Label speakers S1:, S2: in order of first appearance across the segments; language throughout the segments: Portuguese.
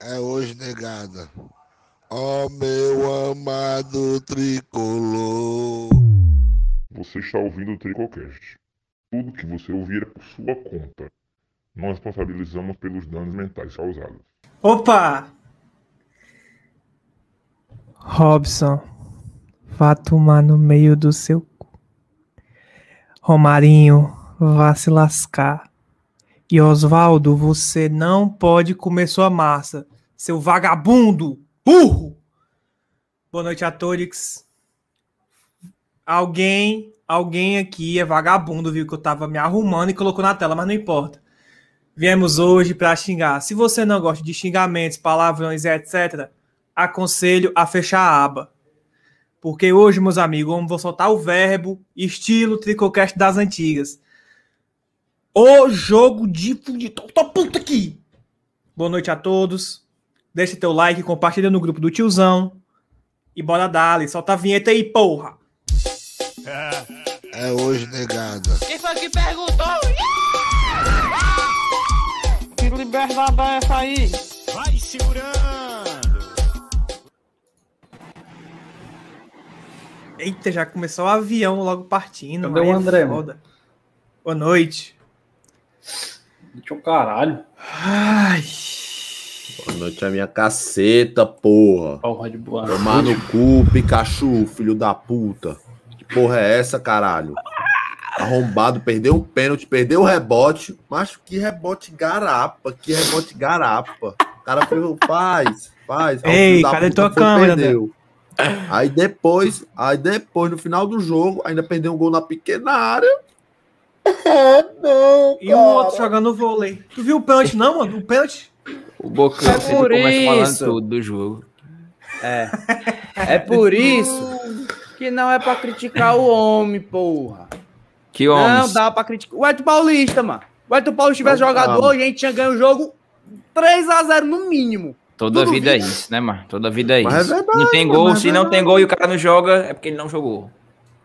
S1: é hoje negada. Ó meu amado tricolor.
S2: Você está ouvindo o Tricocast. Tudo que você ouvir é por sua conta. Nós responsabilizamos pelos danos mentais causados.
S3: Opa!
S4: Robson, vá tomar no meio do seu cu. Romarinho, vá se lascar. E Oswaldo, você não pode comer sua massa, seu vagabundo, burro! Boa noite a todos. Alguém, alguém aqui é vagabundo, viu que eu tava me arrumando e colocou na tela, mas não importa. Viemos hoje para xingar. Se você não gosta de xingamentos, palavrões, etc., aconselho a fechar a aba. Porque hoje, meus amigos, eu vou soltar o verbo estilo tricocast das antigas. O jogo de fudido. Tô puta aqui! Boa noite a todos. Deixa teu like, compartilha no grupo do tiozão. E bora dali, solta a vinheta aí, porra!
S1: É hoje negada.
S5: Quem foi que perguntou? Que liberdade é essa aí?
S6: Vai segurando!
S4: Eita, já começou o avião logo partindo.
S7: Cadê
S4: aí
S7: o
S4: é
S7: André,
S4: foda. Boa noite.
S7: Gente, o um caralho.
S4: Ai.
S8: Boa noite a minha caceta, porra.
S7: Porra de boa.
S8: Tomar no cu, Pikachu, filho da puta. Que porra é essa, caralho? Arrombado, perdeu um pênalti, perdeu o rebote. Mas que rebote garapa, que rebote garapa. O cara fez o paz, paz. Aí o
S4: Ei,
S8: filho da
S4: cadê
S8: puta
S4: tua
S8: foi e
S4: câmera, né?
S8: perdeu. Aí depois, aí depois, no final do jogo, ainda perdeu um gol na pequena área. É, não,
S4: E o outro jogando vôlei. Tu viu o pênalti, não, mano? O pênalti?
S9: O Bocão
S6: É
S9: sempre
S6: por
S9: começa falando
S6: isso.
S9: tudo do jogo.
S6: É. É por isso que não é pra criticar o homem, porra.
S9: Que homem.
S6: Não dá pra criticar. O Eto Paulista, mano. O Eto Paulista tivesse
S8: Não,
S6: jogado
S8: calma.
S6: hoje, a gente tinha ganho o jogo 3x0 no mínimo.
S9: Toda
S6: Tudo
S9: vida é isso, né, mano? Toda vida é isso.
S8: Mas é verdade,
S9: não tem
S8: mano,
S9: gol,
S8: mas é
S9: se não tem gol e o cara não joga, é porque ele não jogou.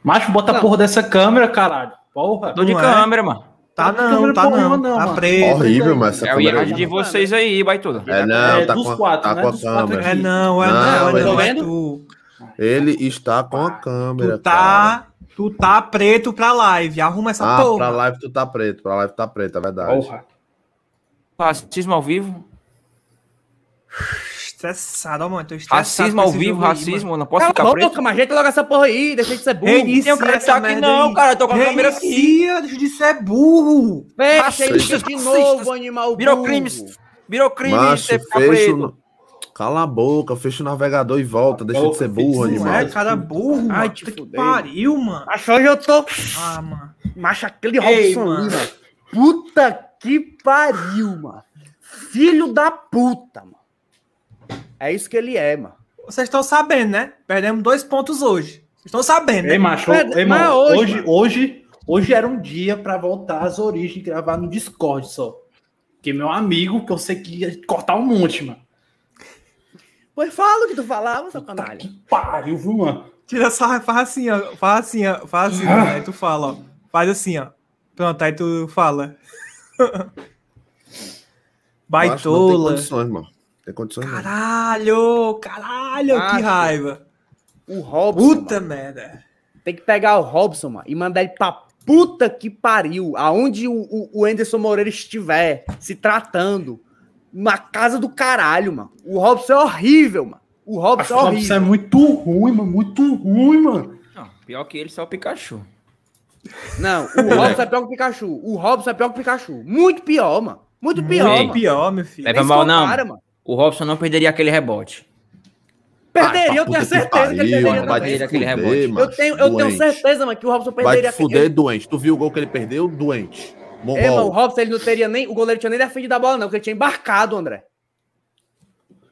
S7: Macho, bota
S6: Não.
S7: a porra dessa câmera, caralho. Porra.
S9: Tô Tá de
S4: Não é?
S9: câmera, mano.
S4: Tá
S7: Tá
S4: não,
S7: câmera
S4: tá
S7: porra
S4: não.
S7: nenhuma, não,
S4: tá
S7: mano.
S4: preto.
S8: Horrível, mas essa
S9: É o
S8: câmera
S9: iade
S8: aí.
S9: de vocês aí, baituda.
S8: É, não,
S7: É
S8: tá
S7: dos
S8: com,
S7: quatro,
S8: tá
S7: né?
S8: com a
S7: Dos quatro
S8: câmera.
S4: É não, é
S8: Não,
S4: não, é
S8: ele-
S4: não, é
S6: Tô
S4: tu.
S8: Ele está com a câmera.
S4: Tu tá, tu tá preto pra live. Arruma essa
S8: Ah, pra
S4: porra.
S8: live tu tá preto, pra live tá preto, é verdade.
S7: Porra.
S9: Racismo ao vivo.
S4: Estressado, ó, mano. Tô estressado
S9: Racismo
S4: com
S9: ao
S4: esse
S9: vivo,
S4: jogo aí,
S9: racismo.
S4: tá mano.
S9: não posso
S6: Cala
S9: ficar
S6: a boca,
S9: preto.
S6: mas gente logo essa porra aí, deixa de ser burro.
S4: Reinicia
S9: Tem um cara que
S4: essa
S9: tá aqui,
S4: merda
S9: não,
S4: aí.
S9: cara. Eu tô com a câmera aqui.
S4: Reinicia, deixa de ser é burro.
S6: Fecha é isso
S9: racistas,
S6: de
S9: racistas.
S6: novo, animal
S9: Virou
S6: burro.
S9: crimes. Virou crime
S8: Macho,
S9: ser ficar
S8: fecha
S9: preto.
S8: o... Cala a boca, fecha o navegador e volta, deixa de ser burro,
S7: Porra,
S4: Não
S8: animal.
S4: é, cara burro.
S6: Ai,
S4: mano.
S6: te
S4: Puta que
S6: fudei.
S4: pariu, mano.
S6: Mas hoje eu tô.
S4: Ah, mano.
S6: Macho, aquele
S4: Ei,
S6: Robson
S4: mano.
S6: Lima. Puta que pariu, mano. Filho da puta, mano. É isso que ele é, mano.
S4: Vocês estão sabendo, né? Perdemos dois pontos hoje. Vocês estão sabendo,
S7: Ei,
S4: né?
S7: macho.
S6: Mas-
S7: Ei,
S6: mas
S7: mano,
S6: hoje,
S7: hoje,
S6: mano.
S7: hoje, hoje era um dia pra voltar às origens e gravar no Discord só. Que meu amigo, que eu sei que ia cortar um monte, mano.
S6: Pois fala o que tu falava, seu
S7: Tá
S6: canalha.
S7: que pariu, viu, mano?
S4: Tira só, faz assim, ó. Faz assim, ó. Faz assim, ó. Aí tu fala, ó. Faz assim, ó. Pronto, aí tu fala.
S8: Macho, não tem
S4: Baitola.
S8: condições, mano. Tem condições, não.
S4: Caralho, caralho, que
S6: né, Acho.
S4: raiva.
S6: O Robson.
S4: Puta
S6: mano.
S4: merda.
S6: Tem que pegar o Robson, mano, e mandar ele pra puta que pariu. Aonde o, o, o Anderson Moreira estiver se tratando. Na casa do caralho, mano. O Robson é horrível, mano. O
S7: Acho
S6: Robson
S7: que
S6: é
S7: o Robson
S6: horrível.
S7: é muito ruim, mano. Muito ruim, mano.
S9: Não, pior que ele, só o Pikachu.
S6: Não, o Robson é pior que o Pikachu. O Robson é pior que o Pikachu. Muito pior, mano. Muito pior,
S9: Muito
S6: mano.
S4: Pior, meu filho.
S9: Leva
S6: Nem se
S9: mal, não.
S6: compara, mano.
S9: O Robson não perderia aquele rebote.
S6: Perderia, eu
S8: Vai pra
S6: tenho
S8: puta
S6: certeza que ele
S8: pariu,
S6: perderia
S8: mano, vai
S6: também.
S8: te
S9: aquele
S8: fuder,
S9: rebote.
S6: Eu
S8: macho,
S6: tenho, eu tenho
S8: doente.
S6: certeza, mano, que o Robson
S8: Vai
S6: perderia.
S8: te fuder, doente. Tu viu o gol que ele perdeu? Doente.
S6: Eu- É, mano, o
S8: Mongol.
S6: Robson ele não teria nem. O goleiro tinha nem defendido a bola, não, porque ele tinha embarcado, André.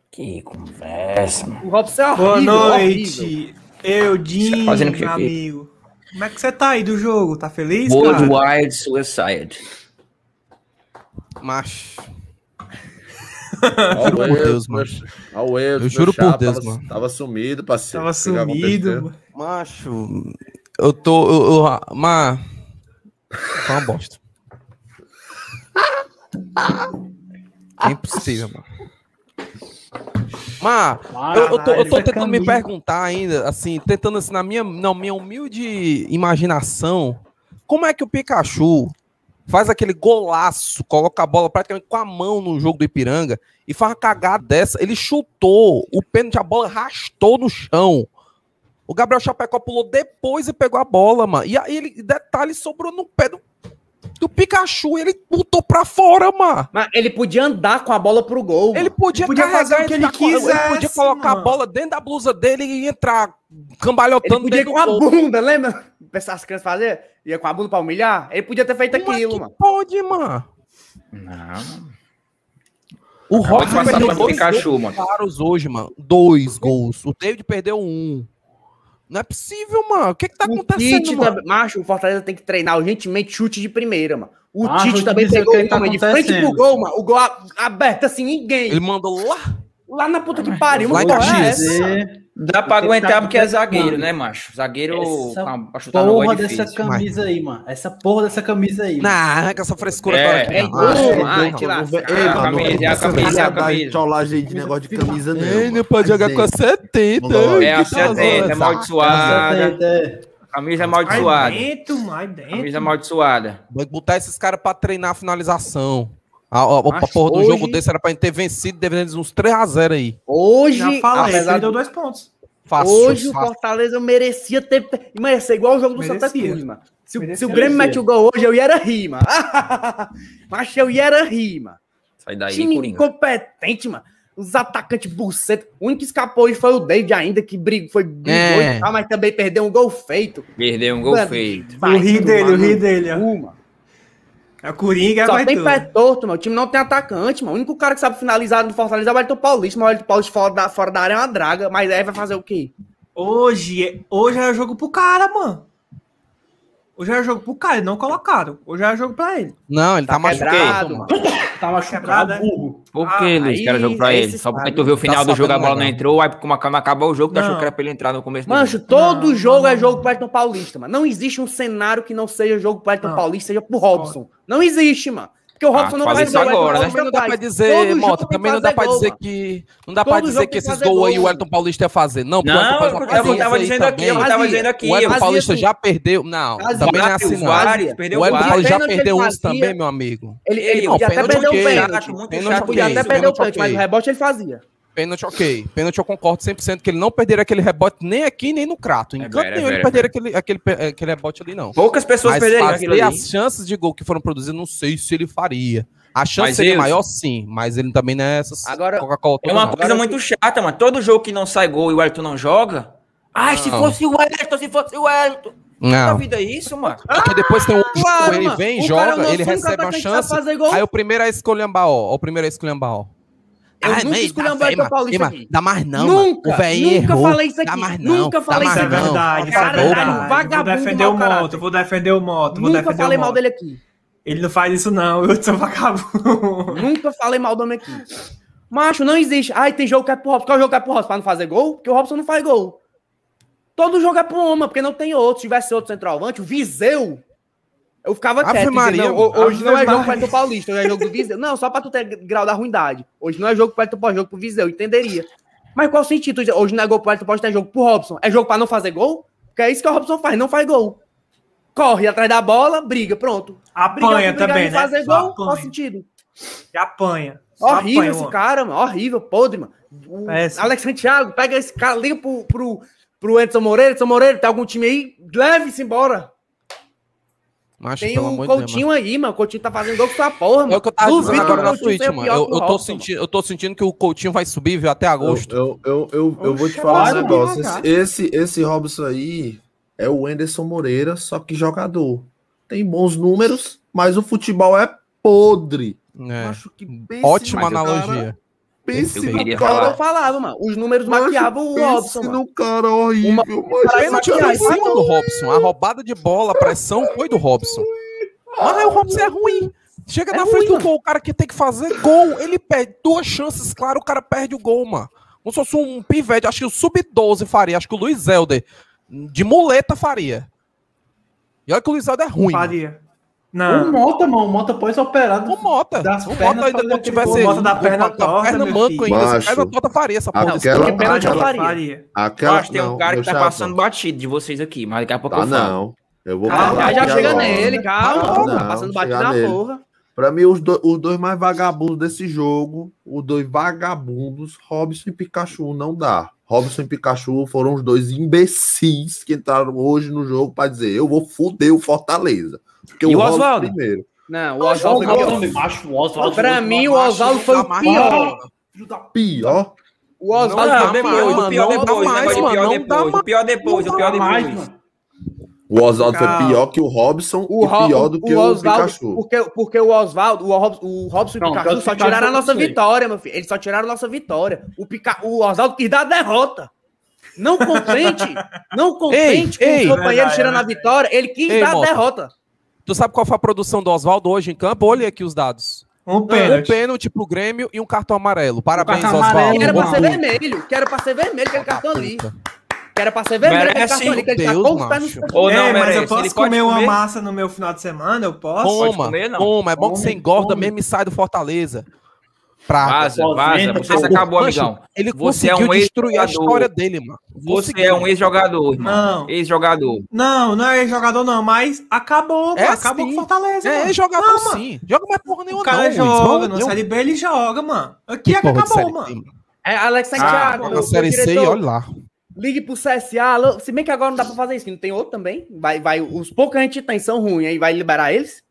S9: Que conversa, mano.
S6: O Robson é horrível.
S4: Boa
S6: horrível.
S4: noite, Eudinho,
S9: Fazendo o quê?
S4: meu amigo. Como é que você tá aí do jogo? Tá feliz, cara?
S9: Worldwide Suicide.
S10: Macho.
S8: Ao
S10: Juro por Deus, mano.
S8: Ao Eudes,
S10: Eu
S8: meu
S10: juro por
S8: chapa,
S10: Deus,
S8: tava-
S10: mano.
S8: Tava sumido, parceiro.
S4: Tava
S8: O que que aconteceu?
S4: sumido.
S10: Macho. Eu tô. Eu, eu, ma... Tá uma bosta. É impossível, mano. Mas eu, eu tô, eu tô
S7: Caralho, é
S10: tentando me
S7: caminho.
S10: perguntar ainda, assim, tentando assim, na minha, na minha humilde imaginação, como é que o Pikachu faz aquele golaço, coloca a bola praticamente com a mão no jogo do Ipiranga e faz uma cagada dessa? Ele chutou o pênalti, a bola rastou no chão. O Gabriel Chapecó pulou depois e pegou a bola, mano. E aí ele, detalhe, sobrou no pé do, do Pikachu e ele botou pra fora, mano.
S6: Mas ele podia andar com a bola pro gol.
S10: Ele
S6: mano.
S10: podia,
S7: Podia
S10: carregar,
S7: fazer o que ele
S10: tá com-
S7: quisesse,
S10: podia colocar
S7: mano.
S10: a bola dentro da blusa dele e entrar
S6: Ele
S10: cambalhotando
S6: podia ir
S10: dentro
S6: com a
S10: gol.
S6: bunda, lembra? Pensar as crianças faziam? Ia com a bunda pra humilhar? Ele podia ter feito
S10: Como é
S6: aquilo,
S10: que
S6: mano.
S10: Pode, mano.
S9: Não.
S10: O
S9: Pode
S10: Robson
S9: passar pelo
S10: perdeu dois gols
S9: Pikachu, mano.
S10: claros hoje, mano. Dois gols. O David perdeu um. Não é possível, mano. O que que tá
S6: O
S10: acontecendo,
S6: Tite
S10: mano?
S6: também- Macho, o Fortaleza tem que treinar urgentemente chute de primeira, mano. O
S7: Ah, vou
S6: Tite
S7: te
S6: também
S7: dizer
S6: pegou
S7: o que
S6: um
S7: tá
S6: homem de frente pro
S7: acontecendo.
S6: gol, mano. O gol a- aberto assim, ninguém.
S10: Ele mandou lá.
S6: Lá na puta que pariu,
S10: Lá em
S6: mano. Qual é
S10: Caxias.
S6: essa?
S7: Dizer, Tem
S9: Dá pra
S7: que tá
S9: aguentar porque é
S7: acontecendo,
S9: zagueiro,
S7: mano.
S9: né, macho? Zagueiro
S7: Essa
S9: pra- pra chutar no gol
S7: porra
S9: é
S7: dessa
S9: difícil.
S7: camisa aí, mano. Essa porra dessa camisa aí.
S10: Não, arranca essa frescura
S9: É,
S10: toda aqui.
S9: é
S10: não.
S9: gol,
S10: Ah,
S9: mano.
S10: não.
S9: te lascar,
S8: Ei, mano,
S9: camisa,
S8: não
S9: a
S8: precisa
S9: camisa,
S8: dar
S9: a camisa.
S8: tcholagem aí de negócio de camisa, não.
S10: Ei, não
S8: mano.
S10: pode jogar
S8: Aí
S10: com a
S8: dentro.
S10: 70.
S8: Não,
S9: É a
S10: Que tá
S9: 70,
S10: zoando.
S9: amaldiçoada. Camisa é
S4: Aí
S9: amaldiçoada.
S4: dentro, mano, aí dentro.
S9: Camisa é amaldiçoada.
S10: Tem que botar esses caras pra treinar a finalização. A, a, a
S6: Mas
S10: porra do
S6: hoje-
S10: jogo desse era pra gente ter vencido, devendo eles uns 3x0 aí.
S6: Hoje,
S4: Já falei,
S6: apesar
S4: perdeu
S6: do...
S4: dois pontos.
S10: Fácil,
S6: hoje o
S10: fácil.
S6: Fortaleza merecia ter. Mas ia ser igual o jogo do
S4: Merecia.
S6: Santa Cruz, mano. Se, o- se
S4: Merecia.
S6: o Grêmio mete o gol hoje, eu ia era rir, mano. Mas eu ia era rir, mano.
S9: Sai daí,
S6: Time
S9: Coringa.
S6: incompetente, mano. Os atacantes buceta. O único que escapou hoje foi o David ainda, que brigou, foi brigou
S10: É.
S6: e tal, mas também perdeu um gol feito.
S9: Perdeu um gol
S6: Mano,
S9: feito.
S4: O ri dele, o ri dele. ó.
S6: Uma.
S4: É o Coringa,
S6: Só
S4: vai
S6: tem
S4: tudo.
S6: pé torto, mano. O time não tem atacante, mano. O único cara que sabe finalizar no Fortaleza é o Elton Paulista, mas o Elton Paulista fora da, fora da área é uma draga. Mas aí vai fazer o quê?
S4: Hoje, é- hoje era jogo pro cara, mano. Hoje era jogo pro cara, eles não colocaram. Hoje era jogo pra ele.
S10: Não, ele tá, machucado.
S6: Quebrado, mano.
S7: Tá machucado,
S4: Quebrada.
S7: burro.
S9: Por
S4: Ah,
S9: que, Luiz? Que era jogo pra
S6: aí,
S9: ele.
S6: esses
S9: Só porque
S6: caras
S9: tu viu o final do
S10: sabendo
S9: jogo, a bola não
S10: legal.
S9: entrou, aí como acaba- acabou o jogo, tu achou
S4: Não.
S9: que era pra ele entrar no começo do
S6: Mancho,
S9: jogo.
S6: todo
S4: Não,
S6: jogo é
S4: não.
S6: jogo pro Elton Paulista, mano. Não existe um cenário que não seja jogo pro Elton
S10: Ah.
S4: Não.
S6: Paulista, seja pro Robson. Não existe, mano. Porque o Robson
S9: tu
S6: não
S9: Ah, faz
S6: faz
S9: isso
S6: gol, o Elton
S9: agora, né?
S6: Paulista
S10: Também não dá
S6: faz.
S10: pra dizer,
S6: Todo
S10: Mota,
S6: jogo tem
S10: também
S6: que
S10: não dá
S6: fazer
S10: pra
S6: gol,
S10: dizer
S6: mano.
S10: que. Não dá
S6: Todo
S10: pra
S6: jogo
S10: dizer que
S6: tem que
S10: esses
S6: fazer
S10: gols aí
S6: gol,
S10: o Elton Paulista ia fazer. Não, porque o Elton
S9: Não,
S10: Paulista
S9: eu
S10: fazia
S9: tava- eu tava
S10: isso aí
S9: dizendo aqui, eu
S10: também.
S9: tava
S6: Fazia.
S9: dizendo aqui.
S10: O Elton
S6: Fazia
S10: Paulista
S6: assim.
S10: já perdeu. Não,
S6: Fazia.
S10: também não é assim,
S9: Vários,
S10: não.
S9: vários,
S6: O
S9: perdeu
S10: O Elton
S9: vários.
S10: Paulista já
S6: Pênalti ele
S10: perdeu uns
S6: fazia.
S10: também, meu amigo.
S6: Ele, ele
S9: Ei, o
S6: podia até
S10: pênalti
S6: perder o
S10: ok,
S6: pênalti.
S9: muito
S6: Ele
S9: chato
S6: podia
S9: isso,
S6: até perder o
S10: pênalti
S6: pênalti, mas o
S10: ok.
S6: rebote ele fazia.
S10: Pênalti, ok. Pênalti, eu concordo 100% que ele não perderia aquele rebote nem aqui, nem no crato. Em
S9: É
S10: canto
S9: vera, é
S10: nenhum ele
S9: vera,
S10: perderia aquele, aquele, pe- eh, aquele rebote ali, não.
S9: Poucas pessoas
S10: Mas
S9: perderam aquilo
S10: fazer
S9: ali.
S10: as chances de gol que foram produzidas, não sei se ele faria. A chance
S9: Mas
S10: seria
S9: eu-
S10: maior, sim, mas ele também não é essas
S6: Agora,
S10: Coca-Cola
S9: É
S10: toda,
S9: uma
S10: não.
S9: coisa muito chata, mano. Todo jogo que não sai gol e o Elton não joga. Ai, se
S10: Não.
S9: fosse o Elton, se fosse o Elton. Da
S10: Não.
S9: vida é isso, mano.
S10: Porque depois tem um
S6: Claro,
S10: ele
S6: mano.
S10: vem,
S6: O cara é o
S10: joga,
S6: nosso
S10: ele
S6: único
S10: recebe uma
S6: atacante que sabe
S10: chance.
S6: fazer gol.
S10: Aí o primeiro é esculhambar, ó. ó, O primeiro é esculhambar, ó.
S6: Eu
S10: Ai,
S6: nunca
S10: mãe, dá
S6: esculhambar
S10: véi,
S6: Elton
S10: mano.
S6: Paulista assim.
S10: Ei, mano,
S6: aqui.
S10: Dá mais não,
S6: Nunca,
S10: mano. O véi
S6: nunca
S10: errou.
S6: falei isso
S10: Dá
S6: aqui,
S10: mais não.
S6: nunca
S10: dá
S6: falei
S10: mais
S4: Isso é
S6: não.
S4: verdade, isso é
S6: Caralho,
S4: verdade. Vou
S6: vagabundo
S4: defender
S6: mau
S4: o
S6: caráter.
S4: moto, vou defender o moto, vou
S6: Nunca
S4: defender
S6: falei
S4: o
S6: mal
S4: moto.
S6: dele aqui.
S4: Ele não faz isso não, eu sou vagabundo.
S6: Nunca falei mal do homem aqui. Macho, não existe. Ai, tem jogo que é pro Robson. Qual jogo que é pro Robson? Pra não fazer gol? Porque o Robson não faz gol. Todo jogo é pro homem, porque não tem outro. Se tivesse outro centroavante, o Viseu. Eu ficava
S10: Ave
S6: quieto. dizendo,
S10: Maria,
S6: não, ho-
S4: mano.
S6: hoje não é
S4: Ave
S6: jogo pro
S4: Maria.
S6: Elton Paulista, hoje é jogo do Viseu. Não, só pra tu ter grau da ruindade. Hoje não é jogo pro Elton Paulista, é jogo pro Viseu. Entenderia. Mas qual o sentido? de- Hoje não é gol pro Elton Paulista, é jogo pro Robson. É jogo pra não fazer gol? Porque é isso que o Robson faz, não faz gol. Corre atrás da bola, briga, pronto. Briga,
S4: Apanha
S6: briga
S4: também,
S6: e
S4: né?
S6: fazer
S4: Só
S6: gol, qual o
S4: apanha.
S6: sentido?
S4: E apanha. Só
S6: Horrível
S4: apanha,
S6: esse
S4: mano.
S6: cara, mano. Horrível, podre, mano. O
S4: Péssimo.
S6: Alex Santiago, pega esse cara, liga pro, pro, pro Edson Moreira. Edson Moreira, tem algum time aí? Leve-se embora.
S10: Mas,
S6: Tem
S10: pelo
S6: o
S10: amor de Deus,
S6: Coutinho aí, mano. O Coutinho tá fazendo gol com sua porra,
S10: mano. É o
S6: mano.
S10: que eu tava dizendo
S6: Duvido
S10: agora
S6: que o
S10: na
S6: Coutinho
S10: Twitch,
S6: seja
S10: mano.
S6: pior
S10: Eu,
S6: que o
S10: eu, tô
S6: Robson,
S10: sentindo, eu tô sentindo que o Coutinho vai subir, viu, até agosto.
S8: Eu, eu, eu, eu, eu vou te
S4: Oxe,
S8: falar um
S4: claro,
S8: negócio.
S4: devagar.
S8: Esse, esse, esse Robson aí é o Anderson Moreira, só que jogador. Tem bons números, mas o futebol é podre.
S10: É.
S8: Acho que pense
S10: Ótima
S8: no cara,
S10: analogia.
S8: Pense
S9: Eu
S8: no
S9: queria
S6: mano.
S8: cara,
S6: Eu falava, mano. Os números
S8: Macho,
S6: maquiavam o
S8: pense
S6: Robson, mano.
S8: no cara horrível.
S6: Cara,
S8: mas-
S10: Pênalti
S6: mas-
S10: foi em
S6: mas-
S10: cima do Robson. A roubada de bola, a pressão foi do Robson. Mas o Robson é ruim. Chega
S6: Ah, É
S10: na frente
S6: ruim,
S10: do
S6: mano.
S10: gol, o cara que tem que fazer gol, ele perde duas chances, claro, o cara perde o gol, mano. Como se fosse um pivete, acho que o Sub-12 faria, acho que o Luiz Zelder de muleta faria. E olha que o Luiz Zelder é ruim. mano.
S4: Faria. Não.
S6: Um
S7: O Mota, mano, o Mota pós-operado.
S10: O Mota.
S7: Das
S10: O
S7: pernas
S10: Mota ainda
S7: fazer
S10: quando
S7: aquele
S10: tivesse.
S4: tipo, O Mota da
S10: o
S4: perna
S10: Mota da
S4: torta,
S10: perna
S4: meu
S10: manco
S4: filho.
S10: ainda. Se
S8: Macho.
S10: perna torta faria essa porra. desse-
S8: Aquela,
S6: Que pena de
S8: aquela,
S6: faria.
S4: Faria.
S9: Eu
S8: aquela,
S9: acho que tem um
S8: não,
S9: cara que
S8: meu
S9: tá
S8: chapa.
S9: passando batido de vocês aqui, mas daqui a pouco
S8: Tá
S9: eu falo.
S8: não. Eu vou
S6: Calma,
S8: falar
S6: Ah, já
S8: aqui
S6: chega
S8: agora.
S6: nele, calma.
S8: Não,
S6: tá passando batido
S8: chegar
S6: na
S8: nele.
S6: porra.
S8: Pra mim, os, do- os dois mais vagabundos desse jogo, os dois vagabundos, Robson e Pikachu, não dá. Robson e Pikachu foram os dois imbecis que entraram hoje no jogo pra dizer: eu vou foder o Fortaleza. Porque
S9: E o
S8: Robson
S9: Oswaldo?
S8: primeiro.
S6: Não, o Oswaldo.
S7: Mota,
S6: não.
S7: meu macho, o é Oswaldo.
S6: Pra
S7: Oswaldo,
S6: mim, o
S7: macho,
S6: Oswaldo foi o
S10: jamais.
S6: pior.
S7: filho da p***.
S8: Pior.
S6: O
S10: Não
S6: Oswaldo
S10: dá
S9: Não,
S6: foi o
S9: depois,
S10: mano,
S6: pior.
S9: o pior
S10: não dá
S9: depois,
S10: mais,
S9: negócio de pior
S10: mano, não dá
S9: depois, É, o pior depois, o pior
S7: Mais,
S9: depois.
S7: mano.
S8: O Oswaldo foi
S4: Calma.
S8: pior que o Robson
S6: O
S8: e pior do que o,
S6: Oswaldo,
S8: Pikachu.
S6: porque, porque o Oswaldo, o, Robson- o Robson e o
S7: Não,
S6: Pikachu
S7: tanto
S6: só
S7: Pikachu
S6: tiraram a
S7: quanto
S6: nossa
S7: ele.
S6: vitória, meu filho. Eles só tiraram a nossa vitória. O, Pica, o Oswaldo quis dar a derrota. Não contente, não contente
S10: Ei, ei. é
S6: com os
S4: Verdade,
S6: companheiros tirando a vitória, ele quis
S10: Ei,
S6: dar a
S10: Mota.
S6: derrota.
S10: Tu sabe qual foi a produção do Oswaldo hoje em campo? Olha aqui os dados.
S4: Um
S10: Um
S4: pênalti.
S10: pênalti pro Grêmio e um cartão amarelo. Parabéns,
S7: cartão
S10: Oswaldo.
S7: amarelo,
S6: Que era pra
S7: Não.
S6: ser vermelho, que era pra ser vermelho aquele cartão ali. Que era pra ser vermelho aquele
S9: Merece,
S6: cartão ali, que ele tá
S10: Deus,
S6: com os pés nos
S10: macho.
S9: Ou não,
S4: é,
S6: né,
S4: mas
S9: merece.
S4: eu posso
S9: Ele pode
S4: comer uma
S9: comer?
S4: massa no meu final de semana? Eu posso?
S10: Toma,
S9: comer, não.
S10: toma. É bom que você
S7: Come,
S10: engorda
S7: come.
S10: mesmo e sai do Fortaleza. Pra...
S9: Vaza, vaza. Você é se acabou,
S10: Mancho,
S9: amigão.
S10: Ele
S9: Você é
S10: conseguiu
S9: um
S10: destruir a
S9: ex-jogador.
S10: história dele, mano.
S9: Você
S10: Conseguiu.
S9: é um ex-jogador, irmão.
S4: Não.
S9: Ex-jogador.
S4: Não, não é jogador não, mas acabou, pô,
S10: É
S4: acabou
S10: sim.
S4: com Fortaleza.
S10: É,
S4: mano.
S10: é jogador
S4: Não, mano.
S10: sim. Joga mais porra nenhuma,
S4: O cara
S10: não.
S4: joga,
S10: não
S4: na Série B ele joga, mano. Aqui é que acabou, mano.
S6: É Alex Santiago,
S10: Ah, na
S6: meu, meu
S10: Série C,
S6: diretor,
S10: olha lá.
S6: ligue pro CSA. alô, Se bem que agora não dá pra fazer isso, que não tem outro também. Vai, vai, os poucos que a gente tem são ruins, aí vai liberar eles?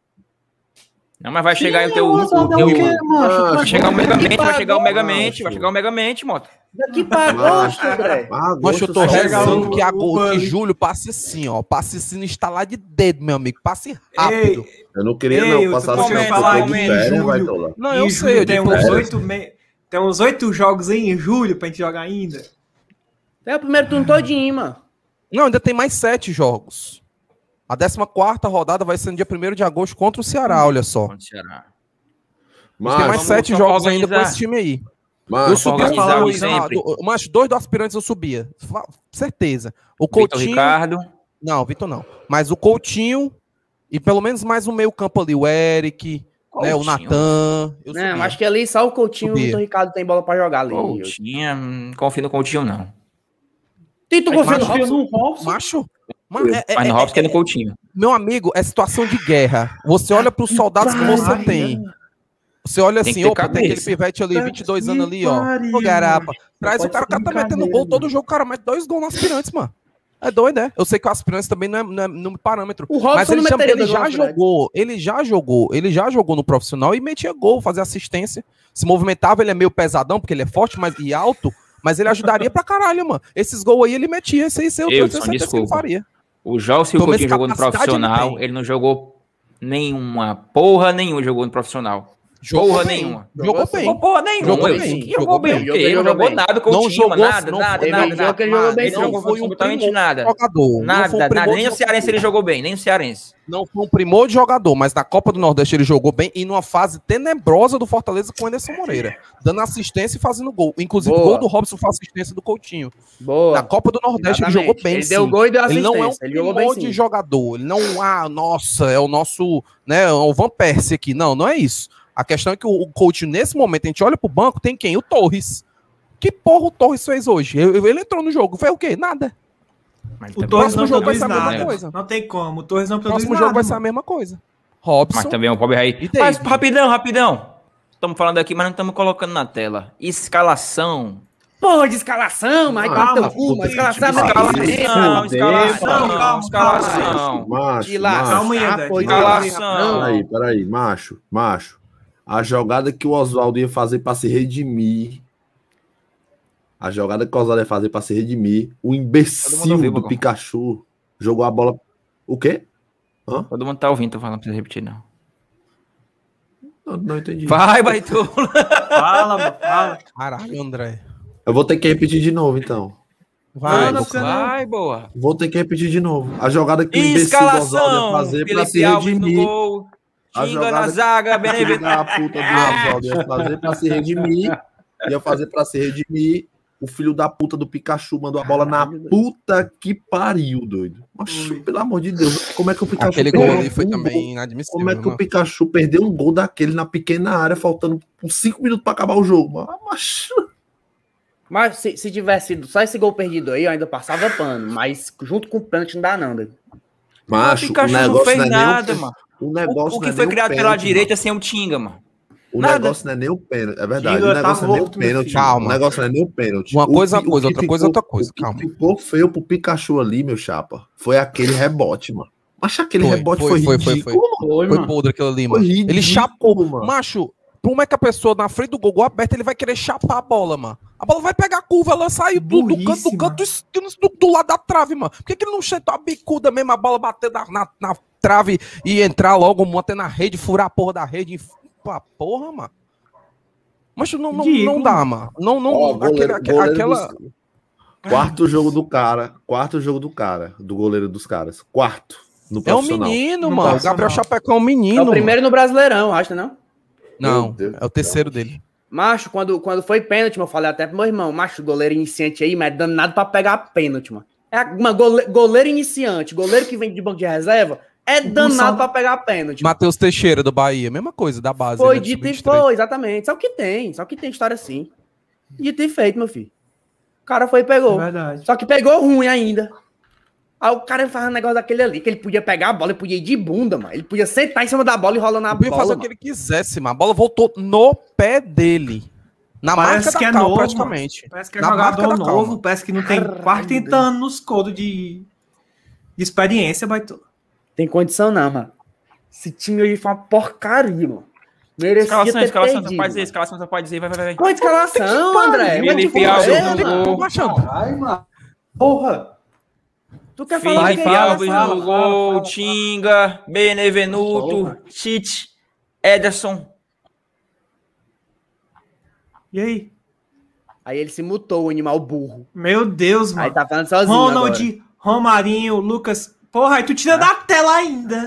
S9: Não, mas vai chegar aí o teu.
S7: Não, Oswaldo, é o
S9: teu-
S7: quê, macho?
S9: Vai chegar o Megamente, vai chegar o
S6: Macho.
S9: Megamente, vai chegar o Megamente, moto.
S6: Daqui pra
S8: Mas-
S6: agosto, André.
S8: Ah,
S10: Mas eu tô
S8: Gosto só-
S10: rezando
S4: o-
S10: que,
S4: o-
S10: agora, que
S4: o-
S10: julho passe assim, ó. Passe assim no estalar de dedo, meu amigo. Passe rápido.
S4: Ei,
S8: Eu não queria,
S4: Ei,
S8: não.
S4: eu
S8: Passar
S4: tô
S8: assim,
S9: comendo,
S8: eu tô de
S9: comendo,
S8: férias,
S4: Júlio.
S8: vai tô lá.
S10: não,
S4: em julho
S10: eu sei. Eu
S4: tem um
S10: digo
S4: uns
S10: pra você.
S4: oito me- tem uns oito jogos aí em julho pra gente jogar ainda.
S6: É o primeiro turno todinho, mano.
S10: Não, ainda tem mais sete jogos. A 14 rodada vai ser no dia 1 de agosto contra o Ceará, olha só.
S8: Mas,
S10: tem mais
S9: vamos
S10: sete
S9: só
S10: jogos ainda com
S9: organizar.
S10: esse time aí.
S8: mas-
S10: eu subi
S9: organizar
S10: falar
S9: o
S10: Luiz
S9: sempre.
S10: Renato, o- mas dois do aspirantes eu subia. Fa- Certeza. O
S9: Vitor
S10: Coutinho.
S9: Ricardo.
S10: Não, Vitor não. Mas o Coutinho e pelo menos mais um meio-campo ali. O Eric, né, o
S9: Coutinho.
S10: Natan. Eu
S6: Não,
S10: subia.
S6: Né, acho que é ali só o Coutinho e o
S10: Subia.
S6: Vitor Ricardo tem bola pra jogar ali.
S9: Coutinho, hum, confio no Coutinho, não.
S6: E tu confia no
S7: Macho,
S6: Robson?
S7: no Robson.
S10: Macho. Mas, é- é-
S9: Mas no
S10: é-
S9: Robson tem no Coutinho.
S10: meu amigo, é situação de guerra. Você olha para os soldados que você
S4: Maria.
S10: tem. Você olha
S9: Tem que
S10: assim,
S9: ter
S10: opa, tem
S9: cabeça.
S10: aquele pivete ali, 22 anos ali, ó.
S7: Maria.
S10: Ô, garapa. Traz
S7: Não
S10: o cara,
S7: pode ser
S10: o cara tá metendo
S7: brincadeira,
S10: gol todo jogo, o cara mete dois gols no aspirantes, mano. É doido, é? Eu sei que o aspirantes também não é, não é no parâmetro.
S6: O
S10: Mas
S6: Robson né?
S10: ele,
S6: não
S10: já,
S6: meteria
S10: ele
S6: dois
S10: já
S6: gols, Fred.
S10: jogou, ele já jogou, ele já jogou no profissional e metia gol, fazia assistência. Se movimentava, ele é meio pesadão, porque ele é forte mas, e alto, mas ele ajudaria pra caralho, mano. Esses gols aí ele metia, esse aí eu tenho
S9: Wilson,
S10: certeza que ele
S9: desculpa.
S10: faria.
S9: O Jal, se o
S10: Pelo menos
S9: Coutinho jogou no
S10: capacidade ele
S9: profissional,
S10: tem.
S9: ele não jogou nenhuma porra nenhuma jogou no profissional. Porra
S10: bem,
S9: nenhuma.
S10: Jogou bem.
S9: Jogou porra nenhuma.
S10: Jogou
S9: Wilson.
S10: bem,
S9: Que
S10: jogou
S9: Jogou bem.
S6: bem,
S9: o quê? Ele não
S6: jogou
S9: jogou
S6: bem.
S9: nada,
S10: Não
S9: Coutinho,
S10: jogou,
S9: mano. nada,
S10: não
S9: nada,
S10: foi-
S9: nada,
S6: Ele jogou que ele jogou
S9: nada.
S6: bem,
S9: Ele
S6: não.
S9: não jogou absolutamente
S10: primor um de
S9: nada.
S10: Jogador. Não foi um
S9: Nada,
S10: primor
S9: nada.
S10: de
S9: Nem o Cearense ele jogou bem, nem o Cearense.
S10: Não foi um primor de jogador, mas na Copa do Nordeste ele jogou bem e numa fase tenebrosa do Fortaleza com o Anderson Moreira, dando assistência e fazendo gol. Inclusive,
S6: Boa.
S10: gol do Robson foi assistência do Coutinho. Na
S6: Boa.
S10: Copa do Nordeste ele
S6: Exatamente.
S10: jogou bem.
S6: Ele
S10: sim.
S6: deu gol e deu
S10: Ele
S6: assistência.
S10: não é um
S6: ele jogou bem
S10: primor de
S6: sim.
S10: jogador. Ele não, ah, nossa, é o nosso, né, é o Van Persie aqui. Não, não é isso. A questão é que o, o Coutinho, nesse momento, a gente olha pro banco, tem quem? O Torres. Que porra o Torres fez hoje? Eu- eu- Ele entrou no jogo, foi o quê? Nada.
S9: Mas ele
S4: O
S9: também
S4: Torres não
S10: próximo jogo
S4: produz
S10: vai ser a mesma
S4: nada.
S10: coisa.
S4: Não tem como, o Torres não
S10: O
S4: produz
S10: próximo
S4: nada.
S10: jogo vai ser a
S4: mano.
S10: mesma coisa. Robson.
S9: Mas também é um pobre
S10: E
S9: aí.
S10: David?
S9: Mas rapidão, rapidão. Estamos falando aqui, mas não estamos colocando na tela. Escalação.
S6: Porra de escalação, mas
S8: Ah,
S6: vai tomar
S8: mas
S6: no cu,
S8: puta
S6: mas escalação é
S8: que pariu.
S6: mais
S10: Ah,
S9: Escalação, escalação,
S4: calma,
S9: escalação.
S8: Macho,
S6: Que lá,
S8: macho.
S4: Calma aí,
S6: ah,
S4: André.
S6: pois
S9: Escalação.
S6: não.
S8: Peraí, peraí, macho, macho. A jogada que o Oswaldo ia fazer pra se redimir. A jogada que o Oswaldo ia fazer pra se redimir. O
S9: Todo mundo
S8: imbecil
S9: ouviu,
S8: do
S9: Bocão.
S8: Pikachu jogou a bola. O quê?
S9: Todo mundo tá ouvindo, tô falando, não precisa repetir, não.
S8: Não, não entendi.
S9: Vai, Baitu.
S4: Fala, mano, fala.
S10: Caralho, André.
S8: Eu vou ter que repetir de novo, então.
S10: Vai,
S4: Não, não
S10: Boca.
S4: precisa não.
S9: Vai, boa.
S8: Vou ter que repetir de novo. A jogada que o imbecil do Oswaldo ia
S9: Escalação.
S8: fazer pra se
S9: Felipe Alves no
S8: redimir.
S9: gol.
S8: A
S9: Xinga na
S8: jogada-
S9: zaga,
S8: filho
S9: Benevento.
S8: da puta do Oswaldo ia fazer pra se redimir, ia fazer pra se redimir, O filho da puta do Pikachu mandou a bola na puta que pariu, doido. Macho, pelo amor de Deus, como é que o Pikachu
S10: Aquele
S8: perdeu
S10: gol ali foi
S8: um gol?
S10: também inadmissível.
S8: Como é que
S10: né?
S8: o Pikachu perdeu um gol daquele na pequena área, faltando uns 5 minutos pra acabar o jogo? Ah, macho.
S6: Mas se, se tivesse sido só esse gol perdido aí, eu ainda passava pano. Mas junto com o pênalti não dá, não. doido.
S8: Macho,
S9: o Pikachu não
S8: é
S9: fez nada, mano.
S8: um O
S9: O, é
S8: negócio é
S9: o que foi criado pela direita sem o Tinga, mano.
S8: O
S9: Nada.
S8: negócio não é nem o pênalti. É verdade.
S7: Diga,
S8: o negócio
S7: tá
S8: não é nem o
S7: morto, meu
S8: pênalti.
S10: filho. Calma.
S8: O negócio não é nem o pênalti.
S10: Uma
S8: O
S10: coisa é uma
S8: que- o
S10: coisa,
S8: que
S10: outra coisa é outra coisa,
S8: o que
S10: calma.
S8: ficou feio pro Pikachu ali, meu chapa. Foi aquele rebote, mano. Mas aquele
S10: Foi,
S8: rebote
S10: foi,
S8: foi,
S10: foi, foi,
S8: ridículo, mano.
S7: Foi,
S10: Foi
S7: mano.
S10: podre aquilo
S8: Foi
S10: ali, mano.
S8: ridículo,
S10: Ele chapou.
S8: mano.
S10: Macho, como é que a pessoa na frente do gol, gol aberto, ele vai querer chapar a bola, mano? A bola vai pegar a curva, lançar aí do, do canto, do,
S4: Burríssima.
S10: canto es- do, do lado da trave, mano. Por que, que ele não chutou a bicuda mesmo, a bola bater na, na, na trave e entrar logo, bater na rede, furar a porra da rede? e- Pá, porra, mano. Macho, não, não, não
S4: Ridículo.
S10: dá, mano. Não, não.
S8: Ó,
S10: aquele-
S8: goleiro-
S10: aque-
S8: goleiro
S10: aquela.
S8: dos- Quarto jogo do cara. Quarto jogo do cara. Do goleiro dos caras. Quarto. No
S10: É um
S8: profissional.
S10: menino,
S4: No
S10: mano. O
S4: profissional.
S10: Gabriel Chapecão é um
S6: É
S10: menino.
S6: o primeiro no Brasileirão, acho, não? é não?
S10: Não,
S8: Meu Deus
S10: é o terceiro dele.
S6: Macho, quando, quando foi pênalti, mano, eu falei até pro meu irmão, macho, goleiro iniciante aí, mas é danado pra pegar pênalti, mano. É, mano, gole- goleiro iniciante, goleiro que vem de banco de reserva, é danado
S4: Gonçalo-
S6: pra pegar pênalti. mano.
S10: Matheus Teixeira, do Bahia. Mesma coisa, da base.
S6: Foi
S10: né, do
S6: dito e
S10: sub-23.
S6: foi, exatamente. Só que tem, só que tem história assim. Dito e feito, meu filho. O cara foi e pegou.
S4: É verdade.
S6: Só que pegou ruim ainda. Aí o cara faz um negócio daquele ali, que ele podia pegar a bola, ele podia ir de bunda, mano. Ele podia sentar em cima da bola e rolando a
S10: Ele podia
S6: bola.
S10: fazer o
S6: mano.
S10: que ele quisesse, mas a bola voltou no pé dele. Na
S4: Parece
S10: marca da
S4: que é
S10: cal,
S4: novo,
S10: praticamente.
S4: Parece que é
S10: Na
S4: jogador
S10: marca da
S4: novo,
S10: calma.
S4: parece que não tem
S6: Caralho,
S4: quase 30
S6: Deus.
S4: anos nos codos de, de experiência, baitola.
S6: Tem condição não, mano. Esse time hoje foi uma porcaria, mano. Merecia
S9: Escalação,
S6: ter
S9: escalação, só
S6: perdido.
S9: pode dizer,
S6: mano.
S9: escalação, só pode dizer, vai, vai, vai.
S6: Com a escalação, André.
S9: Ele
S6: Mas tu
S9: enfiar
S6: fala,
S9: o
S6: né,
S10: é,
S9: jogo no
S6: mano?
S9: gol.
S10: Tô achando.
S7: Caralho, mano. Porra.
S6: Tu
S8: assim?
S6: quer falar
S9: Felipe
S6: que é
S9: Alves
S6: escalação?
S9: no gol, Tinga, Benevenuto,
S7: Porra.
S9: Tite, Ederson.
S4: E aí?
S6: Aí ele se mutou, o animal burro.
S4: Meu Deus,
S6: Aí
S4: mano.
S6: tá falando sozinho
S4: Ronald,
S6: agora.
S4: Romarinho, Lucas. Porra, aí tu tira da tela ainda.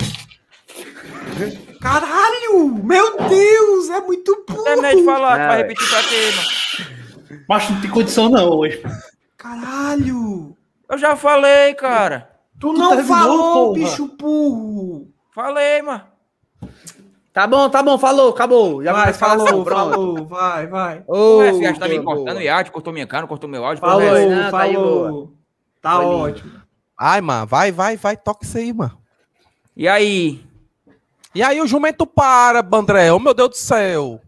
S4: Caralho! Meu Deus, é muito
S9: Terminei de
S4: burro.
S9: falar, tu
S6: É,
S9: vai
S6: ué.
S9: repetir pra quê, mano?
S7: Macho, não tem condição não hoje.
S4: Caralho!
S9: Eu já falei, cara.
S4: Tu não
S7: terminou,
S4: falou,
S7: porra.
S4: bicho burro.
S9: Falei, mano.
S6: Tá bom, tá bom, falou, acabou. Já
S4: Vai,
S6: vai falar
S4: falou,
S6: pronto.
S4: falou, vai, vai.
S6: Ô,
S9: Ué, Fiat tá me
S6: boa,
S9: cortando,
S6: boa.
S9: Iate, cortou minha cara, cortou meu áudio.
S4: Falou,
S9: porra, é essa?
S6: não, tá aí,
S4: falou. Tá
S6: Foi lindo.
S4: ótimo.
S10: Ai, mano, vai, vai, vai, toca isso aí, mano.
S9: E aí?
S10: E aí o jumento para, Bandré. Ô, meu Deus do céu.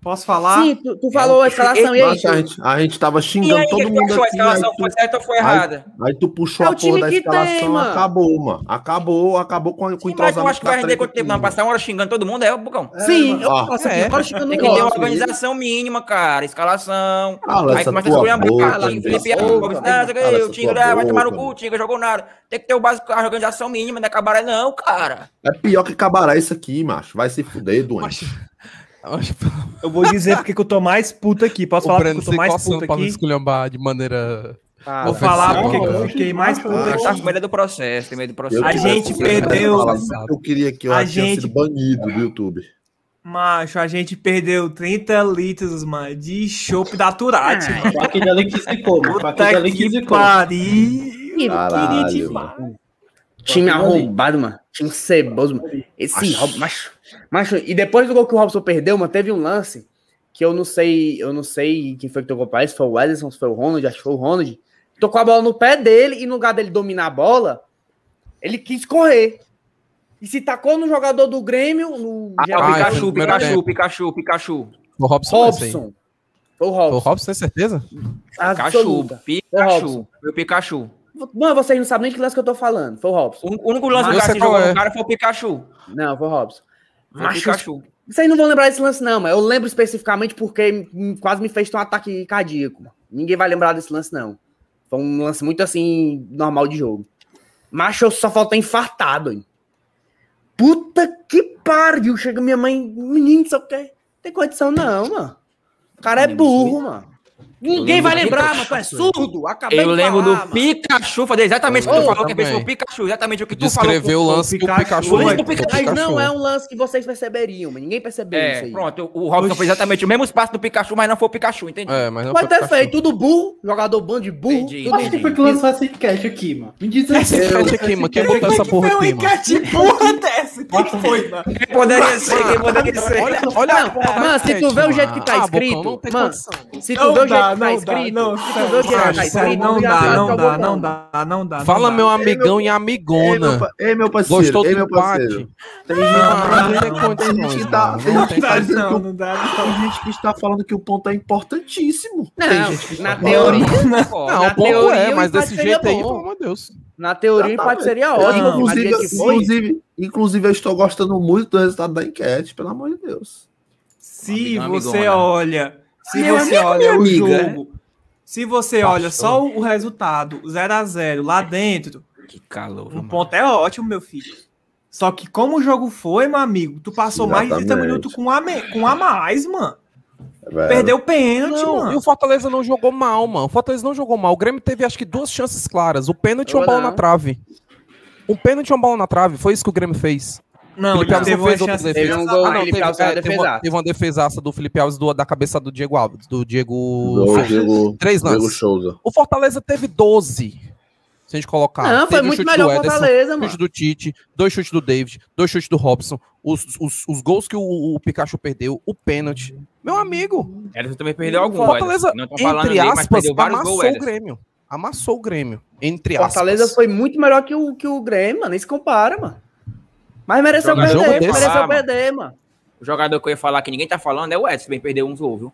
S4: Posso falar?
S6: Sim, tu, tu falou a
S4: É,
S6: escalação e aí?
S8: Macho, a, gente, a gente tava
S9: E
S8: xingando
S9: aí, o que
S8: todo
S9: que tu
S8: mundo
S9: achou? A
S8: aqui. aí
S9: escalação
S8: tu-
S9: foi certa ou foi errada?
S8: Aí tu puxou
S6: É
S8: a
S6: o time
S8: porra da
S6: que tem,
S8: escalação,
S6: mano.
S8: acabou, mano. Acabou, acabou com, a- com o
S9: Sim, mas eu
S8: entrosamento
S9: acho que vai
S8: da
S9: render
S8: frente
S9: quanto tempo?
S8: aqui,
S9: Não
S8: mano.
S9: passar uma hora xingando todo mundo? É, Bucão.
S6: Sim, eu
S8: Ó.
S6: posso
S10: É.
S6: aqui, bora chegando
S9: Tem
S6: no
S9: que ter uma
S6: gol.
S9: organização mínima, cara. Escalação.
S8: Ah,
S9: aí
S8: Lança,
S9: começa a
S8: tua
S9: escolher a
S8: boca,
S9: bola. Felipe ah,
S8: Lança,
S9: Alves,
S8: boca.
S9: nada,
S8: Cala
S9: o
S8: essa
S9: Tinga
S8: tua
S9: ah, vai tomar no
S8: boca.
S9: cu, o Tinga jogou nada. Tem que ter o básico, a organização mínima, não é cabaré não, cara.
S8: É pior que acabará isso aqui, macho. Vai se fuder, doente.
S10: Acho
S4: Eu vou dizer porque que eu tô mais puto aqui. Posso
S10: o
S4: falar
S10: Breno
S4: porque eu tô
S10: se
S4: mais puto
S10: coçando pra me
S4: aqui?
S10: esculhambar de maneira...
S6: Ah,
S4: Vou
S10: velho,
S4: falar
S10: sério,
S4: porque que eu
S10: mano.
S4: fiquei mais puto
S8: Ah,
S9: Tá com
S4: aqui.
S9: medo do processo, tem medo do processo.
S8: Eu
S4: A
S8: tivesse
S4: gente
S8: essa merda
S4: perdeu.
S8: falada, Eu queria que eu
S4: A
S8: já tinha
S4: gente-
S8: sido banido do YouTube.
S4: Macho, a gente perdeu 30 litros, mano, de chopp da Turati.
S8: É.
S4: mano.
S7: Pra aquele ali que zicou, mano. Pra aquele
S4: Puta
S7: ali que
S4: que
S7: zicou.
S4: pariu.
S8: Caralho,
S4: demais.
S6: Time arrombado, mano. Time ceboso, mano. Esse
S8: Macho.
S6: Robson, macho, macho. E depois do gol que o Robson perdeu, mano, teve um lance que eu não sei, eu não sei quem foi que tocou pra ele, se foi o Ederson, se foi o Ronald, acho que foi o Ronald. Tocou a bola no pé dele e no lugar dele dominar a bola, ele quis correr. E se tacou no jogador do Grêmio, no
S9: Ah,
S10: Ah,
S9: o
S10: foi
S9: Pikachu,
S10: no primeiro
S9: Pikachu,
S10: tempo.
S9: Pikachu, Pikachu.
S10: O Robson, Robson. Esse aí.
S6: Robson. Foi o
S10: O
S6: Robson.
S10: Robson, tem certeza?
S9: Pikachu,
S6: Absoluta.
S9: Pikachu, foi o Pikachu.
S6: Mano, vocês não sabem nem que lance que eu tô falando. Foi o Robson.
S9: O único lance que
S10: Mas
S9: o cara
S10: você
S9: se
S10: qual
S9: jogou
S10: é?
S9: no cara foi o Pikachu.
S6: Não, foi o Robson.
S9: Foi o
S6: Macho,
S9: Pikachu.
S6: Vocês não vão lembrar desse lance, não, mas eu lembro especificamente porque hum, quase me fez ter um ataque cardíaco. Ninguém vai lembrar desse lance, não. Foi um lance muito assim, normal de jogo. Macho, eu só falta infartado. Hein? Puta que pariu! Chega minha mãe, menino, não sei o quê. Não tem condição, não, mano. O cara é burro, mano. Ninguém
S9: lembro
S6: vai
S9: do
S6: lembrar,
S9: Pikachu,
S6: mas tu é surdo. Acabei de
S9: Eu lembro
S6: falar,
S9: do
S6: mano.
S9: Pikachu, fazer exatamente o que tu
S6: Oh,
S9: falou, que é a
S10: também.
S9: pessoa Pikachu, exatamente o que tu falou.
S10: Descreveu o lance que o
S4: Pikachu,
S10: Pikachu.
S9: O lance
S10: vai-
S9: do Pikachu.
S6: Mas não
S10: Pikachu.
S6: é um lance que vocês perceberiam, mas ninguém percebeu isso
S9: É,
S6: aí.
S9: pronto, o Robson
S4: Oxi.
S9: fez exatamente o mesmo espaço do Pikachu, mas não foi o Pikachu,
S4: um
S9: entendi.
S10: É, mas não
S6: Pode
S10: foi
S6: ter
S10: Pikachu.
S6: feito tudo burro, jogador bom de burro.
S9: Entendi,
S6: tudo
S7: Acho que foi que lançou essa enquete aqui, mano. Me diz assim,
S10: Essa enquete aqui, mano. Quem botou essa porra aqui, mano?
S4: um porra dessa? O que foi, mano? um-
S9: Quem poderia ser? Quem poderia ser?
S10: Olha, olha a
S6: Não,
S10: porra da
S6: mano, se tu
S10: enquete,
S6: vê o
S10: mano.
S6: jeito que tá
S10: Ah, Bocão,
S6: escrito,
S10: não tem
S6: mano,
S10: condição.
S6: Se tu
S4: Não
S6: vê o jeito
S4: dá,
S6: que tá
S4: não dá,
S6: escrito,
S4: não.
S6: se tu vê o jeito que tá
S4: Macho, isso aí
S6: escrito,
S4: não
S6: já
S4: dá,
S6: sabe
S4: não
S6: que eu
S4: dá,
S6: vou
S4: não
S6: mandar.
S4: dá, não dá.
S10: Fala,
S4: não
S10: meu
S4: dá.
S10: amigão e
S8: Ei, meu,
S10: amigona.
S8: pa- ei, meu parceiro.
S10: Gostou
S8: ei,
S10: do
S8: meu
S10: empate?
S8: parceiro. Tem gente,
S4: Ah,
S10: Não tem
S4: não.
S10: condições,
S8: que tá-
S10: mano.
S8: tem
S10: Não
S8: que
S10: tem
S8: tá-
S4: Não,
S10: condições.
S4: Não, não dá.
S8: tem gente que está falando que o ponto é importantíssimo.
S6: Não,
S8: tem gente que
S6: na
S8: está
S6: teoria,
S8: falando.
S10: Não,
S6: Na
S10: o ponto
S6: teoria,
S10: é,
S6: o
S10: mas
S6: empate
S10: desse
S6: seria
S10: jeito aí,
S6: bom.
S10: pelo amor de Deus.
S6: na teoria o
S8: Exatamente.
S6: empate seria
S4: Tá, Não,
S6: ótimo, mas do
S8: inclusive,
S6: jeito que foi,
S8: inclusive, inclusive, eu estou gostando muito do resultado da enquete, pelo amor de Deus.
S4: Se
S9: Amigão,
S4: você
S9: amigona.
S4: olha, se
S8: Meu
S4: você
S8: amigo,
S4: olha o
S8: minha amiga.
S9: É.
S4: jogo, se você olha só o resultado, 0 a 0 lá dentro,
S9: Que calor,
S4: um
S9: mano.
S4: ponto é ótimo, meu filho. Só que como o jogo foi, meu amigo, tu passou mais de 30
S8: Exatamente.
S4: minutos com a, me- com a mais, mano.
S8: É, Velho.
S4: Perdeu o pênalti,
S10: Não, e o
S4: mano.
S10: Fortaleza não jogou mal, mano. O Fortaleza não jogou mal. O Grêmio teve acho que duas chances claras. O pênalti e uma
S6: Eu
S10: bola
S6: não.
S10: na trave. Um pênalti e uma bola na trave. Foi isso que o Grêmio fez.
S4: Não,
S10: Felipe
S4: ele
S10: Alves
S4: teve
S10: não
S4: uma
S10: fez outra
S4: chance.
S10: defesa.
S6: Teve um gol,
S10: Ah, não,
S6: Felipe
S10: teve,
S6: Alves fez uma
S10: é, teve
S6: defesaça.
S10: uma, teve uma defesaça do Felipe Alves do- da cabeça do Diego Alves. Do Diego.
S8: Do
S10: Souza.
S8: Diego,
S10: Três
S8: Diego
S10: lances.
S8: Souza.
S10: O Fortaleza teve 12. Se a gente colocar.
S6: Não, foi
S10: Teve o
S6: muito
S10: chute
S6: melhor
S10: do
S6: o
S10: Ederson,
S6: Fortaleza,
S10: Dois chutes
S6: mano.
S10: do Tite, dois chutes do David, dois chutes do Robson, os, os, os gols que o, o Pikachu perdeu, o pênalti. Meu amigo,
S9: Ederson também perdeu algum,
S10: o Fortaleza,
S9: Ederson. Não tão falando
S10: entre
S9: dele, mas
S10: aspas,
S9: perdeu vários
S10: amassou
S9: gols,
S10: o
S9: Ederson.
S10: Grêmio. Amassou o Grêmio. Entre
S6: o Fortaleza
S10: aspas.
S6: foi muito melhor que o, que o Grêmio, mano. Nem se compara, mano. Mas mereceu
S10: Joga- jogo
S6: perder,
S10: desse.
S6: mereceu
S9: Ah, mano.
S6: perder, mano.
S9: O jogador que eu ia falar que ninguém tá falando é o Edson, bem perdeu uns gols, viu?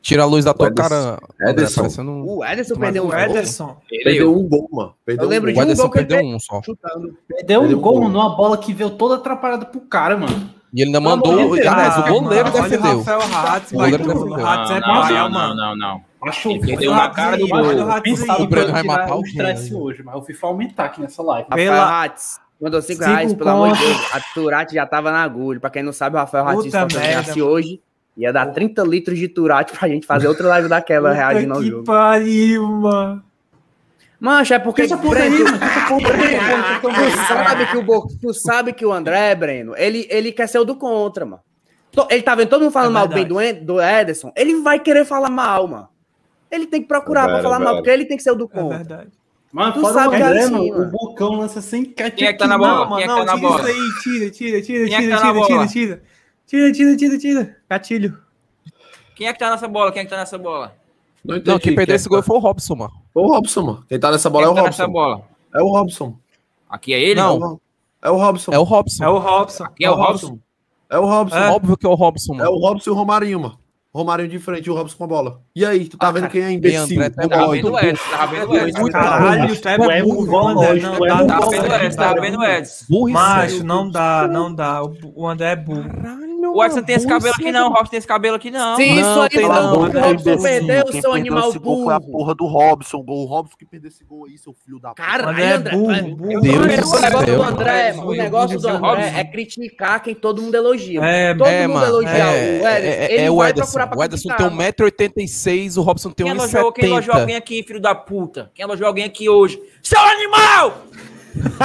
S10: Tira a luz da tua
S8: Ederson.
S10: cara. André,
S8: Ederson.
S10: parecendo um-
S6: O Ederson
S10: Tomara
S6: perdeu um
S4: O
S10: que
S6: gol.
S4: Ederson.
S8: Perdeu um gol, mano. Perdeu
S6: Eu lembro
S8: um
S10: O
S8: gol.
S6: de-
S10: Ederson
S6: gol que ele
S10: perdeu um só.
S6: Chutando.
S7: Perdeu
S8: Perdeu
S7: um gol
S8: gol.
S7: numa bola que veio toda atrapalhada pro cara, mano.
S10: E ele ainda
S7: Pelo amor
S10: mandou.
S7: de Deus.
S10: Aliás, o
S7: Ah,
S10: goleiro
S4: mano, olha
S10: defendeu.
S4: O Rafael Ratz,
S10: O goleiro
S4: vai-
S10: defendeu.
S4: o Ratz é
S9: não,
S4: paia,
S9: não,
S4: mano.
S9: não, não, não.
S7: Acho
S9: Ele perdeu na cara do
S4: Olha
S9: gol.
S4: o Ratzinho.
S7: Pensava
S10: O Breno vai
S7: que eu ia
S10: matar
S7: tirar
S10: o né?
S7: um estresse
S10: Breno.
S7: hoje, mas eu fui pra aumentar aqui nessa live.
S4: Pela-
S6: Rafael Ratz. Mandou 5
S4: Cinco
S6: reais, pelo amor de
S4: conto.
S6: Deus. A Turati já tava na agulha. Pra quem não sabe, o Rafael Ratz
S4: Puta
S6: se eu
S4: merda,
S6: ganhasse hoje. Ia dar 30 litros de Turati pra gente fazer outra live daquela reagindo ao
S4: Puta
S6: jogo.
S4: que pariu, mano.
S6: Mancha, é porque.
S7: Deixa por aí,
S6: Breno,
S7: mano. Deixa por aí. mano.
S6: Tu sabe que o, Bo- tu sabe que o André, Breno, ele, ele quer ser o do contra, mano. To- Ele tá vendo todo mundo falando
S4: É
S6: mal bem
S4: verdade.
S6: do, En- do Ederson, ele vai querer falar mal, mano. Ele tem que procurar pra
S8: Verdade,
S6: falar mal,
S8: verdade.
S6: porque ele tem que ser o do
S4: É
S6: contra.
S4: verdade.
S7: Mano,
S6: Tu
S7: fora
S6: sabe
S7: o
S6: que é
S7: André,
S6: assim,
S7: mano,
S6: mano.
S7: o Bocão lança sem enquete
S9: Quem é que tá
S7: aqui,
S9: na
S7: mano.
S9: bola?
S4: Não, mano,
S9: Quem é que
S4: não,
S9: tá na
S4: tira isso
S9: bola?
S4: aí, tira, tira, tira,
S9: Quem é
S4: tira,
S9: que tá na
S4: tira, tira,
S9: bola?
S4: tira. Tira, tira, tira, tira. Gatilho.
S9: Quem é que tá nessa bola? Quem é que tá nessa bola?
S8: entendi
S10: Não, quem perdeu
S8: é
S10: esse gol foi o Robson, mano.
S8: Foi o Robson, mano. Quem tá nessa
S9: Quem
S8: bola é o
S9: tá nessa
S8: Robson.
S9: bola?
S8: É o Robson.
S9: Aqui é ele?
S10: Não.
S8: É o Robson.
S10: É o Robson.
S4: É o Robson.
S9: Aqui é o Robson.
S8: É o Robson.
S4: É.
S10: Óbvio que é o Robson,
S8: É
S10: mano.
S8: o Robson e o Romarinho, mano. Romarinho de frente e o Robson com a bola. E aí, tu tá vendo quem é imbecil?
S10: E André tá
S8: O
S9: Tá
S10: Ó,
S8: boy.
S9: vendo o Edson, tá vendo o Edson.
S8: muito
S4: Caralho, tu é
S7: Tu é
S4: burro,
S7: burro,
S4: André.
S7: tu
S4: Não dá,
S7: é burro,
S9: Tá
S4: não
S9: vendo o
S4: dá.
S9: Edson, tá vendo o Edson.
S10: Burro e
S4: Macho,
S10: cego.
S4: não dá, não dá. O o André é burro.
S10: Caralho,
S9: O Edson não tem esse
S10: burro e
S9: cabelo aqui
S10: cego.
S9: não, o Robson tem esse cabelo aqui não.
S6: Se isso
S10: Não,
S6: aí
S10: pelo
S6: não,
S10: amor
S6: o
S10: de
S6: Robson
S10: Deus,
S6: perdeu o
S8: Quem
S6: seu
S8: perdeu
S6: animal
S8: esse gol Foi a
S6: burro.
S8: porra do Robson. Gol. O Robson que perdeu esse gol aí, seu filho da puta.
S4: O André é
S6: Caralho, André. tu é-
S4: burro, burro.
S10: Deus
S6: O
S10: do
S6: negócio
S10: céu,
S6: do André,
S9: mano.
S6: mano, o negócio do
S9: Robson.
S6: André é criticar quem todo mundo elogia. mano.
S4: É,
S6: todo
S10: é,
S6: mundo
S10: mano,
S6: elogia
S10: é,
S6: o Ederson.
S10: é,
S6: ele
S10: é o
S6: vai
S10: Ederson.
S6: procurar pra
S10: O Ederson
S6: criticar,
S10: tem
S6: mano.
S10: 1,86m, o Robson tem
S9: Quem elogiou, quem elogiou
S10: 1,70m.
S9: alguém aqui, filho da puta? Quem elogiou alguém aqui hoje? Seu animal!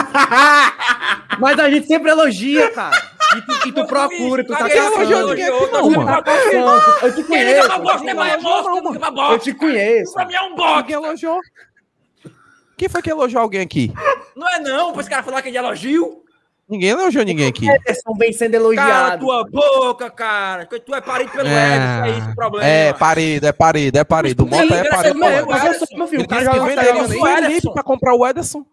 S10: um
S6: Mas a gente sempre elogia, cara. E tu, e tu
S9: Meu
S6: procura,
S9: filho,
S6: tu tá
S9: cadê
S10: caçando.
S9: elogiou
S6: caçando.
S9: ninguém
S10: Não,
S9: aqui,
S10: não,
S9: não,
S10: mano.
S9: mano.
S6: Eu te
S9: Quem
S6: conheço.
S9: liga pra bosta, é mais bosta, quem liga pra
S6: Eu
S9: bosta.
S6: te conheço.
S9: Pra mim é um
S10: Alguém
S9: bosta.
S10: elogiou? Quem foi que elogiou alguém aqui?
S9: Não é não, pra esse cara falar que é de elogio.
S10: Ninguém elogiou ninguém aqui.
S6: Ederson vem sendo
S9: Cala
S6: elogiado.
S9: tua boca, cara. que Tu é parido pelo Edson, é isso o problema.
S10: é parede, é parede, é parede. O Mota é
S9: graças
S10: parede.
S9: a Deus,
S10: Ele
S9: cara.
S10: disse que é
S9: Instagram,
S10: vendeu o
S9: hein?
S10: Felipe
S9: Ederson.
S10: pra comprar o Ederson.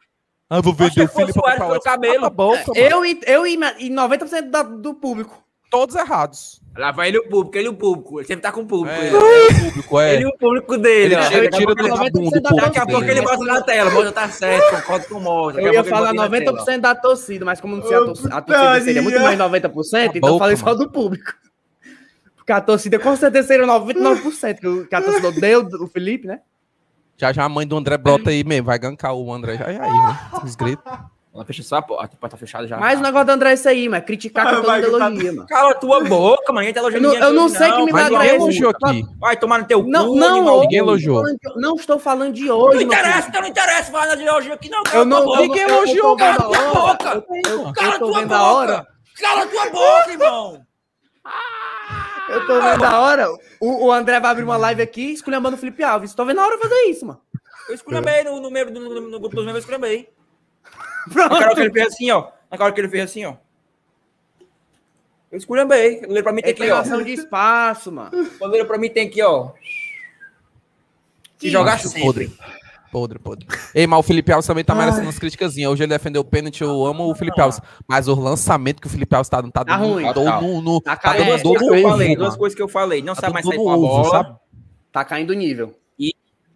S10: Ah, vou
S9: Acho que
S10: vender o
S9: foi
S10: Felipe
S9: o
S10: pra
S9: Suárez
S10: comprar o
S9: pelo
S10: Ederson. Cala
S9: cabelo. É,
S10: a boca, mano.
S6: Eu e, eu e ma- e 90% da- do público.
S10: Todos errados.
S9: Lá vai ele o público, ele o público. Ele sempre tá com o público.
S10: É,
S9: ele.
S10: é o público, é.
S9: Ele e o público dele.
S10: Ele
S9: ó.
S10: tira,
S6: eu-
S10: tira do
S6: eu-
S10: tabu do
S6: eu-
S10: povo.
S9: Daqui a pouco ele bota na tela. Moja tá certo, concordo com o Moja.
S6: Eu ia falar 90% da torcida, mas como não sei a, torcida, a torcida seria muito mais 90%, então eu falei só do público. Porque a torcida com certeza seria 99%, que o- que a torcida deu o Felipe, né?
S10: Já já a mãe do André brota aí mesmo. Vai gankar o André já já aí, né? Os gritos.
S9: Ela fecha só a porta, a porta tá fechada já.
S6: Mas o negócio do André é isso aí, mas criticar
S7: Ah,
S6: tá
S7: vai
S6: todo
S7: que tá-
S6: elogia, mano.
S9: Cala a tua boca, mano. Ninguém tá
S6: Eu
S9: elogiando
S6: não,
S9: ninguém
S6: eu não
S9: aqui,
S6: sei que me
S9: Vai
S6: dá
S10: Ninguém
S9: tomar-
S6: André.
S10: elogiou aqui.
S9: Vai tomar no teu
S6: Não,
S9: cu,
S6: não,
S9: animal.
S6: hoje,
S10: Ninguém
S6: não
S10: elogiou.
S6: estou falando de- Não estou falando de
S9: Não
S6: hoje, meu
S9: interessa, então não interessa falar de elogio aqui, não.
S6: filho. Eu
S9: Cala
S6: não,
S9: tua boca.
S6: eu,
S10: Ninguém
S6: eu- eu tô
S10: elogiou,
S6: vendo a
S9: mano. Cala tua
S6: hora, eu- eu-
S9: Cala
S6: eu tô
S9: tua
S6: vendo a
S9: boca.
S6: hora.
S9: Cala tua boca, irmão.
S6: Eu tô vendo a hora. O, o André vai abrir
S9: Hum.
S6: uma live aqui esculhambando o Felipe Alves. Tô vendo a hora de fazer isso, mano.
S9: Eu esculhambei no, no, membro- no, no, no grupo dos membros, eu esculhambei. Na hora que
S6: Pronto.
S9: ele fez assim, ó. Na hora que ele fez assim, ó. Eu esculhambei. O goleiro pra mim tem
S6: É
S9: aqui, ó.
S6: criação de espaço, mano.
S9: O goleiro pra mim tem aqui, ó. Se jogar
S10: Acho
S9: sempre. É,
S10: podre. Podre, podre. Ei, mas o Felipe Alves também tá merecendo umas criticazinhas. Hoje ele defendeu o pênalti, eu amo o Felipe Alves. Mas o lançamento que o Felipe Alves tá dando, tá
S6: Tá
S10: dando
S6: ruim.
S10: tá
S9: Tá.
S10: no, no,
S6: Tá
S10: tá
S9: Aí,
S6: caindo.
S9: duas
S10: dando dor
S9: coisas que
S10: no
S9: eu
S10: ovo,
S9: falei, duas
S10: mano.
S9: coisas que eu falei. Não
S10: Tá
S9: sabe mais
S10: dando
S9: sair
S10: dor
S9: com a
S10: no ovo,
S9: bola.
S10: sabe?
S6: Tá caindo o nível.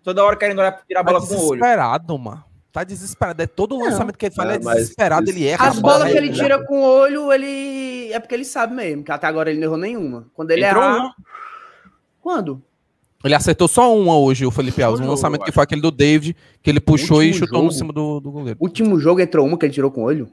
S9: Toda hora querendo olhar, tirar a
S10: Tá
S9: bola com o olho.
S10: desesperado, mano. Tá desesperado. É todo lançamento que ele faz,
S8: É,
S10: ele é
S8: mas
S10: desesperado,
S8: isso-
S10: ele erra.
S6: As
S10: a
S6: bolas
S10: bola
S6: que ele
S10: é-
S6: tira com o olho, ele. É porque ele sabe mesmo, que até agora ele não errou nenhuma. Quando
S10: é
S6: ele
S9: Entrou
S6: errar.
S9: uma.
S6: Quando?
S10: Ele acertou só uma hoje, o Felipe Alves. Um
S9: jogo,
S10: lançamento
S9: eu
S10: que foi aquele do David, que ele puxou e
S6: Último
S10: chutou
S6: jogo.
S10: no cima do, do goleiro.
S6: Último jogo entrou uma que ele tirou com o olho?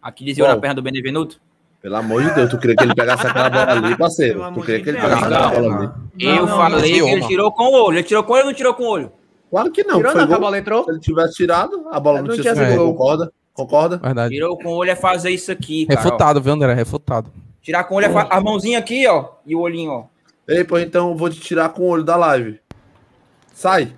S9: Aqui desviou
S8: Bom.
S9: na perna do Benevenuto.
S8: Pelo amor de Deus, tu queria que ele pegasse aquela bola ali,
S4: Pelo
S8: parceiro.
S4: amor
S8: Tu queria
S4: de
S8: que ele
S4: Deus.
S8: pegasse aquela
S9: Não,
S8: bola ali.
S9: Eu
S4: não,
S10: não,
S9: falei que ele
S10: não.
S9: tirou com o olho. Ele tirou com o olho ou não tirou com o olho?
S8: Claro que não.
S6: tirou
S8: foi
S6: não, que a
S8: gol.
S6: bola entrou?
S8: Se ele tivesse tirado, a bola
S6: Não
S8: não
S6: tinha
S8: tinha
S10: sido
S8: sido.
S6: gol.
S8: Concorda? Concorda?
S10: Verdade.
S9: Tirou com o olho é fazer isso aqui, cara. ó.
S10: Refutado, viu, André? Refutado.
S9: Tirar com o olho é fa... a mãozinha aqui, ó. E o olhinho, ó.
S8: Ei, pô, então eu vou te tirar com o olho da live. Sai.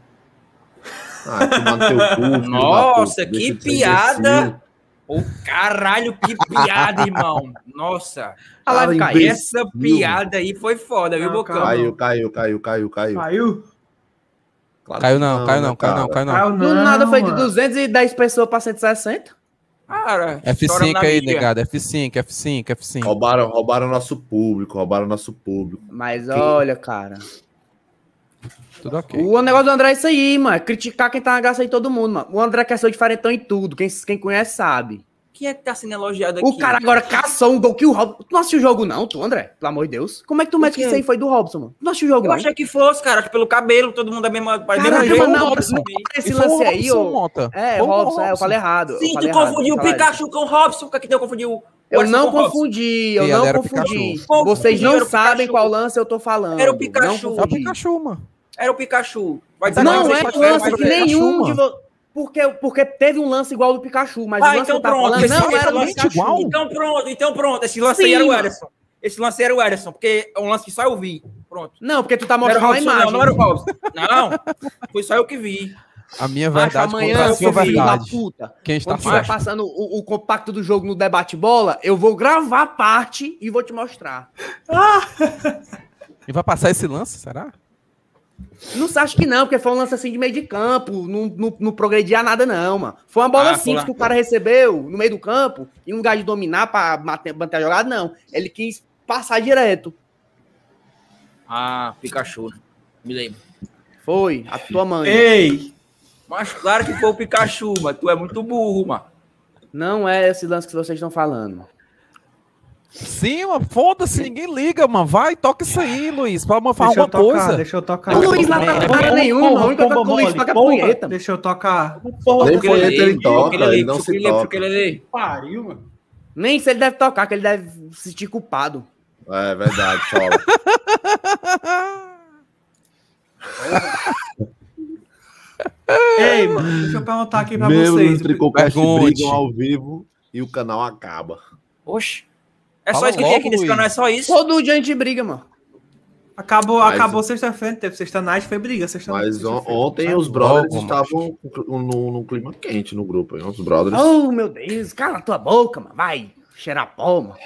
S8: Ah, tomar no teu cu, filho da
S9: Nossa,
S8: puta, deixa
S9: que
S8: de ser imbecil.
S9: piada! Ô, caralho, que piada, irmão! Nossa,
S6: A live
S8: Cara,
S6: caiu.
S8: imbecil.
S9: essa piada aí foi foda, viu,
S4: Ah,
S9: Bocão?
S4: cara.
S8: Caiu, caiu, caiu, caiu, caiu.
S4: Caiu?
S8: Claro que
S10: Caiu não, caiu
S8: né,
S10: não, caiu não,
S8: cara?
S10: caiu
S9: Tá
S10: não.
S6: Do nada foi de
S4: mano.
S6: 210 pessoas pra 160.
S9: Cara, estourando
S10: F5
S9: na
S10: aí,
S9: mídia.
S10: negado. F5, F5, F5.
S8: Roubaram, roubaram nosso público, roubaram nosso público.
S6: Mas olha, cara.
S10: Tudo ok.
S6: O negócio do André é isso aí, mano. é Criticar quem tá na graça aí todo mundo, mano. O André quer ser o diferentão em tudo. Quem, quem conhece sabe.
S9: Quem é que tá sendo elogiado aqui?
S6: O cara agora caçou um gol que o Robson. Tu não assistiu o jogo, não, tu, André? Pelo amor de Deus. Como é que tu mete que
S9: quê?
S6: isso aí foi do Robson, mano? Tu não assistiu o jogo,
S9: Eu
S6: não?
S9: achei que fosse, cara, acho que pelo cabelo, todo mundo é mesmo.
S6: Caraca,
S10: Não,
S9: mesmo
S10: eu-
S6: mano,
S10: o
S6: não,
S10: Robson.
S6: não parece esse
S10: E foi o
S6: lance aí,
S10: Robson,
S6: ô.
S10: Mota.
S6: É,
S10: Foi o
S6: Robson, é, eu falei errado. eu
S9: Sim,
S6: falei
S9: tu
S6: errado,
S9: confundiu o
S6: fala aí.
S9: Pikachu com o Robson, que tu confundiu o
S6: Eu
S9: Washington
S6: não
S9: com o Robson.
S6: confundi, eu
S10: Sim,
S6: não
S10: era o
S6: confundi.
S9: Pikachu.
S6: Vocês
S9: Era o
S6: não
S9: Pikachu.
S6: sabem qual lance eu tô falando.
S9: Era o Pikachu.
S6: Não
S10: É o
S6: confundi.
S10: Pikachu, mano.
S9: Era o Pikachu. Vai dizer
S6: Não,
S9: que
S6: é
S9: você
S6: que
S9: vai
S6: lance
S9: ver.
S6: que
S10: Pikachu,
S6: nenhum de
S10: mano.
S6: vocês. Porque, porque teve um lance igual ao do Pikachu, mas
S9: Ah,
S6: o lance
S9: então
S6: que eu tava
S9: pronto,
S6: falando
S9: esse
S6: não
S9: lance
S6: era
S9: é
S6: do
S9: lance
S6: Pikachu.
S10: igual?
S9: Então pronto, então pronto. Esse lance aí
S6: Sim,
S9: era o
S6: mano.
S9: Ederson. Esse lance era o Ederson, porque é um lance que só eu vi. Pronto.
S6: Não, porque tu tá
S9: Não era o
S6: mostrando a
S9: Robson,
S6: imagem.
S9: não, não era o Robson. Não, foi só eu que vi.
S10: A minha
S6: Macho,
S10: É verdade contra
S6: amanhã,
S10: a sua
S6: seu filho da
S10: é verdade.
S6: puta,
S10: Quem está
S6: quando estiver
S10: certo?
S6: passando o, o compacto do jogo no debate bola, eu vou gravar a parte e vou te mostrar.
S10: E vai passar esse lance, será?
S6: Não sei, acho que não, porque foi um lance assim de meio de campo, não, não, não progredia nada não, mano. Foi uma bola
S9: Ah, foi
S6: simples
S9: lá.
S6: que o cara recebeu no meio do campo, em lugar de dominar pra mate- manter a jogada, não. Ele quis passar direto.
S9: Ah, Pikachu. né? Me lembro.
S6: Foi, a tua mãe.
S4: Ei!
S9: Mas claro que foi o Pikachu, mas tu é muito burro, mano.
S6: Não é esse lance que vocês estão falando.
S10: Sim, mano. Foda-se, ninguém liga, mano. Vai, toca isso aí, Luiz. Pra mano, falar
S4: Deixa eu
S10: uma
S4: tocar,
S10: coisa.
S4: deixa eu tocar. É,
S6: O Luiz lá tá com cara
S7: Pomba,
S6: nenhuma,
S7: pomba,
S6: a única coisa que o
S7: pomba
S6: Luiz
S7: mole,
S6: paga é
S7: pomba.
S6: punheta. mano.
S4: Deixa eu tocar.
S8: Porra,
S9: Porque
S8: Nem foi ele, ele toca, ele, não se toca.
S9: ele
S7: Pariu, mano.
S6: Nem se ele deve tocar, que ele deve se sentir culpado.
S8: É verdade, Sola.
S4: Ei, mano, deixa eu perguntar aqui pra
S8: Membros
S4: vocês.
S8: do Tricocast
S10: Pergunte.
S8: brigam ao vivo e o canal acaba.
S9: Oxe. É só
S10: Fala
S9: isso que tem aqui
S10: logo,
S9: nesse
S10: Luiz.
S9: canal, é só isso.
S6: Todo dia a gente briga, mano.
S4: Acabou,
S8: Mas-
S4: acabou sexta-feira, teve sexta-night, foi briga. Sexta
S8: Mas on-
S4: sexta-feira.
S8: ontem os brothers estavam num, num clima quente no grupo. Hein? Os brothers.
S6: Oh, meu Deus, cala tua boca, mano. Vai cheirar pó, mano.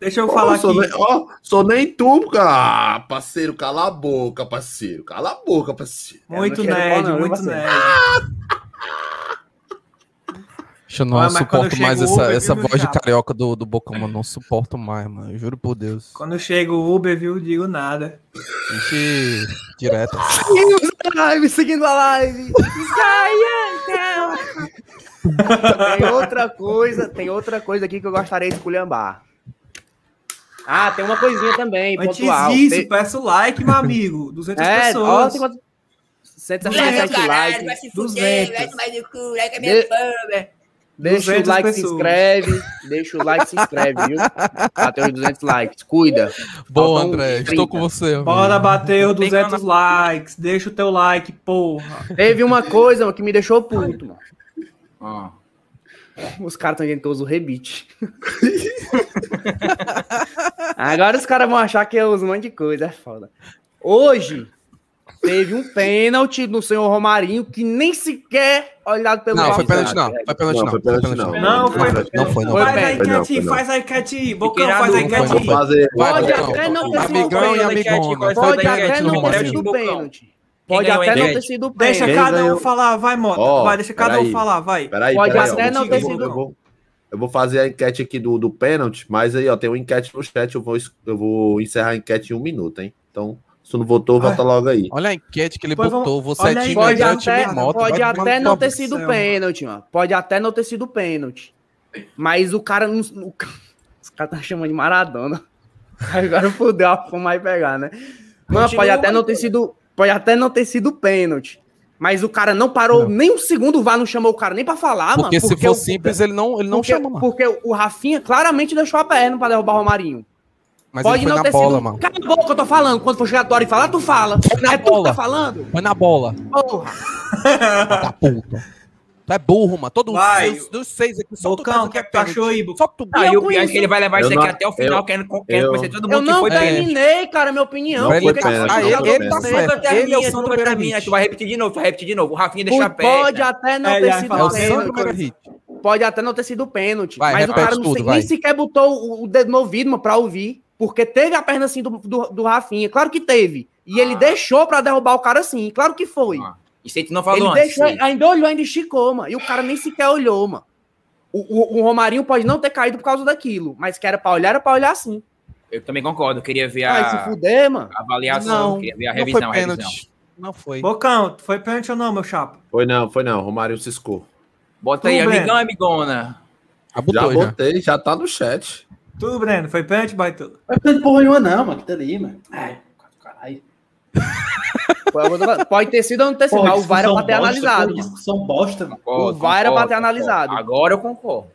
S4: Deixa eu
S8: Pô,
S4: falar
S8: sou, né?
S4: aqui.
S8: nem, ó, sou nem tu, cara. Ah, parceiro, cala a boca, parceiro. Cala a boca, parceiro.
S4: Muito
S6: Eu não quero
S4: nerd,
S6: falar, não, eu
S4: muito
S6: vacilo.
S4: nerd.
S10: Deixa eu não
S4: Olha, mas quando
S10: suporto
S4: chegou,
S10: mais essa,
S4: bebida
S10: essa
S4: do
S10: voz de
S4: Japa.
S10: carioca do, do Bocão, mano. Não suporto mais, mano. Eu Juro por Deus.
S4: Quando chega o Uber, viu, digo nada.
S10: Ixi, direto.
S6: Live, seguindo a live. tem outra coisa, tem outra coisa aqui que eu gostaria de esculhambar. Ah, tem uma coisinha também,
S4: Antes
S6: pontual.
S4: disso,
S6: Tem-
S4: peça o like, meu amigo. 200
S6: É, ó,
S4: pessoas.
S6: tem quanto... 177 likes. é,
S4: Vai se fuder, 200.
S6: De- Deixa o
S4: 200
S6: like, se
S4: pessoas.
S6: inscreve. Deixa o like, se inscreve, viu? Bateu os 200 likes. Cuida.
S10: Bom,
S6: Faltam
S10: André,
S6: 30.
S10: estou com você. amigo.
S4: Bora bater os
S9: Tem
S4: 200 likes. Deixa o teu like, porra.
S6: Teve uma coisa mano, que me deixou puto, mano.
S7: Ah.
S6: Os caras estão dizendo que eu uso rebite. Agora os caras vão achar que eu uso um monte de coisa, é foda. Hoje teve um pênalti do senhor Romarinho que nem sequer olhado pelo
S10: Não, foi
S6: árbitro.
S10: pênalti não. Foi pênalti
S8: Não,
S10: não.
S8: foi pênalti não.
S4: Não, foi.
S10: Não foi, não.
S6: Foi
S4: Faz a
S6: bem.
S4: enquete,
S8: Foi não, foi
S4: faz a enquete. Bocão,
S9: Fiquei
S4: faz a
S9: irado, não
S4: enquete.
S10: foi,
S8: Vou fazer.
S10: Vai,
S6: Pode
S10: Bocão.
S6: até não ter sido
S10: Amigão e
S9: pênalti.
S10: amigona. Faz
S6: Pode
S10: a
S6: até
S10: enquete no
S6: não ter
S10: Romarinho.
S6: sido
S9: Bocão.
S6: pênalti.
S9: Quem
S6: Pode
S9: ganhou a
S6: até não ter
S9: enquete?
S6: sido
S4: Deixa
S6: pênalti.
S4: cada
S8: ganhou?
S4: um falar, vai, Mota.
S8: Ó,
S4: vai, deixa cada um
S8: peraí.
S4: falar, vai.
S8: Peraí,
S6: Pode
S8: peraí, ó,
S6: até não
S8: eu
S6: ter
S8: vou-
S6: sido
S8: eu
S6: não.
S8: vou- Eu vou fazer a enquete aqui do, do pênalti, mas aí, ó, tem uma enquete no chat, eu vou, es- eu vou encerrar a enquete em um minuto, hein? Então, se tu não votou,
S4: Vai.
S6: Ah.
S8: volta logo aí.
S10: Olha a enquete que ele
S4: Pois
S10: botou. Você
S4: olha
S10: é
S4: aí,
S10: time
S6: Pode
S10: André, é
S6: até,
S10: time moto.
S6: pode
S10: Vai tomar
S6: até
S10: no
S6: não
S10: cu.
S6: ter sido
S4: céu.
S6: pênalti, mano. Pode até não ter sido pênalti. Mas o cara não. o ca- os caras tá chamando de Maradona. Agora fudeu a fumar e pegar, né? Mano, pode
S9: Continua
S6: até não ter sido. Pode até não ter sido pênalti. Mas o cara não parou nem um segundo, o VAR não chamou o cara nem pra falar, mano.
S10: Porque se for
S6: o-
S10: simples, ele não, ele não
S6: porque,
S10: chama, mano.
S6: Porque o Rafinha claramente deixou a perna pra derrubar o Romarinho.
S10: Mas
S6: pode
S10: ele foi
S6: não
S10: na
S6: ter
S10: bola,
S6: sido. um
S10: mano.
S6: Cala a boca, eu tô falando. Quando for chegar a tua hora e falar, tu fala.
S10: na
S6: é tu que
S10: bola.
S6: tá falando?
S10: Foi na bola.
S6: Porra.
S10: Da puta. Tu é burro, mano. Todo
S4: Vai.
S10: seis, dos seis aqui, só tu
S4: Bocão,
S10: pensa
S4: o que é que tu
S10: pênalti.
S4: achou aí, Bocão?
S10: Só tu
S9: Não,
S6: eu
S9: e o pior é
S6: conheço-
S9: que ele vai levar
S8: eu
S9: isso aqui
S8: não-
S9: até o final, querendo
S8: eu-
S9: conhecer todo
S6: Eu
S9: mundo que
S6: não
S9: foi pênalti.
S6: terminei, cara, minha opinião.
S8: Não
S10: Pra ele
S8: foi
S6: porque
S10: tá-
S8: pênalti,
S10: ah,
S8: não
S10: ele-
S8: foi
S10: ele tá
S8: pênalti.
S10: certo.
S9: Nunca
S10: Ele é o
S9: termina,
S10: Sandro
S9: nunca
S10: Pereira
S9: termina.
S10: Hit.
S9: Tu vai repetir de novo, tu vai repetir de novo. O Rafinha deixa a
S6: Pô,
S9: pé.
S6: Pode até não
S4: É,
S6: ter
S4: ele
S6: sido
S4: vai
S10: É o
S4: falar
S6: pênalti.
S10: Sandro
S4: sempre
S10: Pereira
S4: coisa.
S10: Hit.
S6: Pode até não ter sido pênalti.
S10: Vai,
S6: mas o
S10: repete
S6: cara não se-
S10: tudo, vai.
S6: nem sequer botou o- o dedo no ouvido mano, pra ouvir. Porque teve a perna assim do, do, do Rafinha. Claro que teve. E ele
S7: Ah.
S6: deixou pra derrubar o cara assim. Claro que foi.
S7: Ah.
S9: Isso aí tu não falou
S6: ele
S9: antes.
S6: deixou, ainda olhou, ainda esticou, mano. E o cara nem sequer olhou, mano. O, o- o Romarinho pode não ter caído por causa daquilo. Mas que era pra olhar, era pra olhar sim.
S9: Eu também concordo, eu queria ver
S6: Ai, se
S9: a
S6: fuder, mano.
S9: avaliação,
S10: Não,
S9: queria ver a
S10: Não foi
S9: revisão, a revisão.
S10: pênalti. Não foi.
S4: Bocão, foi pênalti ou não, meu chapa?
S8: Foi não, foi não. Romário ciscou.
S9: Bota
S4: Tu,
S9: aí,
S4: Breno.
S9: amigão, amigona.
S10: Ah,
S8: Já
S10: botou, já.
S8: botei, já tá no chat.
S4: Tu, Breno, foi pênalti, Baitolo?
S7: Mas não tem porra nenhuma, não, mano, que tá ali, mano. Ai, caralho.
S6: Pode ter sido ou não ter sido.
S7: Porra,
S6: mas o VAR era pra ter
S7: discussão bosta,
S6: analisado.
S7: porra,
S6: mano.
S7: Discussão bosta, mano.
S9: Concordo,
S6: O VAR era pra ter
S9: concordo,
S6: analisado.
S9: concordo. Agora eu concordo.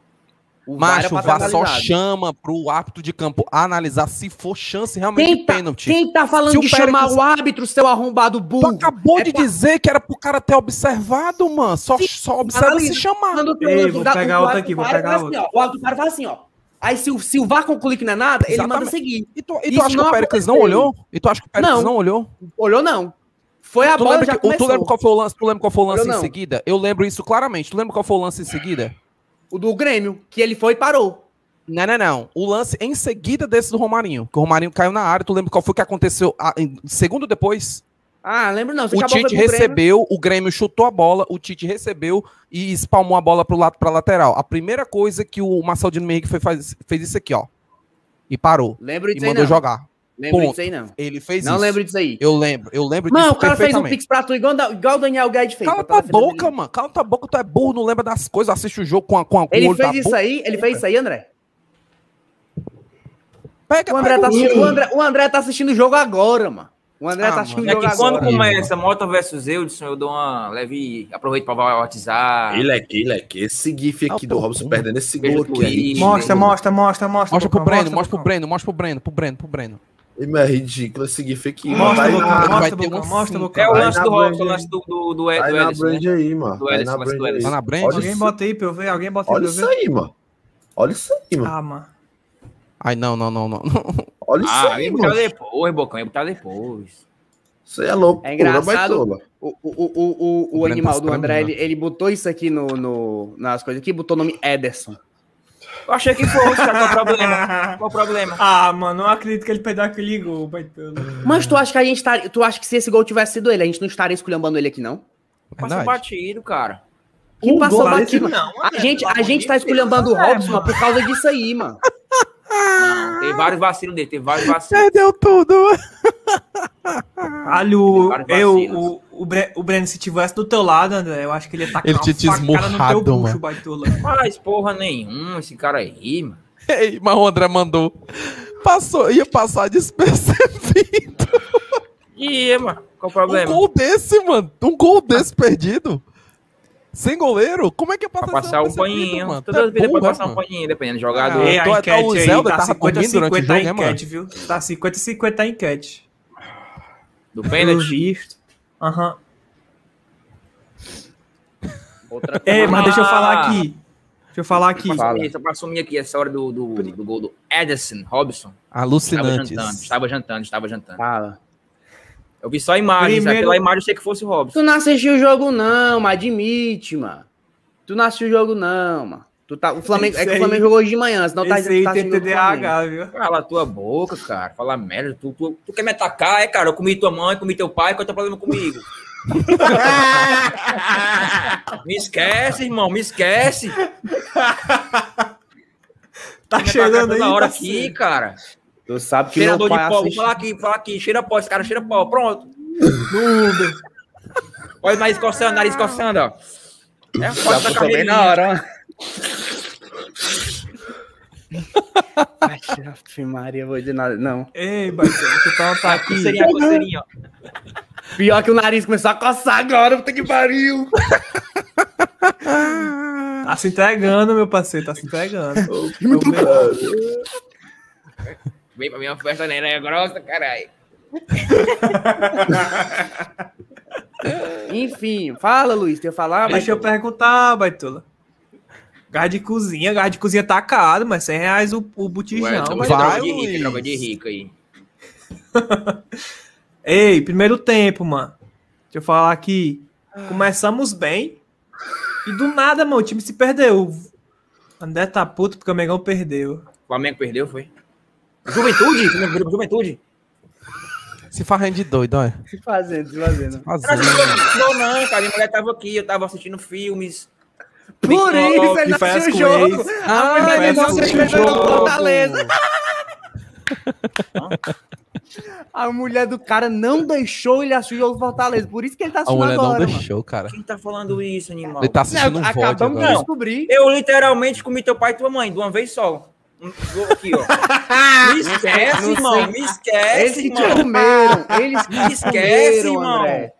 S6: O VAR era
S10: Macho,
S6: pra
S10: o
S6: ter
S10: VAR só
S6: analisado.
S10: chama pro árbitro de campo analisar se for chance realmente de
S6: Quem tá,
S10: pênalti.
S6: quem tá falando
S10: Se o
S6: de chamar
S10: Pérez-
S6: o árbitro, seu arrombado
S10: Tu
S6: burro?
S10: acabou
S6: É
S10: de
S6: pra-
S10: dizer que era pro cara ter observado, mano. Só,
S6: Sim,
S10: só observa
S6: analisa.
S10: se chamar.
S6: Quando
S4: Ei,
S6: o-
S4: vou
S6: o da-
S4: pegar
S6: o
S4: outra
S6: árbitro
S4: aqui, vou
S6: para e
S4: pegar
S6: faz assim, ó. O árbitro para e faz assim, ó. Aí se, o- se o VAR concluir que não é nada, ele
S10: Exatamente.
S6: manda seguir.
S10: E tu, e tu
S6: Isso
S10: acha que
S6: não
S10: o Péricles não
S6: aconteceu.
S10: olhou? E tu acha que o Péricles
S6: Não.
S10: não, olhou?
S6: Olhou não. Foi a
S10: Tu
S6: bola,
S10: lembra,
S6: já
S10: que- tu lembra
S6: começou.
S10: qual foi o lance, tu lembra qual foi o lance
S6: Olhou
S10: em
S6: não.
S10: seguida? Eu lembro isso claramente. Tu lembra qual foi o lance em seguida?
S6: O do Grêmio, que ele foi e parou.
S10: Não, não, não. O lance em seguida desse do Romarinho. Que o Romarinho caiu na área. Tu lembra qual foi que aconteceu ah, em- segundo depois?
S6: Ah, lembro não.
S10: O Tite recebeu, o Grêmio chutou a bola, o Tite recebeu e espalmou a bola pro lado para lateral. A primeira coisa que o Marcelo Dino Henrique foi faz- fez isso aqui, ó. E parou.
S6: Lembro
S10: E
S6: disso aí
S10: mandou
S6: não.
S10: jogar.
S6: Lembro
S10: Ponto.
S6: disso aí não.
S10: Ele fez
S6: Não
S10: isso.
S6: lembro disso aí.
S10: Eu lembro, eu lembro
S6: Mano,
S10: disso
S6: o cara fez um
S10: perfeitamente.
S6: pix pra tu igual, da- igual o Daniel Guedes fez.
S10: Cala
S6: pra tá
S10: tua
S6: defendendo
S10: boca,
S6: ele.
S10: mano. Cala tua boca, tu é burro, não lembra das coisas, assiste o jogo com, a, com, a, com o
S6: Ele
S10: olho da
S6: fez isso
S10: boca.
S6: aí? Ele fez isso aí, André?
S10: Pega,
S6: O André,
S10: pega
S6: tá
S10: o-
S6: assistindo, o, André, o André tá assistindo o jogo agora, mano. O André
S10: Ah,
S6: tá assistindo
S10: mano,
S9: É
S6: o jogo
S9: que quando
S6: agora.
S10: aí,
S9: começa Mota versus Eudson, eu dou uma leve. Aproveito pra batizar.
S6: Ah.
S8: Ele é que, ele é que. Esse gif aqui
S10: Ah,
S8: do
S10: pô,
S8: Robson
S10: pô.
S8: perdendo esse gol
S9: Beijo,
S8: aqui. é ridículo.
S4: Mostra, mostra, mostra, mostra.
S10: Mostra pro
S4: Bocão,
S10: Breno, mostra pro
S4: Bocão.
S10: Breno, mostra pro Breno, pro Breno, pro Breno.
S8: É ridículo esse gif aqui.
S4: Mostra,
S8: Vai
S4: Bocão,
S8: na,
S10: vai
S4: mostra,
S10: ter
S4: Bocão,
S10: um
S4: mostra,
S10: sim.
S4: Bocão.
S9: É o
S8: Vai
S9: lance
S8: na
S9: do
S8: Brand
S9: Robson, o
S8: aí.
S9: lance do, do, do, Ed-
S8: vai
S9: do
S8: na
S9: Ederson, né?
S8: brand aí, mano.
S9: Do
S8: Vai
S9: Ederson,
S8: na
S9: mas do
S8: brand
S9: Ederson.
S8: aí.
S10: Tá na Brand?
S8: Olha
S4: Alguém
S8: isso-
S4: bota aí pra eu ver, alguém bota aí
S8: Olha
S4: pra eu
S8: isso
S4: ver.
S8: aí, mano. Olha isso aí, mano.
S4: Ah, mano.
S10: Ai, não, não, não, não.
S8: Olha isso
S9: Ah,
S8: aí,
S9: ia botar
S8: mano.
S9: depois, Bocão, ia botar depois.
S8: Isso aí é louco.
S6: É engraçado.
S8: Baitola.
S6: O, o, o, o, o
S10: O Breno
S6: animal
S10: tá
S6: do
S4: né?
S6: André, ele,
S10: estranho,
S6: ele botou isso aqui no, no- nas coisas aqui, botou o nome Ederson.
S9: Eu achei que fosse, cara, qual é o problema? Qual o problema?
S4: Ah, mano, não acredito que ele perdeu aquele gol, Baitolo.
S6: Mas tu acha que a gente estaria. Tu acha que se esse gol tivesse sido ele, a gente não estaria esculhambando ele aqui, não?
S8: É
S9: Passou batido, cara.
S6: Que
S7: Um
S6: passou
S7: gol desse
S6: batido.
S4: Não,
S6: A gente, a gente tá esculhambando o Robson mano, por causa disso aí, mano.
S9: Não, teve vários vacilos dele, teve vários vacilos.
S10: Perdeu tudo.
S4: Olha, o,
S9: Vários
S4: eu,
S10: assim, né?
S9: vacilos.
S4: o, o, Bre- o Breno, se tivesse do teu lado, André, eu acho que ele ia tacar
S10: Ele tinha te esmurrado, mano.
S4: Baitola.
S9: Mas porra nenhuma, esse cara aí, mano.
S10: Ei, mas o André mandou. Passou, ia passar despercebido.
S9: E, mano, qual é o
S10: Um
S9: problema?
S10: gol desse, mano. Um gol desse perdido. Sem goleiro? Como é que é pra
S9: Pra passar um paninho.
S10: Tá
S9: Todas as vezes pra passar um paninho, dependendo. Jogador.
S10: Ah,
S4: Ei, É,
S10: tô-
S4: a
S10: tá
S4: enquete
S10: o
S4: aí,
S10: Zelda
S4: tá
S10: tava
S4: 50
S10: comendo durante o
S4: 50 a
S10: jogo, né, mano?
S4: enquete, viu? Tá 50 50 a enquete.
S9: Do
S10: né?
S4: Pelo
S9: pênalti.
S4: visto. Aham.
S6: Outra
S4: Ei, É, mas
S9: lá.
S4: deixa eu falar aqui. Deixa eu falar aqui.
S9: Pra assumir- Só pra assumir aqui essa hora do, do, do gol do Edison Robson. Estava jantando,
S10: Alucinantes.
S9: estava jantando, estava jantando.
S6: fala.
S9: Eu vi só a imagem,
S4: Primeiro-
S9: sabe? pela imagem eu sei que fosse o Robson.
S6: Tu não assistiu o jogo, não, mas admite, mano. Tu não assistiu o jogo, não, mano. Tu tá, o Flamengo, é
S4: Esse
S6: que o
S4: aí-
S6: Flamengo jogou hoje de manhã, senão tá
S4: Esse aí
S6: tá
S4: tem
S6: assistindo o Flamengo.
S4: TDAH, viu?
S9: Cala a tua boca, cara. Fala merda. Tu, tu, tu quer me atacar, é, cara? Eu comi tua mãe, comi teu pai, qual é o teu problema comigo? me esquece, irmão, me esquece.
S4: Tá cheirando aí.
S9: na hora
S4: tá
S9: aqui,
S4: sendo.
S9: cara.
S6: Tu sabe que meu
S9: Cheirador de
S6: pai
S9: pó, vou
S6: assiste...
S9: falar aqui, falar aqui. Cheira pó, esse cara cheira pó. Pronto. Olha o nariz coçando, nariz coçando, ó. É a foto da
S6: Também
S9: carreirinha.
S6: na hora, ó. Ai, Ave Maria, vou dizer nada, não.
S4: Ei, Baixão, deixa eu perguntar aqui.
S9: Seria a coceirinha, ó.
S6: Pior que o nariz começou a coçar agora, puta que pariu.
S4: Tá se entregando, meu parceiro, tá se entregando.
S10: é
S8: Muito bom.
S9: Vem pra minha festa, né? É grossa, caralho.
S6: Enfim, fala, Luiz, tu ia falar, mas
S4: Ah, Deixa eu perguntar, Baitola. Gás de cozinha, gás de cozinha tá caro, mas 100 reais o, o botijão.
S9: Ué,
S4: mas-
S10: vai,
S9: troca de rico,
S10: Luiz.
S9: troca de rico aí.
S4: Ei, primeiro tempo, mano. Deixa eu falar aqui. Começamos bem. E do nada, mano, o time se perdeu. André tá puto porque o Mengão perdeu.
S9: O Flamengo perdeu, foi? Juventude? Flamengo perdeu pro Juventude?
S10: Se farrendo de doido, olha.
S6: se fazendo, se fazendo.
S10: Fazendo.
S9: Não, não, cara. Minha mulher tava aqui, eu tava assistindo filmes.
S6: Por isso ele
S4: Que
S6: não
S4: faz
S6: assistiu o
S4: com
S6: jogo.
S4: ex.
S10: Ah,
S6: mulher
S10: mas
S6: dele
S10: eu
S6: não
S10: assisti
S6: fez
S10: o
S6: nada
S10: jogo.
S6: no Fortaleza.
S9: tá
S6: A mulher do cara não deixou ele assistir o jogo do Fortaleza. Por isso que ele tá
S10: A
S6: assistindo
S10: mulher não
S6: agora, mano.
S10: deixou, cara.
S9: Quem tá falando isso, animal?
S10: Ele tá assistindo um
S6: Não,
S10: VOD
S6: acabamos
S10: agora.
S6: de descobrir.
S9: Eu literalmente comi teu pai e tua mãe de uma vez só. Um- Aqui, ó. Me esquece,
S6: Não
S9: irmão. Me esquece,
S6: Eles que te
S9: irmão.
S6: comeram. Eles que te
S9: Esquece,
S6: comeram,
S9: irmão.
S6: André.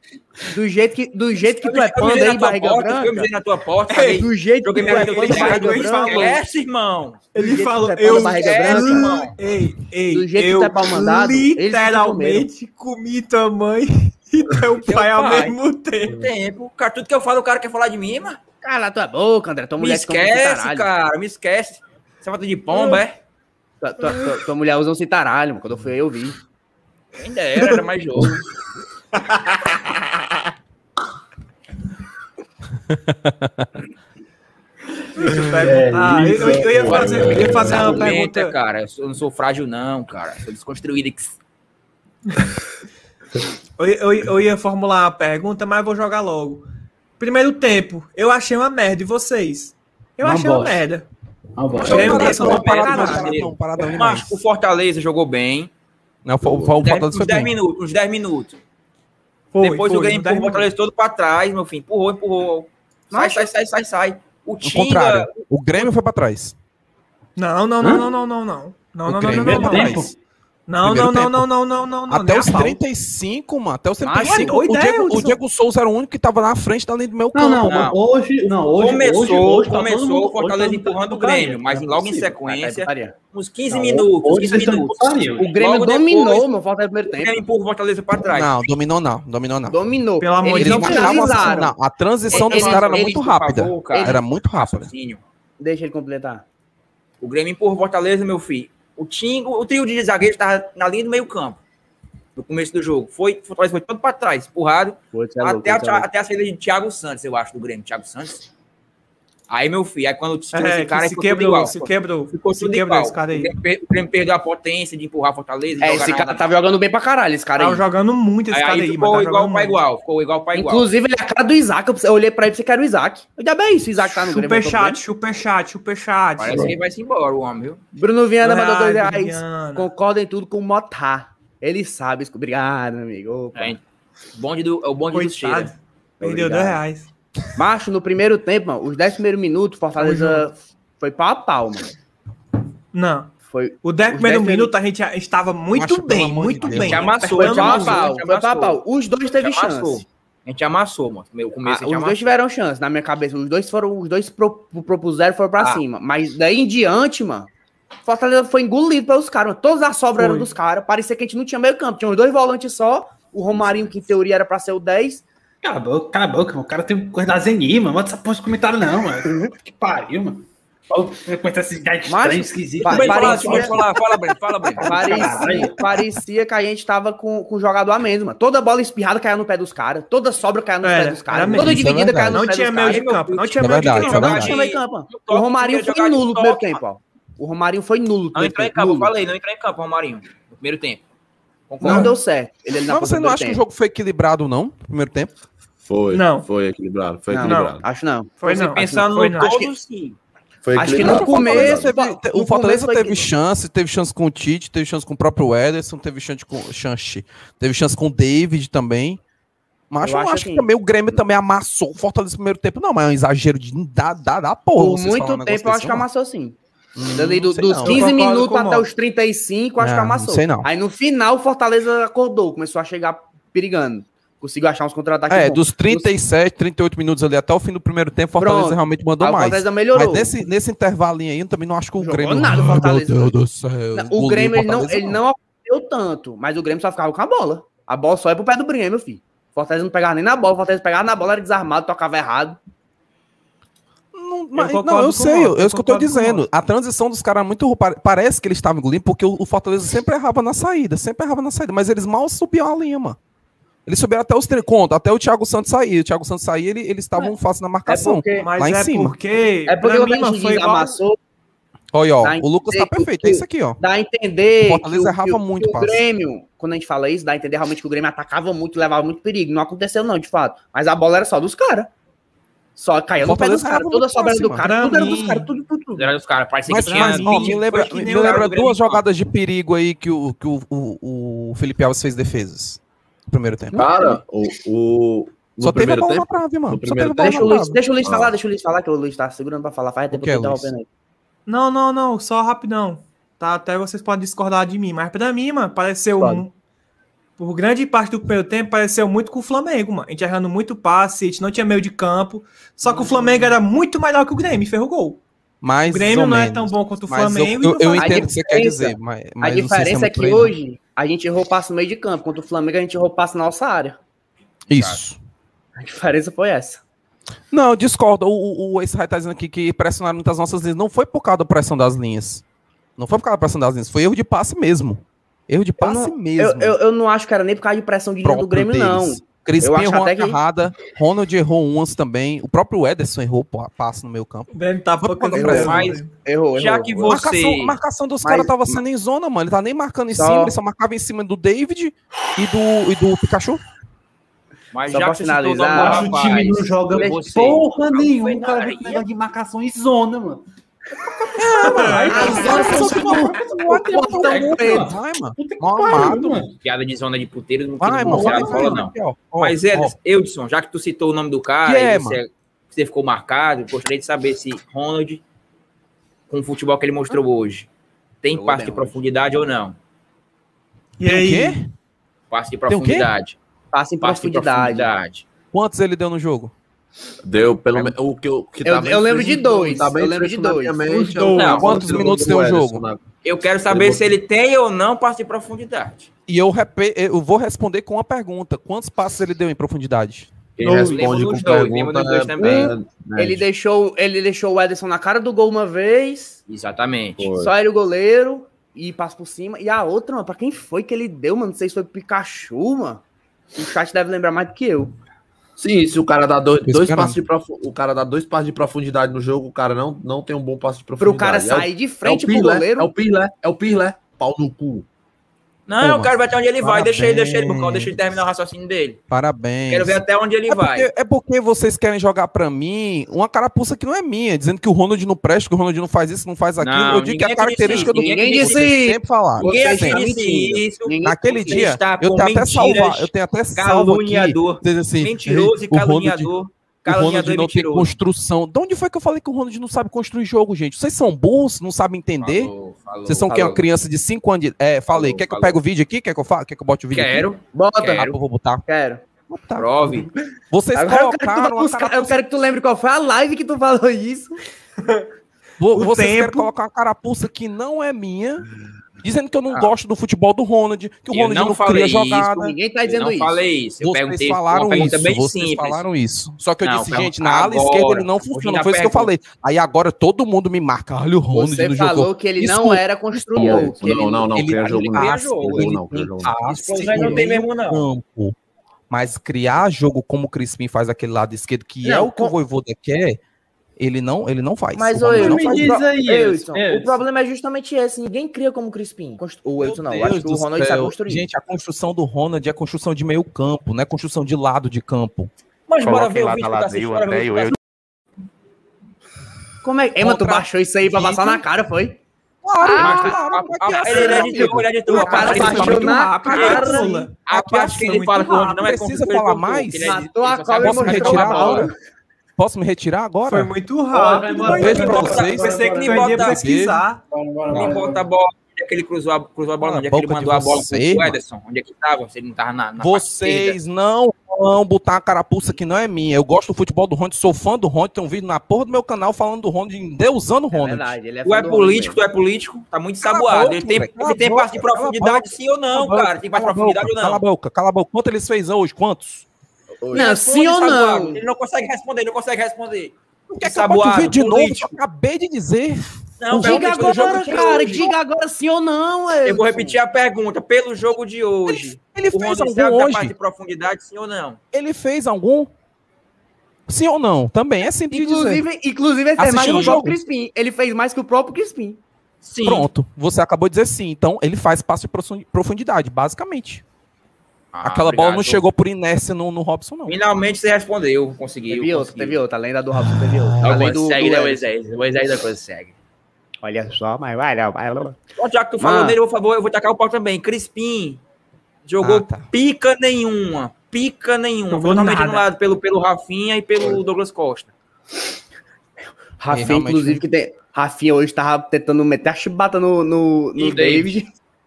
S6: Do jeito que, do jeito que
S9: Eu
S6: tu é
S9: me- eu me
S6: panda
S9: virei
S6: aí,
S9: na tua
S6: barriga
S9: porta, eu me
S6: branca.
S9: virei na tua porta, falei,
S6: Do jeito
S9: joguei
S6: que tu
S9: minha
S6: é
S9: vida
S6: panda,
S4: barriga
S6: barriga
S4: branca,
S9: Me
S4: falou.
S6: branca.
S9: esquece, irmão.
S6: Do jeito
S4: Ele
S6: que
S4: falou,
S6: tu é pau
S4: eu
S6: na barriga
S4: quero-
S6: branca.
S4: Ei, ei,
S6: Do jeito que
S4: eu
S6: tu é pau mandado, eles que te
S4: literalmente comi tua mãe e teu
S6: é
S4: pai, ao
S9: pai.
S4: mesmo tempo.
S9: Tempo. Cara, tudo que eu falo, o cara quer falar de mim, mano.
S6: Cala tua boca, André. Tua
S9: Me
S6: mulher te come um
S9: esquece,
S6: citaralho.
S9: cara. Me esquece. Você é falta de pomba, é?
S6: Tua, tua- tua- tua mulher usa um citaralho, mano. Quando eu fui aí, eu vi.
S9: Ainda era, era mais jogo.
S4: Deixa Ah, eu perguntar.
S7: É,
S4: eu, eu- eu ia
S7: isso.
S4: fazer, eu ia fazer uma
S9: Argumenta,
S4: pergunta.
S9: cara. Eu não sou frágil, não, cara. Sou desconstruído.
S4: Eu, eu- eu ia formular a pergunta, mas vou jogar logo. Primeiro tempo, eu achei uma merda. E vocês? Eu
S7: Uma
S4: achei uma
S7: bosta.
S4: merda.
S7: Uma bosta.
S10: Não,
S4: Grêmio
S10: parada-
S4: passou
S10: não,
S4: pra
S10: parada-
S4: caralho.
S10: paradão, paradão demais.
S9: Mas o Fortaleza jogou bem.
S10: Não, foi- foi o
S9: Dez-
S10: Fortaleza
S9: Uns
S10: foi
S9: 10
S10: bem.
S9: minutos, uns 10 minutos.
S4: Foi,
S9: Depois
S4: foi,
S9: o Grêmio
S4: não dá
S9: empurrou o
S4: nem-
S9: Fortaleza todo pra trás, meu filho. Empurrou, empurrou. Sai, sai, sai, sai, sai. O
S10: O
S9: Tinga.
S10: contrário. O Grêmio foi pra trás.
S4: Não, não, não, não, não, não, não. Não, não,
S10: O
S4: não,
S10: Grêmio
S4: não,
S7: é
S10: foi
S4: não,
S10: pra
S4: não.
S10: trás.
S4: Não,
S10: Primeiro
S4: não, não,
S10: tempo.
S4: não, não, não, não, não.
S10: Até
S4: nem
S10: os
S4: a pau.
S10: 35, mano. Até os
S6: Mas,
S10: 35.
S4: ué,
S10: o,
S4: doida é,
S10: Diego, o
S4: Hudson.
S10: Diego Souza era o único que tava na frente da linha do meu
S7: Não, não,
S10: campo.
S9: Não.
S7: hoje, não, hoje,
S9: Começou,
S7: hoje, hoje tá todo
S9: começou
S7: mundo-
S9: o Fortaleza
S7: hoje tá
S9: empurrando o
S7: todo mundo
S9: Grêmio,
S7: putaria,
S9: mas
S7: não é
S9: logo em
S7: possível.
S9: sequência,
S6: Putaria.
S9: uns 15
S7: Não,
S9: minutos,
S7: hoje
S9: 15
S7: vocês estão
S9: minutos.
S7: putaria, velho.
S6: O Grêmio
S9: Logo
S6: dominou,
S9: depois,
S6: meu Fortaleza no primeiro
S9: O
S6: tempo.
S9: Grêmio empurra o Fortaleza pra trás.
S10: Não, dominou não. Dominou não.
S6: Dominou.
S4: Pelo amor
S6: Eles
S4: de
S6: não
S4: Deus.
S10: marcavam assim,
S6: finalizaram.
S10: não. A transição
S6: Eles-
S10: dos caras era
S6: eles,
S10: muito
S9: por
S10: rápida.
S9: favor, cara.
S10: Era muito rápida.
S9: Sozinho.
S6: Deixa ele completar.
S9: O Grêmio empurra o Fortaleza, meu filho. O Tingo, o trio de zagueiros estava na linha do meio-campo. No começo do jogo. Foi, o Fortaleza foi todo para trás, empurrado.
S6: Putz, é louco,
S9: até, a,
S6: putz, é louco.
S9: até a saída de Thiago Santos, eu acho, do Grêmio. Thiago Santos. Aí, meu filho, aí quando o Tingo,
S4: É,
S9: esse cara
S4: que se
S9: ficou tudo
S4: quebrou,
S9: igual.
S4: se quebrou.
S9: Ficou
S4: Se
S9: tudo
S4: quebrou
S9: igual.
S4: esse cara
S9: O,
S4: aí.
S9: Grêmio, per- o Grêmio perdeu a potência de empurrar o Fortaleza.
S6: É,
S9: jogar
S6: esse
S9: na-
S6: cara tava jogando bem pra caralho, esse cara
S4: Tava
S6: aí.
S4: Tá jogando muito tá esse
S9: Aí,
S4: cara
S9: aí
S4: aí,
S9: ficou
S4: mano. Tá
S9: igual
S4: jogando
S9: para
S4: muito.
S9: igual. Ficou igual para igual.
S6: Inclusive, ele é a cara do Isaac. Eu olhei pra ele e pensei que era o Isaac. Eu já bem isso, o Isaac tá no Grêmio. voltou pro
S4: Superchat, superchat, superchat.
S9: Parece que ele vai se embora, o homem, viu?
S6: Grêmio. Bruno Viana
S4: Reais,
S6: mandou dois
S4: Bruno
S6: reais.
S4: Viana.
S6: Concorda em tudo com o Motá. Ele sabe. isso. Obrigado, meu amigo. Opa.
S9: É, bonde do, é o bonde do cheiro.
S4: Coitado. Perdeu
S6: Obrigado.
S4: 2 reais.
S6: Macho, no primeiro tempo, mano, os 10 primeiros minutos, Fortaleza foi pau a pau, mano.
S4: Não.
S6: Foi,
S4: O 10
S6: Os
S4: primeiro
S6: dez primeiros-
S4: minuto a gente já estava muito
S10: Macho, pelo
S4: bem,
S10: amor de
S4: muito
S10: Deus.
S4: bem.
S9: Te amassou,
S6: foi
S9: te
S4: Apertando
S6: pau a
S9: amassou,
S4: muito.
S6: pau.
S9: te
S6: Foi pau a
S9: amassou.
S6: pau. Os dois teve
S9: Já
S6: chance.
S9: amassou. A gente amassou, mano. Meu começo
S6: Ah,
S9: a gente
S6: os dois
S9: amassou.
S6: tiveram chance, na minha cabeça. Os dois foram, os dois pro- propuseram foram pra
S9: Ah.
S6: cima. Mas daí em diante, mano, Fortaleza foi engolido pelos caras. mano. Todas as sobras eram
S4: Foi.
S6: dos caras. Parecia que a gente não tinha meio campo. Tinha uns dois volantes só. O Romarinho, que em teoria era pra ser o 10.
S7: Cala a boca, cala a boca, mano. O cara tem coisa da Zeni, mano. Manda essa porra de comentário, não, mano. Que pariu, mano. Conta esses gás
S6: Macho,
S7: estranhos, esquisitos.
S6: pa-
S9: Pode falar,
S6: parecia-
S9: pode falar, fala, Breno, fala, Breno.
S6: Parecia, parecia que a gente tava com, com o jogador a menos, mano. Toda bola espirrada caía no pé dos caras. Toda sobra caía no
S4: Era,
S6: pé dos
S4: era
S6: caras.
S4: mesmo.
S6: Toda
S10: Isso é
S6: dividida caía
S10: verdade.
S6: no
S4: Não
S6: pé
S4: tinha
S6: dos
S4: meio
S6: caras.
S4: de campo. Não tinha
S10: É
S4: meio de
S10: verdade,
S4: campo.
S10: é
S6: Não, não
S10: verdade.
S6: tinha meio campo. mano.
S9: Não
S6: O
S9: toca,
S6: Romarinho
S9: não
S6: foi
S9: quer jogar,
S6: nulo no
S9: não
S6: primeiro
S9: toca.
S6: tempo, ó. O Romarinho foi nulo no
S9: Não
S6: primeiro
S9: entrou em
S6: tempo.
S9: campo, eu
S6: nulo.
S9: falei, não entrou em campo, Romarinho. No primeiro tempo.
S6: Não,
S4: Não.
S6: deu certo. Ele ali na
S10: Mas
S6: ponta
S10: você
S6: do primeiro
S10: não acha que o
S6: tempo.
S10: jogo foi equilibrado, não? no Primeiro tempo?
S8: Foi.
S4: Não.
S8: Foi equilibrado. Foi
S6: Não,
S8: equilibrado.
S6: Acho não.
S4: Foi
S9: Você
S4: não.
S9: pensando
S4: foi
S9: no
S4: não.
S9: todo, sim.
S8: Foi
S6: Acho que
S8: equilibrado.
S6: no começo-
S8: Foi
S10: Teve-
S6: No
S10: te- o
S6: começo
S10: Fortaleza
S6: foi
S10: teve
S6: equilibrado.
S10: chance, teve chance com o Tite, teve chance com o próprio Ederson, teve chance com chance, teve chance com o David também. Mas eu
S6: Eu
S10: acho,
S6: acho
S10: que
S6: assim-
S10: também o Grêmio também amassou o Fortaleza no primeiro tempo. Não, mas é um exagero de da, da, da porra.
S6: Por
S10: vocês
S6: muito
S10: falar um negócio
S6: tempo eu acho
S10: desse,
S6: que
S10: não.
S6: amassou sim.
S10: Hum,
S6: Ali do-
S10: não sei
S6: dos
S10: não.
S4: Eu
S6: 15
S4: concordo
S6: minutos
S4: com o
S6: até
S4: Mauro.
S6: os 35, eu acho
S10: Não,
S6: que amassou.
S10: não sei não.
S6: Aí no final o Fortaleza acordou, começou a chegar perigando. Conseguiu achar uns contra-ataques.
S10: É,
S6: bons.
S10: dos 37, 38 minutos ali até o fim do primeiro tempo, Fortaleza
S6: Pronto.
S10: realmente
S6: Aí
S10: mandou
S6: o
S10: mais.
S6: Fortaleza melhorou.
S10: Mas nesse, nesse intervalinho aí, eu também não acho que o
S6: Jogou
S10: Grêmio.
S6: nada, o
S10: Ai,
S6: Fortaleza.
S10: Meu Deus do céu.
S6: Não, o
S10: engoliu
S6: Grêmio ele não,
S10: Fortaleza,
S6: ele não aconteceu tanto, mas o Grêmio só ficava com a bola. A bola só ia pro pé do Grêmio, filho. Fortaleza não pegava nem na bola, Fortaleza pegava na bola, era desarmado, tocava errado.
S10: Não, mas- não, eu,
S4: concordo com o
S10: sei,
S4: Mauro,
S10: eu,
S4: eu
S10: isso que eu
S4: concordo
S10: tô
S4: com o
S10: dizendo.
S4: Mauro.
S10: A transição dos caras é muito. pa- Parece que eles estavam engolindo, porque o, o Fortaleza sempre errava na saída, sempre errava na saída, mas eles mal subiam a linha, mano. Eles subiram até os três conto, até o Thiago Santos sair. O Thiago Santos sair, ele- eles estavam fácil na marcação.
S4: Mas
S10: Lá em
S4: é
S10: cima.
S4: porque.
S6: É porque
S4: pra
S6: o
S4: mim, mano,
S6: Dante
S4: foi
S6: Dias
S4: igual.
S6: amassou,
S10: Olha, ó,
S6: Dá a
S10: o Lucas tá
S6: entender
S10: perfeito,
S6: que-
S10: é isso aqui, ó.
S6: dá a entender.
S10: O Fortaleza
S6: que
S10: errava muito
S6: que o
S10: passe.
S6: Grêmio, quando a gente fala isso, dá a entender realmente que o Grêmio atacava muito, levava muito perigo. Não aconteceu, não, de fato. Mas a bola era só dos caras. Só caía no pé
S10: Fortaleza
S6: dos caras,
S10: errava
S6: toda
S10: muito
S6: sobra era do
S10: passe,
S6: cara,
S4: mano.
S6: tudo era
S4: Pra
S6: dos
S4: mim-
S6: caras, tudo, tudo, tudo.
S9: Era dos caras, parecia
S10: Mas,
S9: que tinha
S10: mas, ó, me
S9: 20,
S10: lembra,
S9: foi que
S10: me
S9: nem o
S10: lembra
S9: Grêmio em
S10: duas
S9: campo.
S10: jogadas de perigo aí que o, que o, o, o Felipe Alves fez defesas no primeiro tempo.
S8: Cara, o. o no
S10: Só teve a
S8: primeiro
S10: bola
S8: tempo,
S10: na trave,
S8: no
S10: mano. Só teve
S8: primeiro
S10: a bola
S6: Deixa o
S10: na
S6: Luiz,
S10: trave.
S6: deixa o Luiz
S8: Ah.
S6: falar, deixa o Luiz falar, que o Luiz tá segurando pra falar, faz tempo
S10: que
S6: que
S10: é,
S6: eu tô interrompendo ele.
S4: Não, não, não. Só rapidão. Tá? Até vocês podem discordar de mim. Mas pra mim, mano, pareceu um. Por grande parte do primeiro tempo, pareceu muito com o Flamengo, mano. A gente errando muito passe, a gente não tinha meio de campo. Só que o Flamengo era muito melhor que o Grêmio, e ferrou o gol.
S10: Mais
S4: O Grêmio
S10: ou
S4: não é
S10: menos.
S4: tão bom quanto o
S10: Mas eu-
S4: Flamengo.
S10: eu,
S4: e
S10: eu
S4: não faz-
S10: entendo o que você quer
S6: diferença-
S10: dizer, mas,
S6: A
S10: mas não sei se
S6: diferença é
S10: muito
S6: que
S10: bem, não.
S6: hoje a gente errou passo no meio de campo. Contra o Flamengo, a gente errou passo na nossa área.
S10: Isso.
S6: A diferença foi essa.
S10: Não, eu discordo. O, o, o Ace High tá dizendo aqui que pressionaram muitas nossas linhas. Não foi por causa da pressão das linhas. Não foi por causa da pressão das linhas. Foi erro de passe mesmo. Erro de passe
S6: Eu,
S10: mesmo.
S6: eu, eu não acho que era nem por causa de pressão de linha
S10: próprio
S6: do Grêmio, não.
S10: deles. Crispim
S6: Eu acho
S10: errou uma
S6: até que-
S10: carrada. Ronald errou umas também. O próprio Ederson errou pa- passe no meio campo.
S4: O Grêmio tá
S10: Vamos
S4: pouco
S10: pra
S4: pressão,
S9: mais.
S4: né?
S6: Errou,
S9: Já
S6: errou.
S9: que
S10: A
S9: você-
S10: marcação, a marcação dos
S6: Mas-
S10: caras tava sendo em zona, mano. Ele tá nem marcando em
S6: Só-
S10: cima. Ele só marcava em cima do David e do, e do Pikachu.
S9: Mas
S6: Só
S9: já
S6: pra
S9: que você citou o nome do
S6: finalizar,
S7: Macho, o time não
S9: rapaz,
S7: joga
S9: você-
S7: porra
S9: Não
S7: nenhuma.
S9: foi
S7: O cara vem
S9: nada.
S7: com negócio de marcação em zona, mano.
S10: Vai,
S7: Ah,
S10: mano.
S7: agora
S10: Só que não- tá não vai ter
S6: Portão
S10: portão, não,
S6: preto.
S10: mano. Vai, mano.
S7: Puta que
S10: Mal
S7: pariu,
S10: amado.
S7: mano.
S9: Piada de zona de puteiro, não
S10: Vai,
S9: quero
S10: mano.
S9: mostrar
S10: Vai,
S9: a bola,
S10: mano.
S9: não.
S10: Aqui, ó. Ó,
S9: Mas,
S10: ó.
S9: Edson, Edson, já que tu citou o nome do cara,
S10: Que é,
S9: e você, você ficou marcado, gostaria de saber se Ronald, com o futebol que ele mostrou hoje, tem
S6: Jogou
S9: passe
S6: bem
S9: de
S6: hoje.
S9: profundidade ou não?
S4: E
S10: Tem o
S4: aí?
S10: quê?
S9: Passe de
S10: o quê?
S9: profundidade.
S6: Passa em
S9: Passe de
S6: profundidade.
S9: profundidade.
S10: Quantos ele deu no jogo?
S8: Deu pelo menos. O que, o que
S6: Eu- eu lembro de dois,
S8: Tá bem
S6: eu lembro de
S8: fresco na minha
S6: dois.
S8: mente,
S4: Os
S8: eu
S4: dois.
S8: lembro
S9: Não,
S10: quantos
S8: do
S10: minutos
S8: do
S10: deu o
S8: Ederson
S10: jogo?
S8: na-
S9: Eu quero saber
S8: botou-
S9: se ele tem ou não passe de profundidade.
S10: E eu, repe- eu vou responder com uma pergunta. Quantos passes ele deu em profundidade?
S8: Quem
S9: Dois.
S8: responde
S9: Lembro
S8: com
S9: dos dois, lembro
S8: pergunta
S9: dos dois
S8: é-
S9: também.
S8: é-
S6: Ele deixou, ele deixou o Ederson na cara do gol uma vez,
S9: Exatamente.
S8: Foi.
S6: só ele o goleiro, e passa por cima. E a outra, mano, pra quem foi que ele deu, mano? Não sei se foi pro Pikachu, mano. O chat deve lembrar mais do que eu.
S8: Sim, se o cara dá dois,
S10: Esse
S8: dois
S10: cara-
S8: passos de profu- o cara dá dois passos de profundidade no jogo, o cara não, não tem um bom passo de
S6: Pro
S8: profundidade.
S6: cara
S8: é
S6: sair de
S8: o, é o
S6: frente pro
S8: Pirlé,
S6: goleiro.
S8: é o Pirlé, é o Pirlé, pau no cu.
S9: Não,
S10: Pô,
S9: eu quero ver até onde ele vai. Deixa ele, deixa ele,
S10: parabéns.
S9: Bucão, deixa ele terminar o raciocínio dele.
S10: Parabéns.
S9: Quero ver até onde ele
S10: É
S9: vai.
S10: porque, é porque vocês querem jogar pra mim uma carapuça que não é minha, dizendo que o Ronald não presta, que o Ronald não faz isso, não faz aquilo.
S9: Não,
S10: eu digo que é
S9: ninguém
S10: característica do
S9: disse isso,
S10: Grêmio,
S6: ninguém
S10: vocês
S6: disse isso.
S10: sempre falaram.
S9: Ninguém
S10: vocês
S9: aqui
S10: sempre.
S9: disse isso.
S6: Ninguém-
S10: Naquele
S9: Você
S10: dia,
S9: está
S10: eu
S9: com
S10: tenho até
S9: mentiras,
S10: salvar, eu tenho até salvo aqui,
S9: caluniador,
S10: dizendo assim,
S9: Mentiroso e
S10: "Ei, o Ronald-
S9: caluniador.
S10: O Ronald
S9: Caluniador e
S10: não tem
S9: mentiroso.
S10: construção. De onde foi que eu falei que o Ronald não sabe construir jogo, gente? Vocês são burros, não sabem entender?
S9: Falou, falou,
S10: Vocês são que é
S9: falou.
S10: uma criança de 5 anos de... É, falei.
S9: Falou,
S10: Quer que eu
S9: falou.
S10: pegue o vídeo aqui? Quer que eu fale? Quer que eu bote o vídeo aqui?
S9: Quero.
S6: Bota,
S9: Quero.
S10: Ah, eu vou botar.
S6: quero.
S10: Puta,
S9: Prove.
S10: Vocês
S6: Agora eu quero, que tu vá
S10: colocaram. a
S6: buscar- eu
S10: Tá, carapuça-
S6: quero que tu lembre qual foi a live que tu falou isso.
S10: vo-
S4: o
S10: Vocês querem
S4: tempo.
S10: colocar uma carapuça que não é minha, dizendo que eu não gosto do futebol do Ronald, que
S9: Ah. Eu
S10: o Ronald não,
S9: não
S10: cria
S9: falei isso,
S10: jogada.
S6: Ninguém tá
S9: Eu
S6: dizendo
S9: não
S6: isso.
S9: falei isso. Eu
S10: Vocês
S9: perguntei
S10: falaram
S9: uma pergunta
S10: isso,
S9: bem
S10: vocês
S9: simples.
S10: falaram isso. Só que eu
S9: Não,
S10: disse,
S9: pergunta
S10: gente, na ala
S9: agora.
S10: esquerda ele não
S9: Fugindo
S10: funciona.
S9: da
S10: Foi isso que eu
S9: pergunta.
S10: falei. Aí agora todo mundo me marca. Olha o Ronald
S6: Você
S10: não jogou.
S6: falou que ele não
S10: Desculpa,
S6: era construtor. que ele-
S8: Não, não, não.
S10: ele- tá
S8: Cria jogo não.
S10: ele-
S8: Cria
S9: ele-
S8: jogo não. Cria
S10: ele-
S8: jogo não.
S10: Ah,
S9: Pois aí não
S10: sim,
S9: tem mesmo, não.
S10: campo. Mas criar jogo como o Crispim faz aquele lado esquerdo, que é
S6: Não,
S10: o que o
S6: com-
S10: Voivoda quer, ele não, ele não faz.
S6: Mas, ô,
S10: o Ronald
S6: eu
S10: não
S7: me
S10: faz.
S7: diz aí,
S6: Wilson,
S7: Wilson.
S6: o problema é justamente esse. Ninguém cria como Crispim. Const- Ou Wilson não. Eu acho que o
S10: Deus do
S6: Ronald sabe
S10: céu.
S6: construir.
S10: Gente, a construção do Ronald é construção de meio campo, não é construção de lado de campo.
S9: Mas bora
S3: Coloquem
S9: ver o
S3: lá
S9: vídeo
S3: na
S9: que tá assistindo.
S3: ladeira o
S9: bora ver
S3: André
S9: o
S3: e
S9: vídeo
S3: o
S9: que tá
S3: eu.
S6: Como é? Ema, tu
S10: Contra-
S6: baixou isso aí pra passar
S10: Gente.
S6: na cara, foi?
S10: Claro,
S9: Ah,
S10: claro,
S9: assistindo.
S10: aqui é
S9: Ah,
S10: assim,
S9: Ele é
S10: amigo.
S9: editor, ele é editor.
S10: Não,
S9: A
S6: cara,
S9: parte-
S6: baixou na cara,
S9: A
S10: é
S9: parte que ele fala que o homem não é
S10: assim, Precisa
S9: construtor, ele
S10: falar
S9: contou,
S10: mais?
S9: que ele é editor,
S6: Matou a
S9: só
S6: cobra
S9: sabe
S6: e
S10: Posso me
S9: construir
S6: mostrou a
S10: retirar
S9: uma bola.
S10: agora? Posso me retirar agora?
S4: Foi muito
S7: Vai,
S4: rápido.
S7: vai,
S4: Eu
S10: vai, vai,
S4: pensei- Pensei que
S7: vai,
S4: nem
S9: vai,
S4: ia
S9: vai,
S4: pesquisar.
S9: Ele bota a bola. Onde é que ele cruzou a, cruzou a bola?
S10: Cala
S9: Onde é
S10: a
S9: que ele
S10: boca de
S9: mandou a bola
S10: vocês,
S9: pro
S10: mano.
S9: Ederson? Onde é que ele tava? Se ele não tava na, na parte esquerda.
S10: Vocês não vão botar uma carapuça que não é minha. Eu gosto do futebol do Ronald, sou fã do Ronald, tem um vídeo na porra do meu canal falando do Ronald, endeusando o
S6: É
S10: Ronald.
S6: verdade, ele é
S9: Tu é
S6: fã do
S9: político,
S6: Ronald
S9: tu é político, tá muito
S10: Cala a
S9: saboado.
S10: boca,
S9: Ele tem,
S10: moleque,
S9: ele tem
S10: cala a
S9: parte de
S10: boca, cala a
S9: profundidade, sim ou não,
S10: Cala a
S9: cara? Tem mais
S10: boca,
S9: profundidade ou
S10: Cala a
S9: não?
S10: boca, cala a boca. Quanto eles fez hoje? Quantos?
S6: mesmo. é Não, sim ou
S9: Saboado.
S6: não?
S9: Ele não consegue responder, ele não consegue responder.
S10: Por que é que eu bote o
S9: Saboado,
S10: vídeo de novo?
S9: político.
S10: Eu acabei de dizer.
S9: Não,
S6: Diga
S9: pergunta pelo jogo
S6: agora,
S9: de
S6: cara.
S9: hoje.
S6: Diga agora sim ou não,
S9: Eu
S6: Wilson.
S9: vou repetir a pergunta. Pelo jogo de hoje,
S10: Ele
S9: o
S10: fez
S9: Ronald
S10: algum
S9: Santos é parte de
S10: hoje?
S9: profundidade, sim ou não?
S10: Ele fez algum? Sim ou não? Também é simples dizer.
S6: Inclusive, inclusive, ele fez mais que
S10: Assistindo
S6: o próprio
S10: o jogo.
S6: Crispim. Ele fez mais que o próprio Crispim.
S9: Sim.
S10: Pronto, você acabou de dizer sim. Então, ele faz passo de profundi- profundidade, basicamente.
S9: Ah,
S10: Aquela bola não
S9: obrigado.
S10: chegou por inércia no, no Robson, não.
S9: Finalmente você respondeu, conseguiu.
S6: Teve outro,
S9: conseguiu.
S6: teve outro. Além da do Robson, teve outro.
S9: Agora
S6: Além do,
S9: segue,
S6: do
S9: né,
S6: Ederson.
S9: Moisés? Moisés da coisa segue.
S6: Olha só, mas vai lá, vai lá.
S9: Bom, já que tu falou
S6: Ah.
S9: nele, por favor, eu vou tacar o pau também. Crispim jogou
S10: Ah, tá.
S9: pica nenhuma. Pica nenhuma.
S4: Jogou
S9: Totalmente
S4: nada.
S9: anulado pelo, pelo Rafinha e pelo Douglas Costa.
S10: E
S6: Rafinha,
S10: realmente
S6: inclusive, que tem. Rafinha hoje tava tentando meter a chibata no, no, no
S9: E
S6: David.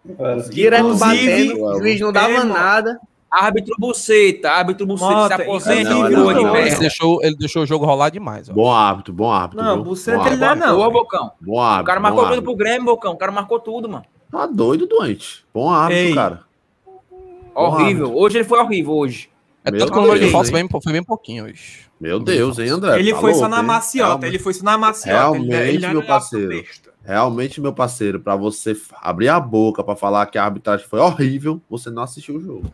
S6: Direto
S7: Direto
S4: Inclusive,
S6: batendo, o juiz não dava
S4: é, mano.
S6: nada.
S9: Árbitro Buceta, árbitro Buceta,
S4: Mota,
S9: se aposenta
S8: inclusive,
S9: e boa de
S4: não,
S10: Ele
S9: merda.
S10: deixou, ele deixou o jogo rolar demais. Ó.
S8: Bom hábito, bom hábito.
S4: Não,
S8: viu?
S4: buceta
S8: Bom
S4: ele
S8: hábito,
S4: não é, não.
S9: Boa, Bocão.
S8: Bom
S9: O
S8: hábito,
S9: cara
S8: bom
S9: marcou tudo
S8: hábito.
S9: pro Grêmio, Bocão. O cara marcou tudo, mano.
S8: Tá doido, doente. Bom hábito,
S4: Ei.
S8: cara.
S9: Horrível. Hoje ele foi horrível, hoje.
S10: É
S8: Meu
S10: tanto que o número de
S8: Deus,
S10: faltas foi,
S8: hein?
S10: bem- foi bem pouquinho hoje.
S8: Meu Deus, hein, André?
S4: Ele
S8: Tá
S4: foi só
S8: louco,
S4: na
S8: hein?
S4: maciota. Ele
S8: Realmente-
S4: foi só na maciota. ele-
S8: Realmente,
S4: ele não era
S8: meu
S4: uma
S8: parceiro.
S4: besta.
S8: Realmente, meu parceiro, pra você f- abrir a boca pra falar que a arbitragem foi horrível, você não assistiu o jogo.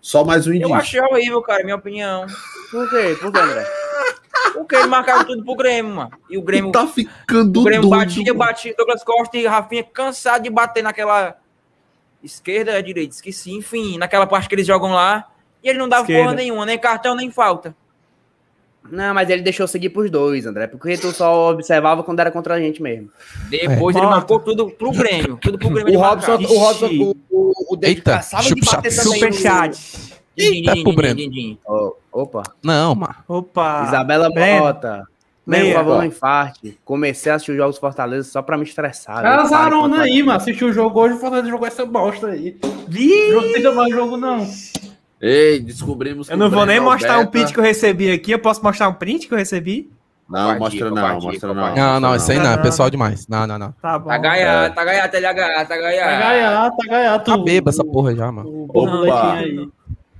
S8: Só mais um
S9: Eu
S8: indício.
S9: achei horrível, cara, minha opinião.
S6: Por quê? Por quê, André?
S9: Porque ele marcava tudo pro Grêmio, mano. E o Grêmio
S6: Então,
S8: Tu tá ficando
S9: O Grêmio
S8: doido.
S9: batia, batia, Douglas Costa e Rafinha cansado de bater naquela esquerda, é direita, esqueci, enfim, naquela parte que eles jogam lá. E ele não dava
S4: Esquerda.
S9: porra nenhuma, nem cartão, nem falta.
S6: Não, mas ele deixou seguir pros dois, André. Porque tu só observava quando era contra a gente mesmo.
S9: Depois
S4: É.
S9: ele
S4: Falta.
S9: marcou tudo pro Grêmio. Tudo pro Grêmio.
S6: O Robson,
S4: Ixi.
S6: o Robson, o, o, o David
S10: Eita,
S6: caçava de
S10: chupa-chupa.
S6: bater também. no-
S4: Superchat.
S10: Eita, pro Breno.
S6: Ó, opa,
S10: Não, mas
S4: Opa.
S6: Isabela
S4: Breno.
S6: Mota. Meu, por
S4: Leia.
S6: favor, não infarte. Comecei a assistir os Jogos Fortaleza só pra me estressar. né? Eu paro enquanto-
S4: né?
S7: Casarona aí, mano. Assistiu o jogo hoje, o Fortaleza jogou essa bosta aí.
S4: Ih,
S7: Não tem mais jogo, não.
S8: Ei, descobrimos
S4: Eu não vou
S6: né?
S4: nem mostrar um print
S8: pitch.
S4: que eu recebi aqui. Eu posso mostrar um print que eu recebi?
S8: Não, mostra não,
S9: Covardia,
S8: mostra não.
S9: covardia.
S10: Não, não, isso aí não, é
S4: Não.
S10: pessoal demais. Não, não, não.
S4: Tá bom.
S9: Tá gaiado, tá gaiado, ele é gaiado, tá
S7: Tá
S9: gaiado.
S7: gaiado, tá gaiado.
S10: Tá bêbado essa porra já, mano.
S7: O
S8: Opa.
S7: boletim aí.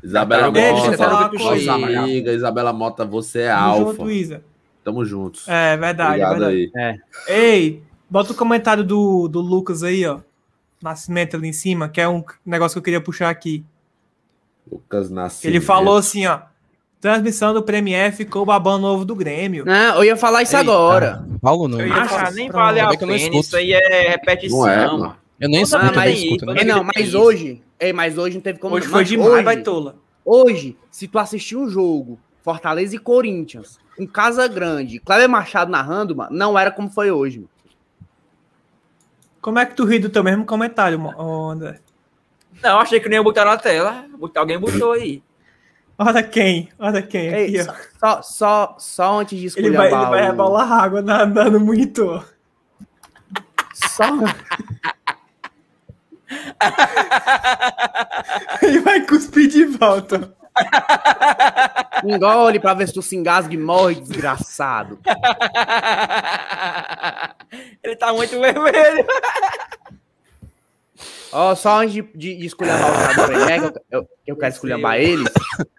S10: é
S8: Isabela
S9: Tá,
S4: Ei, deixa eu
S9: Nossa,
S4: falar
S8: Mota,
S4: uma
S9: muito
S4: coisa.
S8: nossa
S9: chique.
S8: amiga, Isabela Mota, você é
S4: Tamo
S8: alfa.
S4: junto, Isa.
S8: Tamo juntos.
S4: É, verdade,
S8: Obrigado
S4: verdade.
S8: aí.
S4: Ei, bota o comentário do, do Lucas aí, ó. Nascimento ali em cima, que é um negócio que eu queria puxar aqui.
S8: Lucas Nascimento.
S4: Ele falou assim, ó. Transmissão do Premier ficou o babão novo do Grêmio.
S6: Não, eu ia falar isso
S10: Eita.
S6: agora.
S10: Ah, Paulo não.
S9: Eu
S10: Eu
S9: ia falar, nem vale a
S10: Como é que eu não
S9: pena,
S10: escuto?
S9: isso aí é repetição.
S8: Não é,
S9: mano.
S8: mano.
S10: nem
S9: Toda
S10: escuto, eu
S6: vez
S10: nem
S6: tem
S10: escuto.
S9: isso,
S10: né?
S6: É, não,
S9: Tem
S6: mas
S9: isso.
S6: hoje. É, mas hoje não teve como.
S4: Hoje
S6: mas
S4: foi demais,
S6: hoje-
S4: Baitola.
S6: Hoje, se tu assistir um jogo, Fortaleza e Corinthians, com Casa Grande, Cléber Machado narrando, mano, não era como foi hoje, mano.
S4: Como é que tu ri do teu mesmo comentário, mo- ô, André?
S9: Não, achei que nem ia botar na tela. Botar- Alguém botou aí.
S4: Olha quem, olha quem aqui,
S6: Ei,
S4: ó.
S6: só, só, só, só antes de
S4: É Ele vai, ele
S6: esculhambar
S4: vai
S6: o-
S4: rebolar água na, na, no monitor.
S6: Só,
S4: Ele vai cuspir de volta.
S6: Engole pra ver se tu se engasga e morre, desgraçado.
S9: Ele tá muito vermelho.
S6: Ó, só antes de, de, de esculhambar o Cabo Peneca, eu, eu quero esculhambar eles.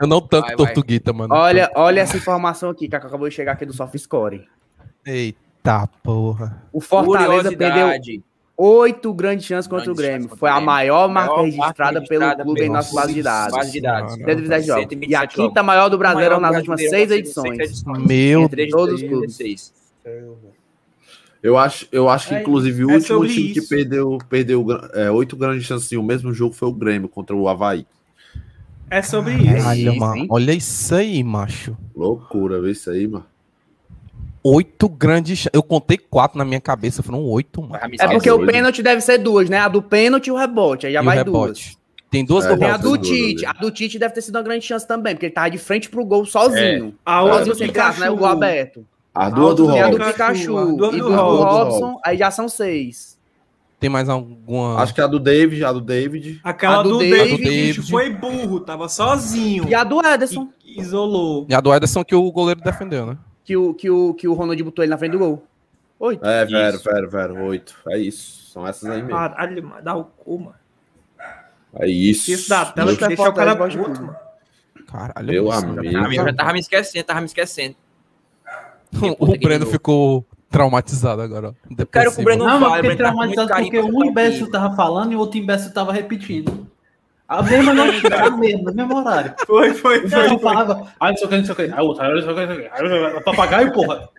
S10: Eu não tanto
S9: Vai, vai.
S10: Tortuguita, mano.
S6: Olha, olha essa informação aqui que acabou de chegar aqui do SofaScore.
S10: Eita porra.
S6: O Fortaleza perdeu
S9: Curiosidade.
S6: oito grandes chances contra o
S9: Grandes chances
S6: Grêmio.
S9: contra o
S6: Foi a
S9: Grêmio.
S6: maior marca
S9: Maior
S6: registrada
S9: marca
S6: pelo
S9: registrada
S6: clube em
S9: pelo
S6: nossa base de
S9: Base
S6: dados.
S9: de dados.
S10: Senhora.
S6: 127 jogos. E a
S9: 127
S6: quinta maior do Brasileiro
S9: Maior
S6: nas últimas seis
S9: brasileiro, seis
S6: edições.
S9: edições.
S10: Meu
S9: Entre
S6: todos os clubes.
S9: 16.
S8: Eu acho, eu acho que,
S4: É
S8: inclusive, o
S4: é
S8: último
S4: sobre
S8: time que
S4: isso.
S8: perdeu, perdeu gra- é, oito grandes chances em o mesmo jogo foi o Grêmio contra o Havaí.
S4: É
S10: Ah,
S4: sobre isso.
S10: Caralho,
S6: isso,
S10: mano.
S6: hein?
S10: Olha isso aí, macho.
S8: Loucura, vê isso aí, mano.
S10: Oito grandes. cha- Eu contei quatro na minha cabeça, foram oito, mano.
S6: É porque
S8: Tá
S6: o
S8: doido.
S6: pênalti deve ser duas, né? A do pênalti e o rebote. Aí já
S10: E o
S6: vai duas.
S10: rebote. Tem duas
S8: É,
S10: é,
S8: já
S6: Tem a
S8: Nossa,
S6: do
S8: duas,
S6: Tite.
S8: né?
S6: A do Tite deve ter sido uma grande chance também, porque ele tava de frente pro gol sozinho.
S4: É. A outra
S6: Sozinho
S4: do
S6: sem graça, né? O gol
S4: Pikachu.
S6: aberto.
S8: A duas do
S4: Alto
S6: E a
S4: Robson.
S6: do
S8: Robson.
S6: Pikachu.
S4: A duas
S6: E
S4: do
S6: do
S8: Robson.
S6: Robson, aí já são seis.
S10: Tem mais alguma.
S8: Acho que a do David, a do David.
S4: Aquela
S6: A do
S4: do,
S6: David.
S4: David, bicho,
S10: David.
S4: foi burro, tava sozinho.
S6: E a do Ederson,
S4: E- Isolou.
S10: E a do Ederson que o goleiro defendeu, né?
S6: que o, que o, que o Ronald botou ele na frente do gol. Oito.
S8: É, Vero,
S9: Isso.
S8: Vero, Vero, oito. É isso. São essas aí mesmo.
S4: Caralho, mano, dá o cu, mano.
S8: É isso.
S4: Isso da tela
S8: Meu-
S4: que deixa o cara
S6: Fortaleza,
S4: puto, mano.
S10: Caralho.
S8: Meu
S10: isso-
S9: Ah, eu já
S8: amigo.
S9: tava me esquecendo, tava me esquecendo.
S10: O Breno ficou traumatizado agora. ó. Depressivo.
S9: quero que o Breno-
S7: Não,
S9: fala,
S7: mas fiquei
S9: Breno, tá com muito
S7: traumatizado
S9: carinho
S7: porque
S9: pra
S7: um
S9: falar
S7: imbécil
S9: comigo.
S7: tava falando e o outro imbécil tava repetindo. A mesma notícia, a mesma, no mesmo horário.
S4: Foi, foi, foi.
S7: Um cara falava, ah, não sei o que, não sei o que, aí o outro, ah, não sei o que, não sei o que, Ah, papagaio, porra.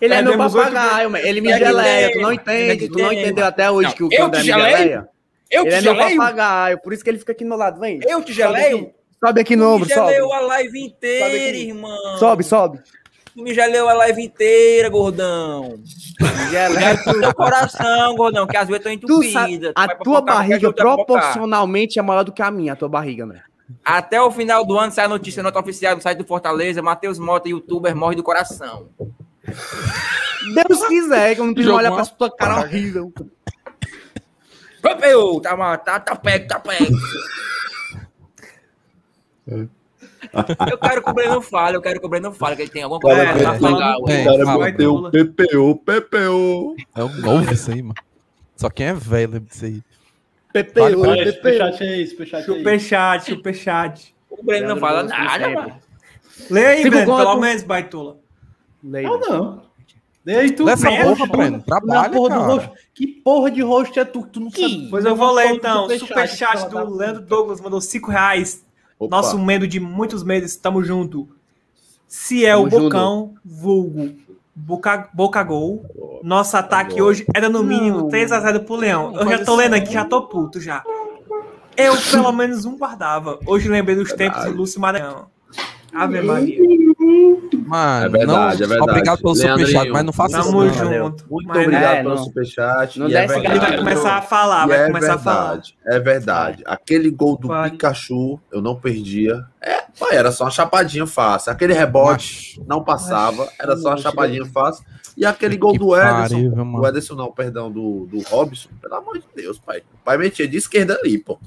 S6: Ele é, meu
S4: Perdemos oito
S6: papagaio, mano. Ele me
S9: Pega
S6: geleia.
S9: ideia,
S6: Tu não
S9: mano. Pega
S6: entende. Tu não
S9: ideia,
S6: entendeu até hoje
S9: Não,
S6: que o
S9: eu
S6: André
S9: te
S6: me
S9: geleio?
S6: geleia.
S9: Eu
S6: Ele
S9: te
S6: é meu
S9: geleio?
S6: papagaio. Por isso que ele fica aqui do meu lado. Vem.
S9: Eu te geleio?
S6: Sobe aqui no
S9: Tu
S6: ombro.
S9: me
S6: Sobe,
S9: geleou a live
S6: Sobe
S9: inteira,
S6: aqui.
S9: irmão.
S6: sobe. sobe.
S9: Tu me geleou a live inteira, gordão.
S6: Geleia.
S9: Geleia pro teu coração, gordão, que as vezes estão
S6: Tu sabe,
S9: entupidas. Tu
S6: a tua
S9: vai pipocar,
S6: barriga
S9: qualquer coisa tu vai pipocar.
S6: proporcionalmente é maior do que a minha, a tua barriga, né? André.
S9: Até o final do ano sai a notícia, nota oficial do site do Fortaleza, Matheus Mota, youtuber, morre do coração.
S6: Deus quiser, que eu não preciso
S10: Jogou
S6: olhar
S10: uma
S6: pra tua cara horrível.
S9: Papeu, tá, ma- tá, tá pego, tá pego. eu quero que o Breno fale, eu quero que o Breno fale, que ele tem alguma coisa
S4: É,
S9: pra
S4: tá
S9: falar.
S4: falando-
S10: É,
S8: O cara
S10: fala.
S8: meteu
S4: Vai,
S8: PPO, PPO.
S10: É um novo isso aí, mano. Só quem é velho lembra disso aí.
S8: PPO,
S7: Olha, superchat aí, superchat aí.
S4: Superchat, superchat.
S9: O Breno não fala
S6: Leandro
S9: nada, né?
S6: Gomes,
S9: mano.
S4: Lê aí,
S6: Cinco
S4: Breno,
S6: conto.
S4: pelo menos, Baitola.
S6: Leila.
S7: Não, não. Ei, tu,
S10: Dessa
S7: merda,
S10: porra, Breno,
S7: na
S10: trabalha,
S7: porra do
S10: cara.
S7: rosto. Que porra de rosto é tu? que Tu não sabe.
S4: Pois eu vou ler então.
S7: Superchat,
S4: Superchat
S7: fala da
S4: do
S7: puta.
S4: Leandro Douglas mandou 5 reais.
S8: Opa. É
S4: Nosso medo de muitos meses, tamo junto. Se é o
S6: Tamo junto.
S4: Bocão, vulgo, Boca, Boca Gol, nosso ataque hoje era no mínimo
S6: Não.
S4: 3x0 pro Leão. Eu
S7: Não,
S4: já
S7: mas
S4: tô
S7: isso
S4: lendo
S7: é-
S4: aqui, já tô puto já. Eu, pelo menos, um guardava. Hoje lembrei dos tempos do Lúcio Maranhão. Ave Maria.
S10: Mano,
S8: É verdade,
S10: não-
S8: é verdade.
S10: Obrigado pelo
S8: Leandrinho,
S10: superchat, mas não faça isso.
S4: Tamo
S10: Não.
S4: junto.
S8: Muito
S4: Mas-
S8: obrigado
S6: É,
S8: pelo
S6: não.
S8: superchat.
S6: Não
S8: e é
S6: desce
S4: Ele vai
S6: Caralho.
S4: começar a falar,
S8: E
S4: Ah, vai
S8: é
S4: começar a falar.
S8: verdade, é verdade. Aquele gol do
S4: Vai.
S8: Pikachu, eu não perdia. É, pô, era só uma chapadinha fácil. Aquele rebote
S10: Macho,
S8: não passava, era só uma
S6: Deus.
S8: chapadinha fácil. E aquele gol
S10: que
S8: do Ederson,
S10: pariu, viu,
S8: do
S10: mano.
S8: Ederson não, perdão, do, do Robson, pelo amor de Deus, pai. O pai metia de esquerda ali, pô.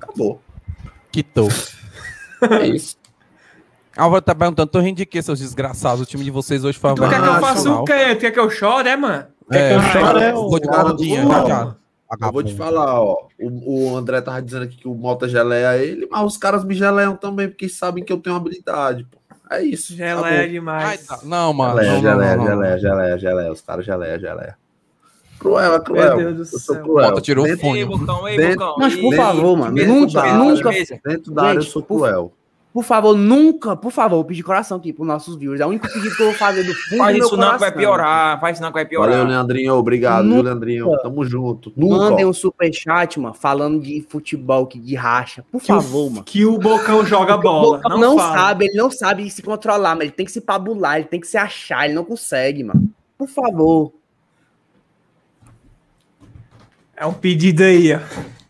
S8: Acabou.
S10: Quitou.
S8: É isso.
S10: Álvaro tá perguntando, tô rindo de quê, seus desgraçados? O time de vocês hoje foi a
S4: Tu Então, quer que eu
S8: Ah,
S4: faça o quê? Tu quer que eu um chore, é, mano?
S10: É,
S7: eu
S10: eu
S7: chore,
S10: choro.
S7: é,
S10: Eu Vou de
S8: o cara do
S10: Claudinha,
S8: futebol.
S10: cara.
S8: Eu vou te falar, ó. O, o André tava dizendo aqui que o Mota geleia ele, mas os caras me geleiam também, porque sabem que eu tenho habilidade, pô. É isso. acabou.
S4: Gelé
S10: Ai,
S4: demais.
S10: tá. Não, mano.
S8: Geleia,
S10: não, não,
S8: geleia,
S10: não, não.
S8: geleia, geleia, geleia. Os caras geleia, geleia. Cruel, é
S4: Meu
S8: cruel.
S4: Deus do
S8: eu sou
S4: céu.
S8: cruel.
S10: Bota, tirou o
S8: dentro,
S10: fone.
S9: Ei, Bocão, ei,
S8: Dentro-
S9: Bocão.
S6: Mas, por
S9: ei,
S6: favor, mano, nunca,
S9: da-
S6: nunca-
S9: mesa.
S8: dentro da área eu
S6: Gente,
S8: sou
S6: por-
S8: cruel.
S6: Por favor, nunca, por favor, pedir coração aqui pros nossos viewers. É o único pedido que eu vou fazer do fundo
S9: Faz
S6: do meu
S9: isso
S4: é
S9: não que vai
S6: coração.
S9: piorar, faz isso não que vai piorar.
S8: Valeu, Leandrinho. Obrigado, viu,
S6: Nunca.
S8: Leandrinho? Tamo junto. Nunca.
S6: Mandem um superchat, mano, falando de futebol que de racha. Por
S4: Que
S6: favor,
S4: o,
S6: mano.
S4: que o Bocão joga bola.
S6: Não,
S4: Não, fala.
S6: sabe, ele não sabe se controlar, mano. Ele tem que se pabular, ele tem que se achar, ele não consegue, mano. Por favor.
S4: É um pedido aí, ó.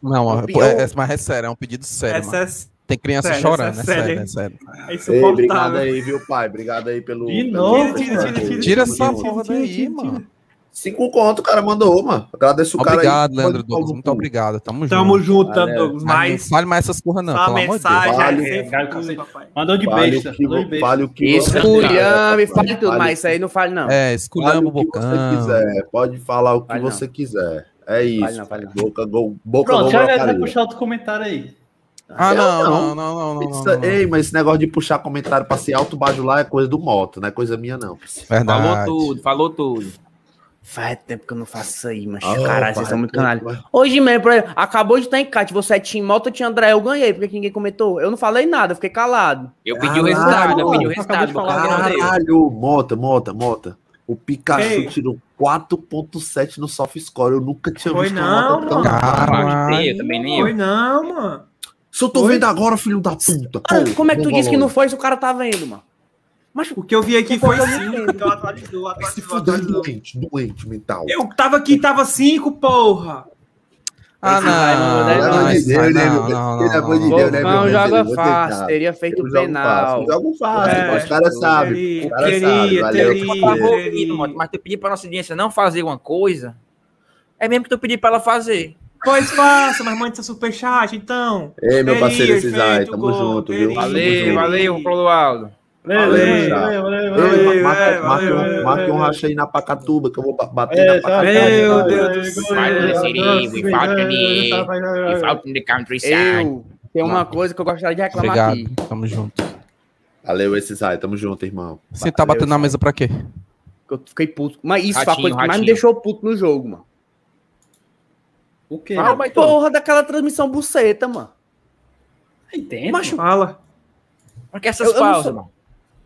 S10: Não,
S6: O
S10: é-
S6: pior-
S10: é- é- mas é sério, é um pedido sério, mano.
S4: Essa é,
S10: Tem criança
S4: sério,
S10: chorando,
S4: essa
S10: é
S4: é
S10: sério,
S4: sério.
S10: é sério.
S4: é
S8: Ei, obrigado
S4: insuportável.
S8: aí, viu, pai? Obrigado aí pelo.
S7: De
S8: pelo-
S7: novo,
S8: pelo-
S4: Tira, tira, tira,
S10: Tira
S4: tira,
S10: essa
S4: tira,
S10: porra
S4: tira,
S10: daí,
S4: tira,
S10: mano.
S8: Cinco conto, o cara mandou, mano. Agradeço o cara.
S10: Obrigado,
S8: aí.
S10: Leandro
S8: Pode
S10: Douglas.
S8: falar
S10: Muito
S8: com-
S10: obrigado. Tamo,
S4: Tamo
S10: junto.
S4: junto,
S8: Valeu.
S4: Douglas.
S10: Mas não
S4: Mas
S10: fale mais essas porra, não.
S4: só a
S10: Pelo amor de Deus.
S4: mensagem
S8: Vale,
S4: aí,
S7: cara,
S4: você
S7: você-
S4: foi, papai.
S7: Mandou de
S8: Vale o
S7: besta.
S8: que,
S7: Mandou de besta.
S8: vale o que você
S6: Esculhame,
S8: quiser.
S6: fale tudo,
S8: Vale-
S6: mas isso aí não fale, não.
S10: É,
S8: Fale
S10: esculhamba o
S8: o que você
S10: bocão.
S8: quiser, pode falar o que
S6: Vale não.
S8: você quiser. É isso.
S6: não, vale não.
S8: Boca, gol, boca,
S7: Pronto,
S8: gol,
S7: já
S8: meu
S7: vai
S8: carinho.
S7: puxar outro comentário aí.
S10: Ah,
S8: Eu
S10: não, não, não,
S8: não.
S10: não, não, não,
S8: Isso- é-
S10: não, não.
S8: Ei, mas esse negócio de puxar comentário pra se autobajular é coisa do moto, não é coisa minha, não.
S10: Verdade.
S9: Falou tudo, falou tudo.
S6: Faz tempo que eu não faço isso aí, mas
S8: Ah,
S6: caralho,
S8: pai,
S6: vocês são muito
S8: tu-
S6: canalha. Hoje mesmo, por exemplo, acabou de estar em cat, você é Tim Malta, Tim André, eu ganhei, porque ninguém comentou. Eu não falei nada, eu fiquei calado.
S9: Eu pedi o
S8: Caralho,
S9: resultado, eu pedi o
S8: mano,
S9: resultado.
S7: acabou de
S9: Bocão,
S7: falar.
S9: não deu.
S8: Caralho, Mota, Mota, Mota. O Pikachu
S4: Ei.
S8: tirou 4.7 no soft score. Eu nunca tinha
S4: Foi
S8: visto
S4: não,
S8: nota tão
S4: mano.
S8: baixa.
S9: Gostei,
S10: Caralho.
S9: eu também nem eu.
S4: Foi não, mano.
S8: Se eu tô vendo agora, filho da puta.
S6: Cara,
S8: pô,
S6: como é que tu
S8: vamos
S6: disse que
S8: logo.
S6: não foi se o cara tá vendo, mano? Mas
S4: O que eu vi aqui
S6: Pô,
S4: foi
S6: eu não
S4: cinco,
S6: entendo.
S4: então atualizou,
S8: Se
S4: atualizou,
S8: fuder,
S4: atualizou.
S8: doente, doente mental.
S4: Eu tava aqui, tava cinco, porra.
S10: Ah,
S6: Pelo
S10: não. Ah,
S6: amor
S10: não,
S6: de
S10: isso
S8: Deus,
S10: aí
S8: né,
S10: não,
S8: meu-
S10: não,
S8: pelo amor de
S10: não,
S8: Deus,
S10: não.
S8: né, meu
S6: Bocão
S8: Deus,
S6: joga
S8: eu vou
S6: fácil,
S8: tentar.
S6: teria feito
S8: Eu jogo
S6: penal.
S8: fácil, jogo fácil,
S4: É,
S8: os caras sabem.
S4: Teria,
S8: o cara sabe,
S4: teria,
S8: valeu,
S9: Por
S8: Sim.
S9: favor,
S4: teria,
S9: menino, Mota,
S4: teria.
S9: mas tu pedir pra nossa audiência não fazer uma coisa, é mesmo que tu pedir pra ela fazer.
S4: Pois faça, mas mande seu superchat, então.
S8: Ei, meu
S4: Teria
S8: parceiro, esses
S4: feito
S8: aí, tamo
S4: gol,
S8: junto, viu?
S4: teria.
S8: Tamo
S9: Valeu,
S8: junto.
S9: valeu, Clodoaldo.
S8: Valeu, já.
S4: Valeu,
S8: Ei,
S4: valeu,
S8: marca- marca um-
S4: valeu,
S8: Marca um
S7: valeu.
S8: racha aí na pacatuba que eu vou ba- bater na
S7: É, tá,
S8: pacatuba.
S4: Meu
S7: tá,
S4: Deus
S7: tá,
S4: do
S7: tá,
S4: céu.
S7: tá, tá,
S9: Falta-me,
S7: tá,
S9: falta-me.
S7: tá, tá, tá,
S9: E
S7: tá.
S9: falta de countryside.
S6: Eu tenho uma coisa que eu gostaria de reclamar aqui.
S10: Obrigado, tamo junto.
S8: Valeu, esses aí, tamo junto, irmão.
S10: Você tá batendo na mesa pra quê?
S6: que Eu fiquei puto. Mas isso foi a
S9: Ratinho,
S6: coisa que mais me
S9: ratinho.
S6: deixou puto no jogo, mano.
S7: O quê?
S9: Ah, mas tu-
S6: Porra daquela transmissão buceta, mano.
S7: Aí dentro.
S6: Macho,
S4: Fala.
S9: Por que essas
S6: Eu- eu não
S9: pausas,
S6: sou-
S9: mano?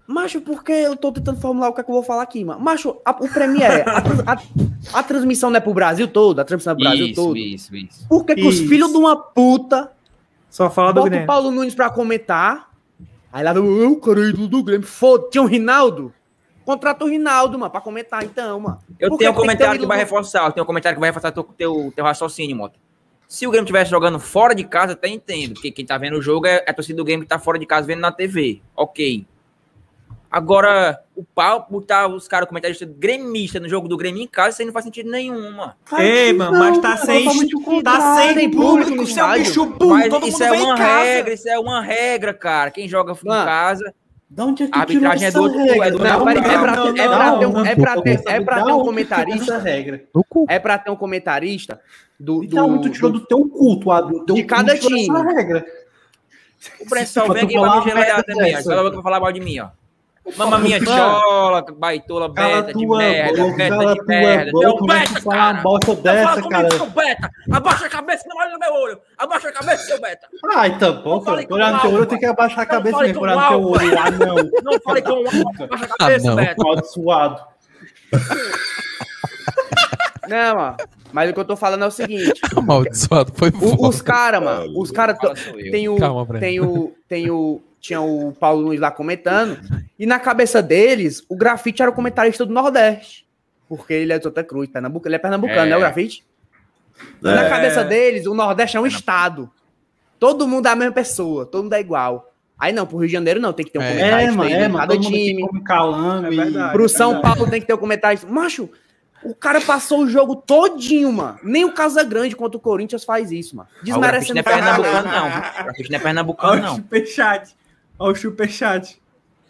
S6: Macho, porque eu tô tentando formular o que é que eu vou falar aqui, mano. Macho, a- o Premiere, é, a, trans- a- a transmissão não é pro Brasil todo, a transmissão é pro Brasil
S9: Isso,
S6: todo.
S9: isso, isso.
S6: Por que, que os
S4: Isso.
S6: filhos de uma puta
S4: Só fala do
S6: botam o
S4: Grêmio.
S6: Paulo Nunes pra comentar? Aí lá, eu cara ídolo do Grêmio, foda Tinha o Rinaldo? Contrata o Rinaldo, mano, pra comentar então, mano.
S9: Eu
S6: Por
S9: tenho
S6: tem ter
S9: um comentário que
S6: ídolo
S9: vai
S6: do-
S9: reforçar. Eu tenho um comentário que vai reforçar teu, teu, teu raciocínio, Mota. Se o Grêmio estivesse jogando fora de casa, até entendo. Porque quem tá vendo o jogo é a torcida do Grêmio que tá fora de casa vendo na TV. Ok. Agora, o pau botar os caras comentaristas gremistas no jogo do Grêmio em casa, isso aí não faz sentido nenhum, mano.
S4: Ei, mano, mas tá sem, tá sem
S6: Tem público no
S4: público, é um seu
S6: estádio.
S4: bicho burro,
S9: Mas
S4: todo mundo
S9: isso é
S4: vem em
S9: uma
S4: casa.
S9: regra, isso é uma regra, cara. Quem joga em
S6: Mano,
S9: casa,
S7: Da onde é que
S9: a arbitragem é do outro. É do outro
S6: Não, peraí, é
S9: lugar.
S6: pra,
S4: não,
S6: é pra
S4: não,
S6: ter um, é pra
S10: não.
S6: ter, é pra ter um comentarista,
S7: Essa regra.
S10: No cu.
S6: é pra ter um comentarista do, do,
S7: Então, tu tirou do teu culto, Adu.
S6: De cada time.
S9: O pessoal
S7: Pra
S9: vem
S7: tu
S9: aqui pra
S7: falar
S9: me gerar
S7: merda
S9: também. ó.
S7: dessa.
S9: Só logo que vai falar mal de mim, ó. Mama minha
S6: mano.
S9: chola, baitola, beta de merda, beta de merda. Tu é um beta, cara.
S7: bosta
S9: Não fala
S7: dessa,
S9: comigo,
S7: cara.
S9: seu beta. Abaixa a cabeça, não olha no meu olho. Abaixa a cabeça, seu beta.
S7: Ai, tá tampouco.
S9: Não fale com
S7: Olhar no teu
S9: mal,
S7: olho, tem que abaixar a
S9: Não
S7: cabeça
S9: fale
S7: mesmo.
S9: com
S7: Olhar no teu
S9: mal,
S7: olho, ah, não.
S9: Não fale com o abaixa a
S10: Ah,
S9: cabeça,
S10: não.
S9: beta.
S7: Amaldiçoado.
S6: Não, mano. Mas o que eu tô falando é o seguinte.
S10: Amaldiçoado, foi
S6: o-
S10: foda.
S6: os caras, mano, os caras.
S9: Fala, sou eu.
S6: Tem o.
S10: Calma, Breno.
S6: tem o. Tem o. Tinha o Paulo Nunes lá comentando. E na cabeça deles, o grafite era o comentarista do Nordeste. Porque ele é de Santa Cruz, Pernambuco. Ele é pernambucano,
S9: É.
S6: né? O grafite? E Na cabeça deles, o Nordeste é um estado. Todo mundo é a mesma pessoa, todo mundo é igual. Aí não, pro Rio de Janeiro não, tem que ter um
S10: É.
S7: É,
S6: comentarista
S7: mano,
S6: aí
S7: é,
S6: de
S7: mano.
S6: cada
S7: Todo mundo aqui
S6: time.
S7: come calango
S4: É
S7: e...
S4: verdade.
S6: Pro São
S4: Verdade.
S6: Paulo tem que ter o comentário. Macho, o cara passou o jogo todinho, mano. Nem o Casa Grande contra o Corinthians faz isso, mano.
S9: O grafite não
S10: né,
S6: Desmerecendo
S9: é pernambucano, não. O grafite não é pernambucano,
S4: Olha o
S9: não.
S4: superchat. Olha o superchat.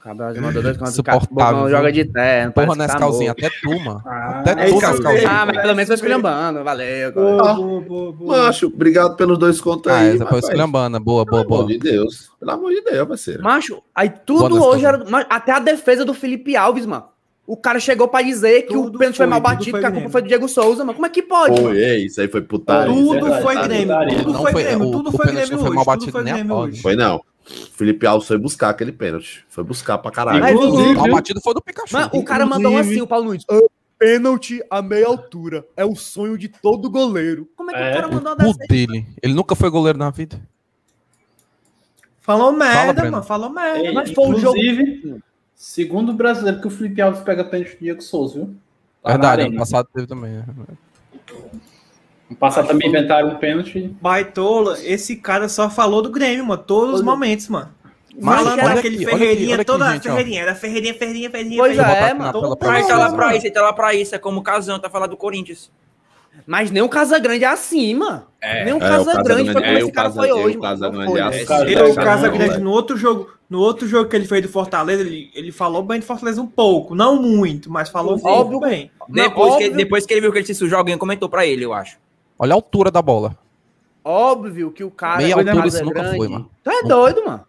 S6: Cabral já mandou dois contra o
S10: Insuportável,
S6: cara. Bocão
S10: viu?
S6: joga de terra. não
S10: Porra,
S6: parece que
S10: nessa
S6: tá
S10: calzinha,
S6: morto.
S10: até tu, mano.
S7: Ah,
S10: Até
S4: é
S10: tu,
S4: isso
S10: nas
S4: mesmo.
S10: calzinhas.
S6: Ah, mas pelo menos foi esculhambando. Valeu, cara.
S4: Boa, boa, boa, boa.
S8: Macho, obrigado pelos dois contos
S10: Ah,
S8: aí.
S10: essa foi
S8: rapaz.
S10: esculhambana. Boa,
S8: Pelo
S10: boa, boa.
S8: amor de Deus. Pelo amor de Deus, parceiro.
S6: Macho, aí
S10: Boa
S6: tudo
S10: nessa
S6: hoje era. mas Até a defesa do Felipe Alves, mano. O cara chegou pra dizer que o
S4: Tudo
S6: pênalti foi,
S4: foi,
S6: mal
S4: tudo
S6: batido,
S4: foi
S6: que a culpa
S4: Grêmio.
S6: foi do Diego Souza, mano. Como é que pode? mano?
S8: Foi, ei, isso aí foi putaria. isso aí é
S4: Tudo
S7: verdade,
S4: foi
S8: putaria.
S4: Grêmio,
S7: verdade.
S4: tudo
S10: Não
S4: foi
S10: foi-
S4: Grêmio,
S10: o-
S4: tudo
S10: o
S4: foi
S10: pênalti
S4: Grêmio
S10: não foi mal
S4: hoje, tudo
S10: batido
S4: foi
S10: nem a
S4: Grêmio
S10: pau,
S4: hoje.
S8: Foi não. Felipe Alves foi buscar aquele pênalti. Foi buscar pra caralho.
S6: Mas,
S7: é Inclusive,
S10: Mal batido foi do Pikachu.
S6: Mano, o cara mandou um assim, o Paulo Nunes. "Ah, Pênalti a meia altura. É o sonho de todo goleiro. Como é que
S7: É.
S6: o cara mandou uma
S10: O
S6: dessa?
S10: cu dele. Ele nunca foi goleiro na vida.
S4: Falou merda,
S10: Breno.
S4: mano. Falou merda.
S7: Ei,
S6: Mas foi um jogo-
S7: inclusive, segundo o brasileiro, que o Felipe Alves pega pênalti do Diego Souza, viu? Lá na
S10: Verdade, ano
S7: arena.
S10: passado teve também. né?
S7: No passado também inventaram um pênalti.
S4: Baitola, esse cara só falou do Grêmio, mano. Todos os momentos, mano.
S10: Mas
S4: Falando
S10: olha
S4: daquele
S10: aqui, olha aqui,
S4: Ferreirinha,
S10: olha aqui,
S4: toda
S10: gente, ó.
S4: Ferreirinha, era Ferreirinha, Ferreirinha, Ferreirinha.
S6: Pois
S4: Ferreirinha.
S6: é,
S10: na
S6: mano.
S10: tela pra
S9: Ele tá
S10: vocês,
S9: lá
S10: ó.
S9: pra isso, ele tá lá pra isso. É como o Casão, tá falando do Corinthians.
S6: Mas nem o Casagrande é assim, mano.
S9: É.
S6: nem o
S8: É, o
S6: Casagrande
S8: Casagrande-
S6: foi como
S8: é,
S6: esse
S8: o
S6: cara foi
S8: Casa- é,
S6: hoje.
S8: o
S6: mano.
S8: Casagrande
S6: Não foi,
S8: é
S6: né?
S8: assim.
S7: Cara,
S4: Ele, o
S8: Tá
S4: Casa
S8: bom,
S4: Grande,
S8: velho.
S4: no outro jogo, no outro jogo que ele fez do Fortaleza, ele, ele falou bem do Fortaleza um pouco, não muito, mas falou um
S6: Óbvio.
S4: pouco bem.
S9: Depois, que,
S6: óbvio.
S9: depois que ele viu que ele se sujou, alguém comentou pra ele, eu acho.
S10: Olha a altura da bola.
S6: Óbvio que o cara.
S10: Meia
S6: o
S10: altura
S6: Casagrande-
S10: isso nunca foi, mano.
S6: Tu é doido, mano.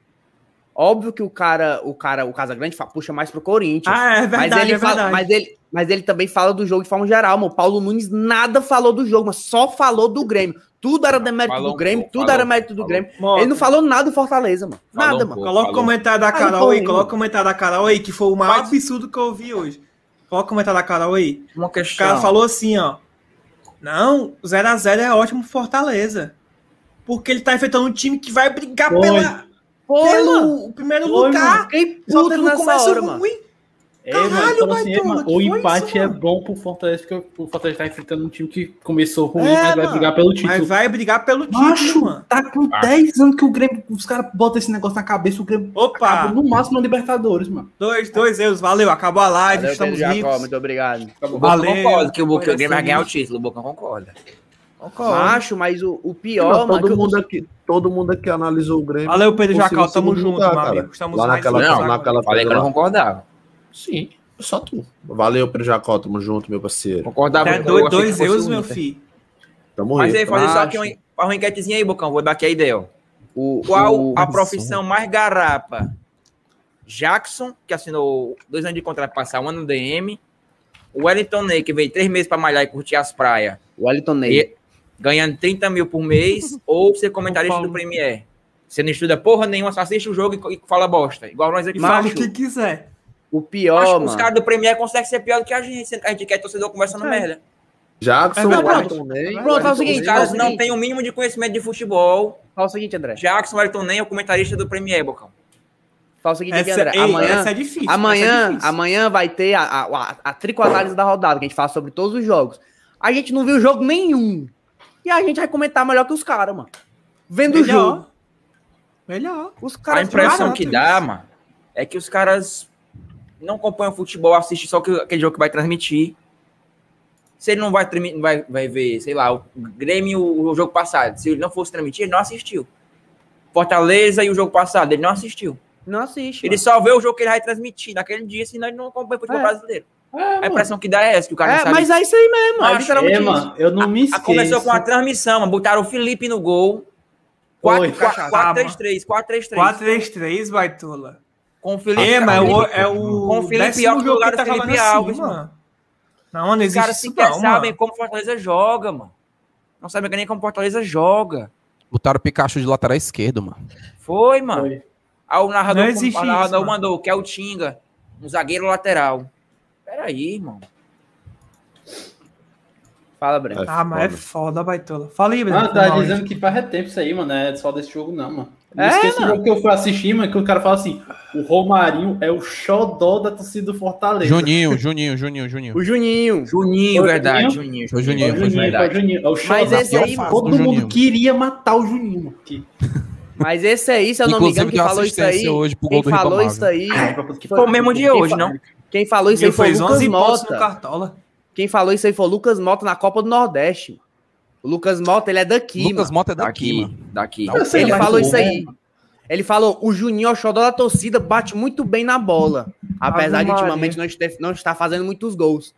S6: Óbvio que o cara, o cara, o Casagrande fa- puxa mais pro Corinthians.
S4: Ah, é verdade,
S6: mas ele
S4: é
S6: fala-
S4: verdade.
S6: mas ele, mas ele também fala do jogo de forma geral, mano. O Paulo Nunes nada falou do jogo, mas só falou do Grêmio. Tudo era demérito
S9: Falou
S6: do
S9: um
S6: Grêmio,
S9: pouco,
S6: tudo
S9: falou,
S6: era mérito do
S9: falou.
S6: Grêmio.
S4: Mota,
S6: Ele não falou nada do Fortaleza, mano.
S9: Falou
S6: Nada,
S9: um
S6: mano.
S9: pouco,
S4: Coloca o
S9: falou.
S4: comentário da
S6: Aí,
S4: Carol aí,
S6: pô,
S4: coloca o comentário da Carol aí, que foi o maior absurdo que eu ouvi hoje. Coloca o comentário da Carol aí.
S9: Uma
S4: O
S9: questão.
S4: cara falou assim, ó. Não, 0x0 é ótimo pro Fortaleza. Porque ele tá enfrentando um time que vai brigar
S7: Foi.
S4: pela,
S6: Foi, mano.
S4: pelo primeiro
S7: Foi,
S4: lugar.
S6: Fiquei
S4: Só
S6: puto
S4: teve um
S6: nessa
S4: começo
S6: hora, mano.
S4: ruim.
S7: É,
S4: Caralho,
S7: mano, então, assim,
S4: Baitola,
S7: mano,
S4: que
S7: o
S4: foi
S7: empate
S4: isso,
S7: é
S4: mano?
S7: bom pro Fortaleza, porque o Fortaleza tá enfrentando um time que começou ruim,
S6: É,
S7: mas vai
S6: mano.
S7: brigar pelo título.
S4: Mas vai brigar pelo título,
S7: Macho,
S4: mano.
S7: tá com 10 anos que o Grêmio, os caras botam esse negócio na cabeça, o Grêmio acaba
S4: Opa,
S7: no máximo na Libertadores, mano.
S4: dois, dois euros, valeu, acabou a live,
S6: Valeu,
S4: estamos
S6: Pedro Jacó,
S4: ricos.
S6: muito obrigado.
S9: O Boca
S4: Valeu.
S9: concorda que o Boca o Grêmio vai
S4: Coração.
S7: um-
S9: ganhar o título. O Boca concorda.
S6: Macho, mas o, o pior,
S8: Não,
S6: mano. que
S8: todo,
S6: eu-
S8: mundo aqui, todo mundo aqui analisou o Grêmio.
S4: Valeu, Pedro
S8: Ou se
S4: Jacal,
S8: você
S4: tamo
S8: não
S4: junto,
S8: julgar,
S4: meu
S8: cara.
S4: amigo. Estamos
S8: Lá
S4: mais um
S8: naquela,
S4: juntos
S9: Não,
S4: agora.
S8: naquela
S9: Falei que eu não
S8: lá.
S9: concordava.
S8: Sim, é só tu. Valeu, Pedro Jacó. Tamo junto, meu parceiro.
S9: Concordava.
S4: Até
S9: eu
S4: dois,
S9: achei que
S4: Tá dois
S9: fosse um
S4: euros,
S9: o
S4: meu
S9: Inter.
S4: filho.
S8: Tamo
S9: Mas aí,
S8: rico.
S9: fazer só
S10: Acho.
S9: aqui uma, faz uma enquetezinha aí, Bocão. Vou dar aqui a ideia, ó.
S6: o,
S9: Qual
S6: o-
S9: a profissão mais garapa? Jackson, que assinou dois anos de contrato pra passar um ano no DM. O Wellington Ney, que veio três meses pra malhar e curtir as praias,
S6: o Wellington Ney.
S9: e, ganhando 30 mil por mês, ou ser comentarista do Premier. Você não estuda porra nenhuma, só assiste o jogo e, e fala bosta. Igual nós aqui.
S4: E fala
S9: Macho,
S4: o que quiser.
S6: O
S9: macho,
S6: pior,
S9: os
S6: mano.
S9: caras do Premier conseguem ser pior do que a gente, sendo que a gente quer torcedor conversando merda.
S8: Jackson,
S4: É verdade.
S8: Wellington Ney.
S6: Pronto, faz o
S9: Os
S6: seguinte,
S9: caras
S6: faz o
S9: não
S6: seguinte.
S9: têm o mínimo de conhecimento de futebol.
S6: Fala o seguinte, André.
S9: Jackson, Wellington Ney é o comentarista do Premier, Bocão.
S6: Fala o seguinte, aqui,
S4: Essa,
S6: André.
S4: ei,
S6: amanhã,
S4: essa é difícil. essa é
S6: amanhã,
S4: difícil.
S6: amanhã vai ter a, a, a, a tricoanálise da rodada, que a gente fala sobre todos os jogos. A gente não viu jogo nenhum. E a gente vai comentar melhor que os caras, mano. Vendo o jogo.
S4: Melhor. Melhor.
S6: Os
S9: a
S6: caras
S9: impressão
S4: barato
S9: que
S4: isso.
S9: dá, mano, é que os caras não acompanham futebol, assistem só que- aquele jogo que vai transmitir. Se ele não vai, transmi- não vai, vai ver, sei lá, o Grêmio, o jogo passado, se ele não fosse transmitir, ele não assistiu. Fortaleza e o jogo passado, ele não assistiu.
S6: não assiste.
S9: Ele só vê o jogo que ele vai transmitir naquele dia, senão ele não acompanha o futebol
S6: É.
S9: brasileiro.
S7: É,
S9: A impressão que dá é essa, que o cara não
S6: mano. É,
S9: sabe.
S6: mas é isso aí mesmo.
S9: Macho,
S6: é literalmente
S7: É,
S6: isso.
S7: mano, eu não me
S9: A-
S7: esqueço.
S9: começou com a transmissão, mano, botaram o Felipe no gol.
S7: Oi,
S9: 4-3-3, 4-3-3.
S4: 4-3-3, Baitola.
S9: Com o Felipe.
S4: É, mas é o,
S9: Alves.
S4: é o
S9: Com o Felipe
S4: décimo
S9: Alves,
S4: jogo que
S9: lugar do
S4: tá
S9: Felipe
S4: falando assim,
S9: Alves,
S4: mano. Não, não
S9: Os
S4: existe
S9: caras
S4: isso
S9: sequer
S4: não,
S9: sabem
S4: mano.
S9: como o Fortaleza joga, mano. Não sabem nem como o Fortaleza joga.
S10: Botaram o Pikachu de lateral esquerdo, mano.
S9: Foi, mano. Aí o narrador,
S4: Não existe
S9: o narrador
S4: isso, mano.
S9: mandou, que é o Tinga, um zagueiro lateral. Peraí, irmão.
S6: Fala, Breno.
S4: Ah, mas é foda, Baitola. Fala aí, Breno.
S7: Ah,
S4: foi
S7: tá
S4: mal,
S7: dizendo
S4: hein?
S7: que faz tempo isso aí, mano. É só desse jogo, não, mano. Não
S6: É,
S7: esqueço o
S6: mano.
S7: jogo que eu fui assistir, mano, que o cara fala assim: o Romarinho é o xodó da torcida do Fortaleza.
S10: Juninho, Juninho, Juninho, Juninho.
S6: O Juninho.
S9: Juninho,
S7: Foi
S9: verdade,
S7: Juninho?
S9: Juninho.
S10: Foi
S7: É o
S10: Juninho, foi
S7: Juninho,
S10: Juninho.
S7: é o Juninho, é o xodó.
S6: Mas esse aí, mano.
S7: Todo
S10: Do
S7: mundo
S10: Juninho.
S7: queria matar o Juninho, mano. Que,
S6: Mas esse aí, se eu não me engano,
S10: Inclusive,
S6: quem
S10: deu
S6: falou isso aí.
S10: assistência hoje pro
S6: Quem
S10: gol do
S6: falou isso
S10: Ribamar.
S6: aí.
S7: que
S9: Foi o mesmo de
S6: Quem
S9: hoje,
S6: fa-
S9: não?
S6: Quem falou isso aí
S4: Ele
S6: foi o
S4: fez
S6: Lucas
S4: 11 pontos no
S6: Mota.
S4: Cartola.
S6: Quem falou isso aí foi o Lucas Mota na Copa do Nordeste. O Lucas Mota, ele é daqui,
S10: Lucas
S6: mano.
S10: Mota é daqui,
S9: Daqui,
S10: mano.
S9: daqui.
S10: Não,
S7: sei
S6: Ele
S7: lá,
S6: falou
S7: que
S6: isso
S7: bom,
S6: aí.
S10: né?
S6: Ele falou, o Juninho, é o xodó da torcida, bate muito bem na bola. Apesar
S4: Ave
S6: de
S4: Maria.
S6: ultimamente não, este- não estar fazendo muitos gols.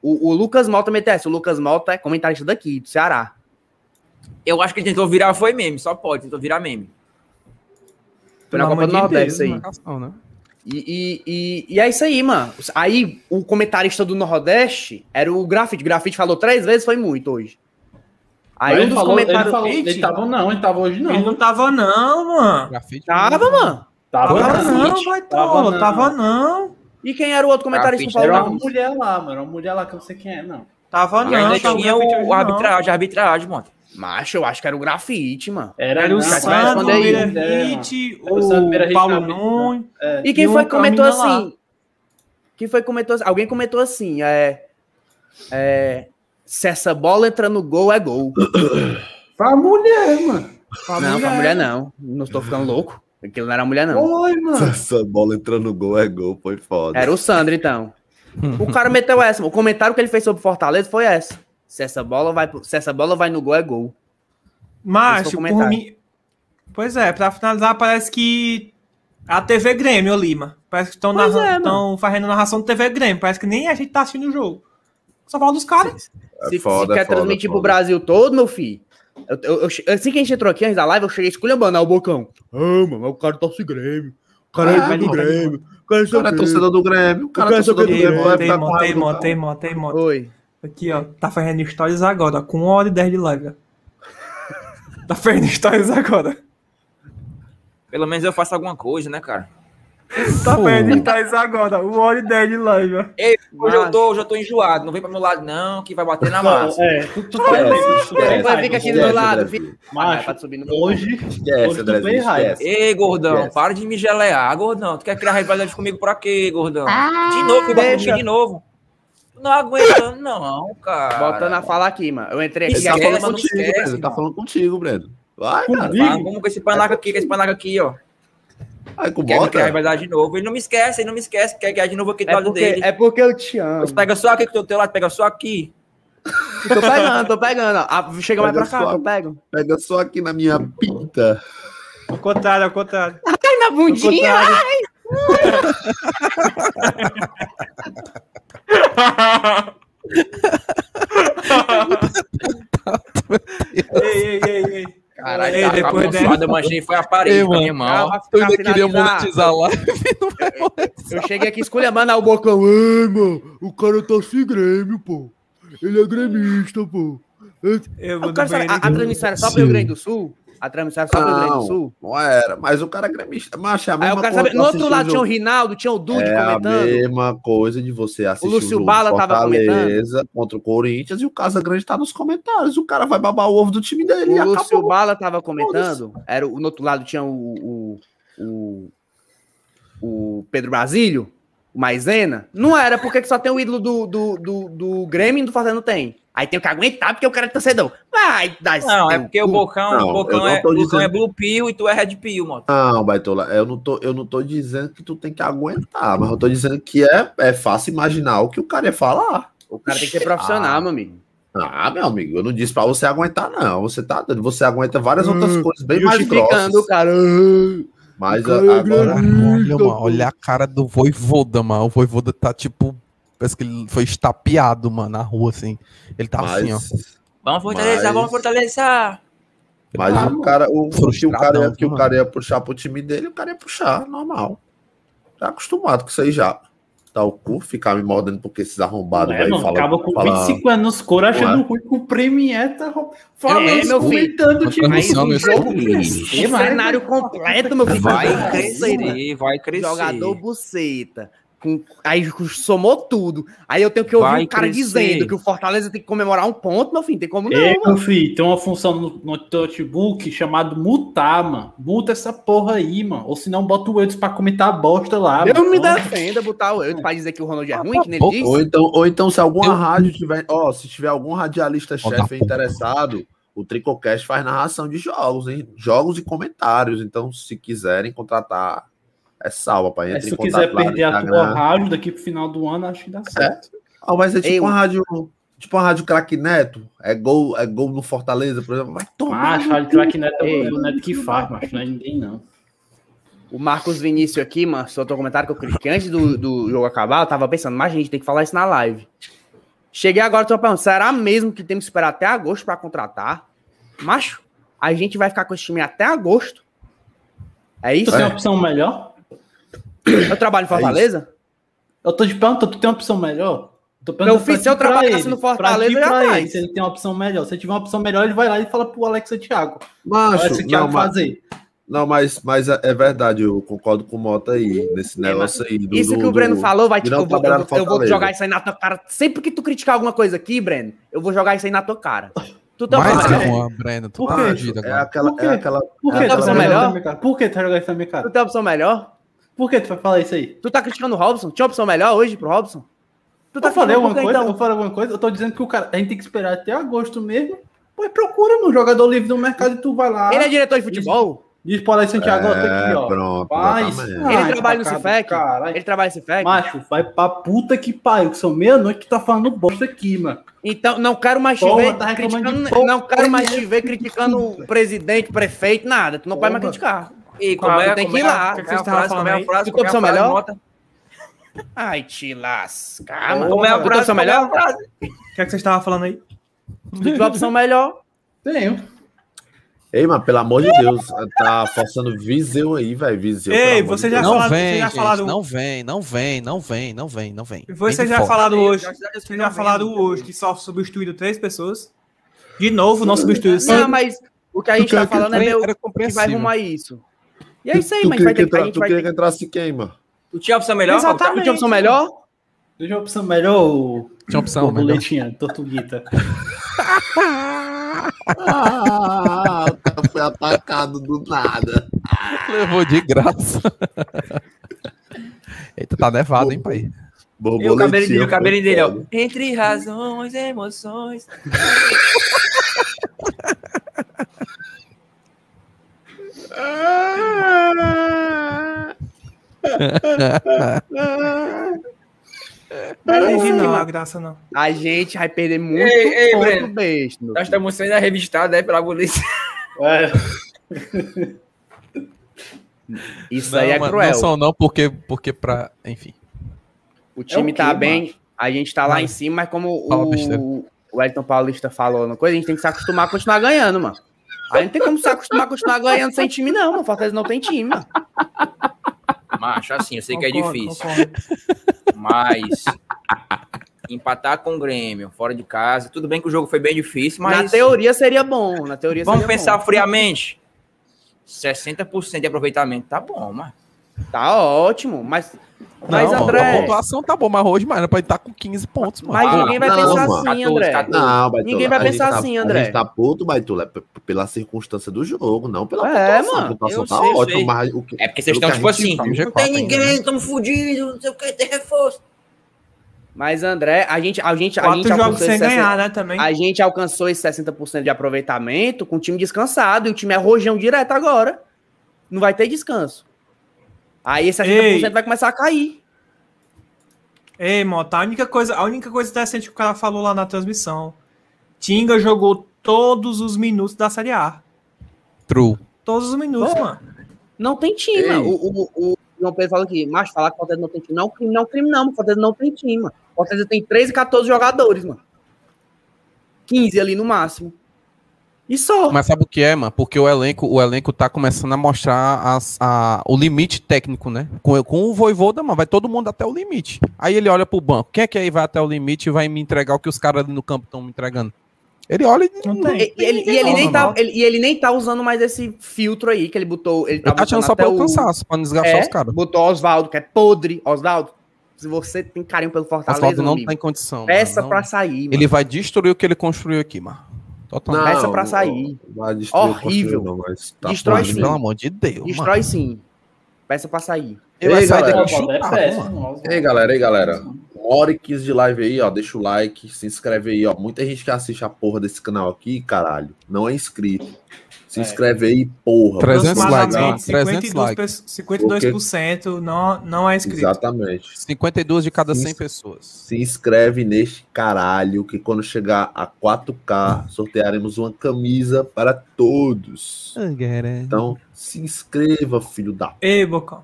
S6: O, o Lucas Mota meteu essa. O Lucas Mota é comentarista daqui, do Ceará.
S9: Eu acho que ele tentou virar, foi meme, só pode, tentou virar meme.
S6: Foi na
S4: Pelo
S6: Copa
S4: amor
S6: do
S4: de
S6: Nordeste
S4: Deus,
S6: isso aí.
S10: Marcação, né?
S6: E, e, e, e é isso aí, mano. Aí o comentarista do Nordeste era o Grafite. O Grafite falou três vezes, foi muito hoje. Aí um
S7: ele
S6: dos
S7: falou, ele,
S6: comentários.
S7: falou, ele
S4: Eita.
S7: tava, não, ele tava hoje, não.
S4: Ele não tava não, mano.
S10: Grafite.
S6: Tava, mano.
S7: Tava,
S4: Tava assim,
S7: não.
S4: não, Baitola. Tava não.
S6: E quem era um o outro comentarista do
S9: Grafite,
S7: Era
S6: Paulo
S7: uma
S6: Nunes?
S7: mulher lá, mano. Uma mulher lá que eu não sei quem é, não.
S4: Tava
S9: e ainda
S4: não. tava
S9: tinha
S4: no vídeo hoje,
S9: o, o
S4: não.
S9: arbitragem, a arbitragem, mano.
S6: Macho, eu acho que era o grafite, mano.
S4: Era o
S6: Não,
S4: Santos,
S6: vai
S4: o
S6: responder aí.
S4: Miller
S7: É, mano.
S4: Hit,
S7: Era o Santos, Miller
S4: o
S7: Hit,
S4: Paulo
S7: não,
S4: Nunes.
S7: É.
S6: E quem
S4: E
S6: foi
S4: um
S6: que comentou
S4: caminho lá.
S6: assim? Quem foi que comentou assim? Alguém comentou assim, é, é, Se essa bola entra no gol, é gol.
S7: Pra mulher, mano.
S6: é. não, pra mulher não. Não estou ficando louco. Aquilo não era mulher, não.
S7: Oi, mano.
S8: Essa bola entrando no gol é gol, foi foda.
S6: Era o Sandro, então. O cara meteu essa. mano. O comentário que ele fez sobre o Fortaleza foi essa. Se essa bola vai, pro- se essa bola vai no gol, é gol. Esse
S4: Macho,
S6: foi o
S4: por
S6: comentário.
S4: mim. Pois é, pra finalizar, parece que a TV Grêmio, ô Lima. Parece que estão
S6: Pois é,
S4: fazendo narração da TV Grêmio. Parece que nem a gente tá assistindo o jogo. Só fala dos caras.
S8: É
S6: se, se
S8: foda,
S6: quer
S8: é foda,
S6: transmitir
S8: foda.
S6: pro Brasil todo, meu filho. Eu, eu- eu che- assim que a gente entrou aqui antes da live, eu cheguei esculhambando. Aí o Bocão. Ah, mano, mas o cara torce Grêmio. O cara é
S4: Ah,
S6: do
S4: não.
S6: Grêmio. O cara é
S8: O cara é
S6: do Grêmio.
S8: torcedor do Grêmio. O cara é
S6: O cara
S8: torcedor do
S6: é
S8: Grêmio.
S6: torcedor
S4: Teimó,
S8: vai
S6: vai
S8: ficar tá?
S4: teimó,
S8: com raiva do
S4: teimó,
S8: cara.
S4: teimó, teimó.
S6: Oi.
S4: Aqui, ó. Tá fazendo stories agora, ó, com 1 hora e 10 de live. ó. Tá fazendo stories agora.
S9: Pelo menos eu faço alguma coisa, né, cara?
S4: Tá fazendo stories agora, 1 hora e 10 de live. ó.
S9: Ei, hoje eu
S6: Mas-
S9: tô, hoje eu tô enjoado. Não vem pra meu lado, não, que vai bater na
S7: Não,
S9: massa.
S7: é, tu, tu
S8: Esquece,
S7: tá
S6: Vai,
S8: esquece,
S6: fica aqui do
S8: esquece,
S6: meu lado,
S8: Brasil.
S6: filho. Ah,
S7: Macho,
S6: pra subir no
S7: hoje,
S8: Esquece, tá
S7: Hoje tu
S8: Andrezinho,
S7: tem raiva.
S8: esquece.
S9: Ei, gordão,
S8: Esquece.
S9: para de me gelear, gordão. Tu quer criar rivalidade comigo pra quê, gordão? de novo, que vai
S6: deixa.
S9: comigo de novo. Tu Não aguentando, não, cara.
S6: Botando a falar aqui, mano. Eu entrei aqui
S8: Ele
S9: Esquece,
S8: tá
S6: agora,
S8: falando
S9: mas não
S6: mano.
S8: contigo,
S9: esquece,
S8: Breno. Ele tá
S9: mano.
S8: falando contigo, Breno. Vai, cara.
S7: Comigo?
S9: Vai, vamos com esse panaca aqui, com esse panaca aqui, ó.
S8: Vai com
S9: Quer me criar
S8: bota.
S9: rivalidade de novo. Ele não me esquece, ele não me esquece. Quer criar de novo aqui do
S6: É
S9: lado
S6: porque,
S9: dele.
S6: é porque eu te amo.
S9: Você pega só aqui que eu tô do teu lado, pega só aqui.
S6: Tô pegando, tô pegando. ó. Ah, chega mais pra cá, que eu pego.
S8: Pega só aqui na minha pinta.
S4: Ao contrário, ao contrário.
S6: Ai, na bundinha.
S4: Ei, ei, ei, ei.
S9: Caralho,
S4: Ei,
S9: tá
S4: depois
S9: depois
S4: dessa-
S9: eu manchei foi a parede
S10: Ei,
S9: com a
S10: mano,
S9: minha mão.
S6: calma.
S10: Eu ainda
S6: Pra
S10: queria
S6: finalizar.
S10: monetizar lá.
S6: Eu cheguei aqui esculhambando aí o bocão. Ei, mano, o cara tá sem Grêmio, pô. Ele é gremista, pô.
S4: Eu
S6: O
S4: vou
S6: cara,
S4: no
S6: sabe, a,
S4: banheiro.
S6: a transmissão era só pro Rio Grande do Sul? A transmissão era só pro Rio Grande do Sul?
S8: Não era, mas o cara é gremista. Macho, é a
S6: Aí
S8: mesma
S6: o cara
S8: coisa
S6: sabe,
S8: de
S6: no outro
S8: assistir
S6: lado
S8: um
S6: tinha o
S8: jogo.
S6: Rinaldo, tinha o Dude
S8: É a
S6: comentando.
S8: mesma coisa de você assistir
S6: Lúcio
S8: jogo
S6: Bala tava
S8: Fortaleza contra o Corinthians e o Casa Grande tá nos comentários. O cara vai babar o ovo do time dele. e
S6: O Lúcio
S8: acabou.
S6: Bala tava comentando. Era, o- no outro lado tinha o, o, o, o Pedro Brasílio, o Maisena. Não era, porque que só tem o ídolo do, do, do, do Grêmio e do Fortaleza não tem. Aí tem que aguentar porque o cara é torcedor. Vai, dá
S9: Não, é
S6: seu
S9: porque o
S6: cu.
S9: Bocão,
S8: Não,
S9: o
S8: eu
S9: Bocão,
S8: não
S9: é,
S8: tô
S9: o Bocão
S8: dizendo-
S9: é Blue Pill e tu é Red Pill, mano.
S8: Não, Baitola, eu não, tô, eu não tô dizendo que tu tem que aguentar, mas eu tô dizendo que é, é fácil imaginar o que o cara ia falar.
S6: O cara tem que ser profissional,
S8: Ah.
S6: meu amigo.
S8: Ah, meu amigo, eu não disse pra você aguentar, não. Você tá doido. Você aguenta várias outras coisas bem mais
S6: Justificando Hum, o
S8: grossas.
S6: cara.
S8: Mas
S6: cara
S8: a-
S6: é
S8: agora.
S10: Olha, mano, olha a cara do voivoda, mano. O voivoda tá tipo. Parece que ele foi estapeado, mano, na rua, assim. Ele tá assim, ó.
S8: Mas,
S9: Vamos fortalecer,
S8: Mas-
S9: vamos fortalecer.
S8: mas
S10: Ah,
S8: o cara, o, o que o cara, ia-
S10: Frustradão,
S8: que o
S7: né,
S10: mano.
S8: cara ia puxar pro time dele, o cara ia puxar, normal. Tá acostumado com isso aí já. Tá o cu, ficar me mordendo porque esses arrombados
S7: É,
S8: aí
S7: mano, acaba com 25 anos, cor achando ruim com o Premier, tá ro-
S6: É,
S7: falando,
S6: meu filho.
S7: comentando,
S10: Mas
S7: tipo,
S10: tá
S7: isso,
S10: anunciando
S7: um
S10: isso
S7: jogo
S10: aí.
S7: que-
S6: O cenário completo, meu filho.
S9: Vai
S6: Crescer, né?
S9: crescer, vai crescer.
S6: Jogador buceta. Com, aí somou tudo. Aí eu tenho que ouvir
S9: Vai
S6: o cara
S9: crescer.
S6: dizendo que o Fortaleza tem que comemorar um ponto, meu filho. Tem como não.
S7: É, meu filho, tem uma função no, no notebook chamado mutar, mano. Muta essa porra aí, mano. Ou senão bota o Eudes pra comentar a bosta lá.
S6: Deus
S7: mano.
S6: me defenda botar o eu pra dizer que o Ronald é ruim, que nem ele
S10: Ou-
S6: diz.
S8: Ou então, ou então se alguma
S10: Eu-
S8: rádio tiver, ó, se tiver algum radialista chefe
S10: Botafogo.
S8: interessado, o Tricocast faz narração de jogos, hein? Jogos e comentários. Então, se quiserem contratar, é salva para
S7: É,
S8: entrar
S7: se
S8: em
S7: tu
S8: contato
S7: quiser
S8: lá no
S7: perder a tua
S8: Instagram.
S7: rádio daqui pro final do ano, acho que dá certo.
S8: Ah, vai ser tipo
S6: Ei,
S8: uma rádio, tipo uma rádio craque Neto, é gol, é gol no Fortaleza, por exemplo, vai tomar.
S7: Macho, rádio craque neto é o neto que faz, macho. Não é ninguém, não.
S6: O Marcos Vinícius aqui, mano, soltou um comentário que eu critiquei antes do, do jogo acabar. Eu tava pensando, mas gente, tem que falar isso na live. Cheguei agora, tô perguntando, será mesmo que temos que esperar até agosto pra contratar? Macho, a gente vai ficar com esse time até agosto. É
S7: Tu
S6: isso?
S7: tem uma opção melhor?
S6: Eu trabalho em Fortaleza?
S7: Eu tô te perguntando, tu tem uma opção melhor? Tô
S6: Meu filho, se eu
S7: pra
S6: trabalhasse
S7: ele,
S6: no
S7: pra
S6: Fortaleza,
S7: ti,
S6: eu ia
S7: pra ele,
S6: atrás.
S7: Se ele tem uma opção melhor. Se ele tiver uma opção melhor, ele vai lá e fala pro Alex Santiago. Alex
S8: Macho, não,
S6: é
S7: Santiago
S8: mas,
S7: fazer.
S8: não, mas, mas é é verdade, eu concordo com o Mota aí, nesse negócio aí. do-
S6: É, Isso
S8: do-
S6: que o Breno
S8: do-
S6: falou, vai
S8: de
S6: te,
S8: não
S6: eu, vou,
S8: trabalhar
S6: eu vou-
S8: no
S6: eu vou
S8: Fortaleza.
S6: jogar isso aí na tua cara. Sempre que tu criticar alguma coisa aqui, Breno, eu vou jogar isso aí na tua cara. Tu tem
S10: Mais
S6: opção, melhor?
S10: é uma, Breno. Tu
S7: Por
S10: tá
S7: quê?
S10: perdido
S8: É
S10: agora.
S8: aquela,
S7: Por quê?
S8: é aquela
S7: Por
S8: É,
S7: que tu
S8: tá
S7: vai jogar
S8: melhor.
S7: isso na minha cara? Por que tu vai jogar isso na minha cara?
S6: Tu tem opção melhor?
S7: Por que tu vai falar isso aí?
S6: Tu tá criticando o Robson? Tinha opção melhor hoje pro Robson? Tu tá
S7: eu falei
S6: criticando por
S7: alguma
S6: quê,
S7: coisa?
S6: então?
S7: Eu falei alguma coisa? Eu tô dizendo que o cara. A gente tem que esperar até agosto mesmo. Pois procura, meu jogador livre no mercado e tu vai lá.
S6: Ele é diretor de futebol?
S7: Diz pro Alex Santiago, ó,
S6: É,
S7: tá aqui, ó.
S8: é, pronto.
S7: Paz.
S8: exatamente.
S7: Ai,
S6: trabalha no
S7: facada do
S6: Cifec?
S7: caralho.
S6: Ele trabalha esse FEC?
S7: Macho, vai pra puta que pariu, que são meia-noite que tá falando bosta aqui, mano.
S6: Então, não quero mais te
S7: Porra,
S6: ver
S7: tá reclamando
S6: criticando.
S7: de porra.
S6: Não quero mais te ver criticando o presidente, prefeito, nada. Tu não pode mais
S7: Porra.
S6: criticar.
S9: E como
S4: Claro,
S9: é,
S6: tem
S9: como
S6: que ir
S9: é a-
S6: lá.
S9: como
S4: O
S9: é
S4: que vocês
S9: a
S4: estavam
S9: frase, como é a
S4: falando
S9: frase,
S6: aí?
S9: como é a
S6: Opção
S9: frase,
S6: melhor?
S9: Mota?
S6: Ai, te lascar, mano.
S9: Como é a
S6: Tu tem
S9: frase,
S6: opção
S9: como é a
S6: melhor?
S9: frase?
S4: O que é que vocês estavam falando aí?
S6: Tu tem opção melhor?
S7: Tenho.
S8: Ei, mas pelo amor de Deus, tá forçando Viseu aí, velho. Viseu.
S4: Ei,
S8: pelo amor
S4: você
S8: de
S4: já
S6: É,
S8: Deus.
S10: não
S4: falaram-
S10: vem,
S4: vocês já
S10: gente,
S4: falaram-
S6: um.
S10: não vem, não vem, não vem, não vem, não vem. Vem
S4: Vocês
S10: de
S4: já
S10: fora.
S4: falaram
S9: Eu
S4: hoje.
S9: acho que eu
S4: Vocês já
S9: não
S4: falaram
S6: né?
S9: lembro.
S4: hoje que só substituíram três pessoas. De novo, não substituíram
S6: Não,
S4: cinco.
S6: mas o que a gente tá falando é
S10: Era
S6: meu que vai
S10: compreensível.
S6: arrumar isso. E é isso aí,
S8: Tu
S6: mas vai ter
S8: queria que
S6: que. A
S8: entrar-
S6: gente
S8: tu
S6: vai
S8: queria
S6: ter
S8: que entrasse quem, mano?
S9: Tu tinha a opção melhor?
S6: Exatamente. Tu tem opção melhor?
S7: Deixa eu opção melhor, ô,
S10: Tinha opção, Tá, mas não.
S7: borboletinha, tortuguita.
S8: Ah, o cara foi atacado do nada.
S10: Levou de graça. Eita, tá nevado, hein, pai?
S9: E o cabelinho dele,
S8: Borboletinha,
S9: o cabelinho
S8: foi
S9: dele, ó.
S8: foda.
S9: Entre razões, emoções.
S4: Não entendi não a graça, não.
S6: A gente vai perder muito
S9: Ei, ei,
S6: ponto
S9: Breno.
S6: besta.
S9: Nós estamos sendo revistados aí pela polícia.
S7: É,
S6: Isso aí é
S10: mas
S6: cruel.
S10: Não são não, porque, porque pra... Enfim.
S6: O time
S7: É o
S6: tá
S7: quê,
S6: bem, a gente tá lá
S10: Mano,
S6: em cima, mas como
S10: fala
S6: o, o Elton Paulista falou uma coisa, a gente tem que se acostumar a continuar ganhando, mano. A gente tem como se acostumar a continuar ganhando sem time, não, mano. Fortaleza não tem time, mano.
S9: Macho, assim, eu sei que é
S4: Concordo,
S9: difícil.
S4: concordo.
S9: Mas empatar com o Grêmio, fora de casa, tudo bem que o jogo foi bem difícil, mas
S6: Na teoria seria bom, na teoria
S9: vamos
S6: seria
S9: pensar
S6: bom.
S9: friamente. 60% de aproveitamento tá bom, mas
S6: Tá ótimo, mas, mas
S10: não, a
S6: André,
S10: pontuação tá bom, mas hoje, mano, pode estar com 15 pontos, mano.
S6: mas
S9: Ah,
S6: ninguém vai
S8: não,
S6: pensar
S8: mano.
S6: assim,
S9: 14,
S6: André.
S9: 14.
S8: Não, Baitola.
S6: Ninguém vai
S8: a gente
S6: pensar
S8: tá-
S6: assim, André.
S8: A gente tá puto, Baitola, é p- p- pela circunstância do jogo, não pela
S6: É,
S8: pontuação.
S6: mano,
S8: A pontuação
S9: eu
S8: tá
S9: sei, eu
S8: ótima,
S9: sei.
S8: mas o que...
S9: é porque vocês
S8: Pelo
S9: estão
S8: que
S9: tipo
S8: a gente
S9: assim,
S8: viu,
S10: G4
S9: não tem
S10: ainda, né?
S9: ninguém, estamos fodidos, não sei o que, tem reforço.
S6: Mas André, a gente, a gente, a gente
S4: Quatro jogos
S6: alcançou
S4: sem
S6: esse 60
S4: ganhar, né, também.
S6: A gente alcançou esse 60% de aproveitamento com o time descansado e o time é rojão direto agora. Não vai ter descanso. Aí esse 60%
S4: Ei.
S6: vai começar a cair.
S4: Ei, Mota, a única coisa, a única coisa decente que o cara falou lá na transmissão. Tinga jogou todos os minutos da Série A.
S10: True.
S4: Todos os minutos, mano.
S6: Não tem time.
S8: Ei.
S6: mano. O, o, o João Pedro falou aqui, mas falar que o Fortaleza não tem time. Não, crime, não, crime, não. O Fortaleza não tem time, mano. O Fortaleza tem 13, 14 jogadores, mano. 15 ali no máximo. E só.
S10: Mas sabe o que é, mano? Porque o elenco, o elenco tá começando a mostrar as- a- o limite técnico, né? Com, com o Voivoda, mano, vai todo mundo até o limite. Aí ele olha pro banco. Quem é que aí vai até o limite e vai me entregar o que os caras ali no campo estão me entregando? Ele olha e
S4: Não tem.
S6: E, e ele, e ele nem tá, ele, e ele nem tá usando mais esse filtro aí que ele botou. Ele tá,
S10: Ele tá achando
S6: botando
S10: só
S6: até
S10: pelo
S6: o-
S10: cansaço, pra não desgastar
S6: É,
S10: os caras.
S6: Botou Oswaldo, que é podre. Oswaldo, se você tem carinho pelo Fortaleza,
S10: Asfalto
S6: meu
S10: não
S6: amigo,
S10: tem condição.
S6: peça
S10: mano, não-
S6: pra sair, mano.
S10: Ele vai destruir o que ele construiu aqui, mano. Totalmente.
S6: Peça é pra sair.
S8: Vai destruir o
S6: Horrível.
S8: conteúdo, mas tá
S6: Destrói
S8: podre.
S6: sim.
S10: Pelo amor de Deus, mano.
S6: Destrói sim. Peça pra sair.
S10: Ele vai
S8: Ei,
S10: sair
S8: galera.
S10: daqui
S7: é
S10: chutado, mano.
S7: péssimo. nossa.
S8: Ei, galera, ei, galera. Uma hora e 15 de live aí, ó. Deixa o like, se inscreve aí, ó. Muita gente que assiste a porra desse canal aqui, caralho, não é inscrito.
S6: É.
S8: Se inscreve aí, porra.
S10: 300 likes,
S8: Exatamente.
S10: ó. 300
S4: 52%,
S10: likes.
S4: 52% não, não é inscrito.
S8: Exatamente.
S10: 52 de cada 100
S8: Isso.
S10: pessoas.
S8: Se inscreve neste caralho, que quando chegar a 4K, sortearemos uma camisa para todos. Então, se inscreva, filho da
S4: Ei, Bocão.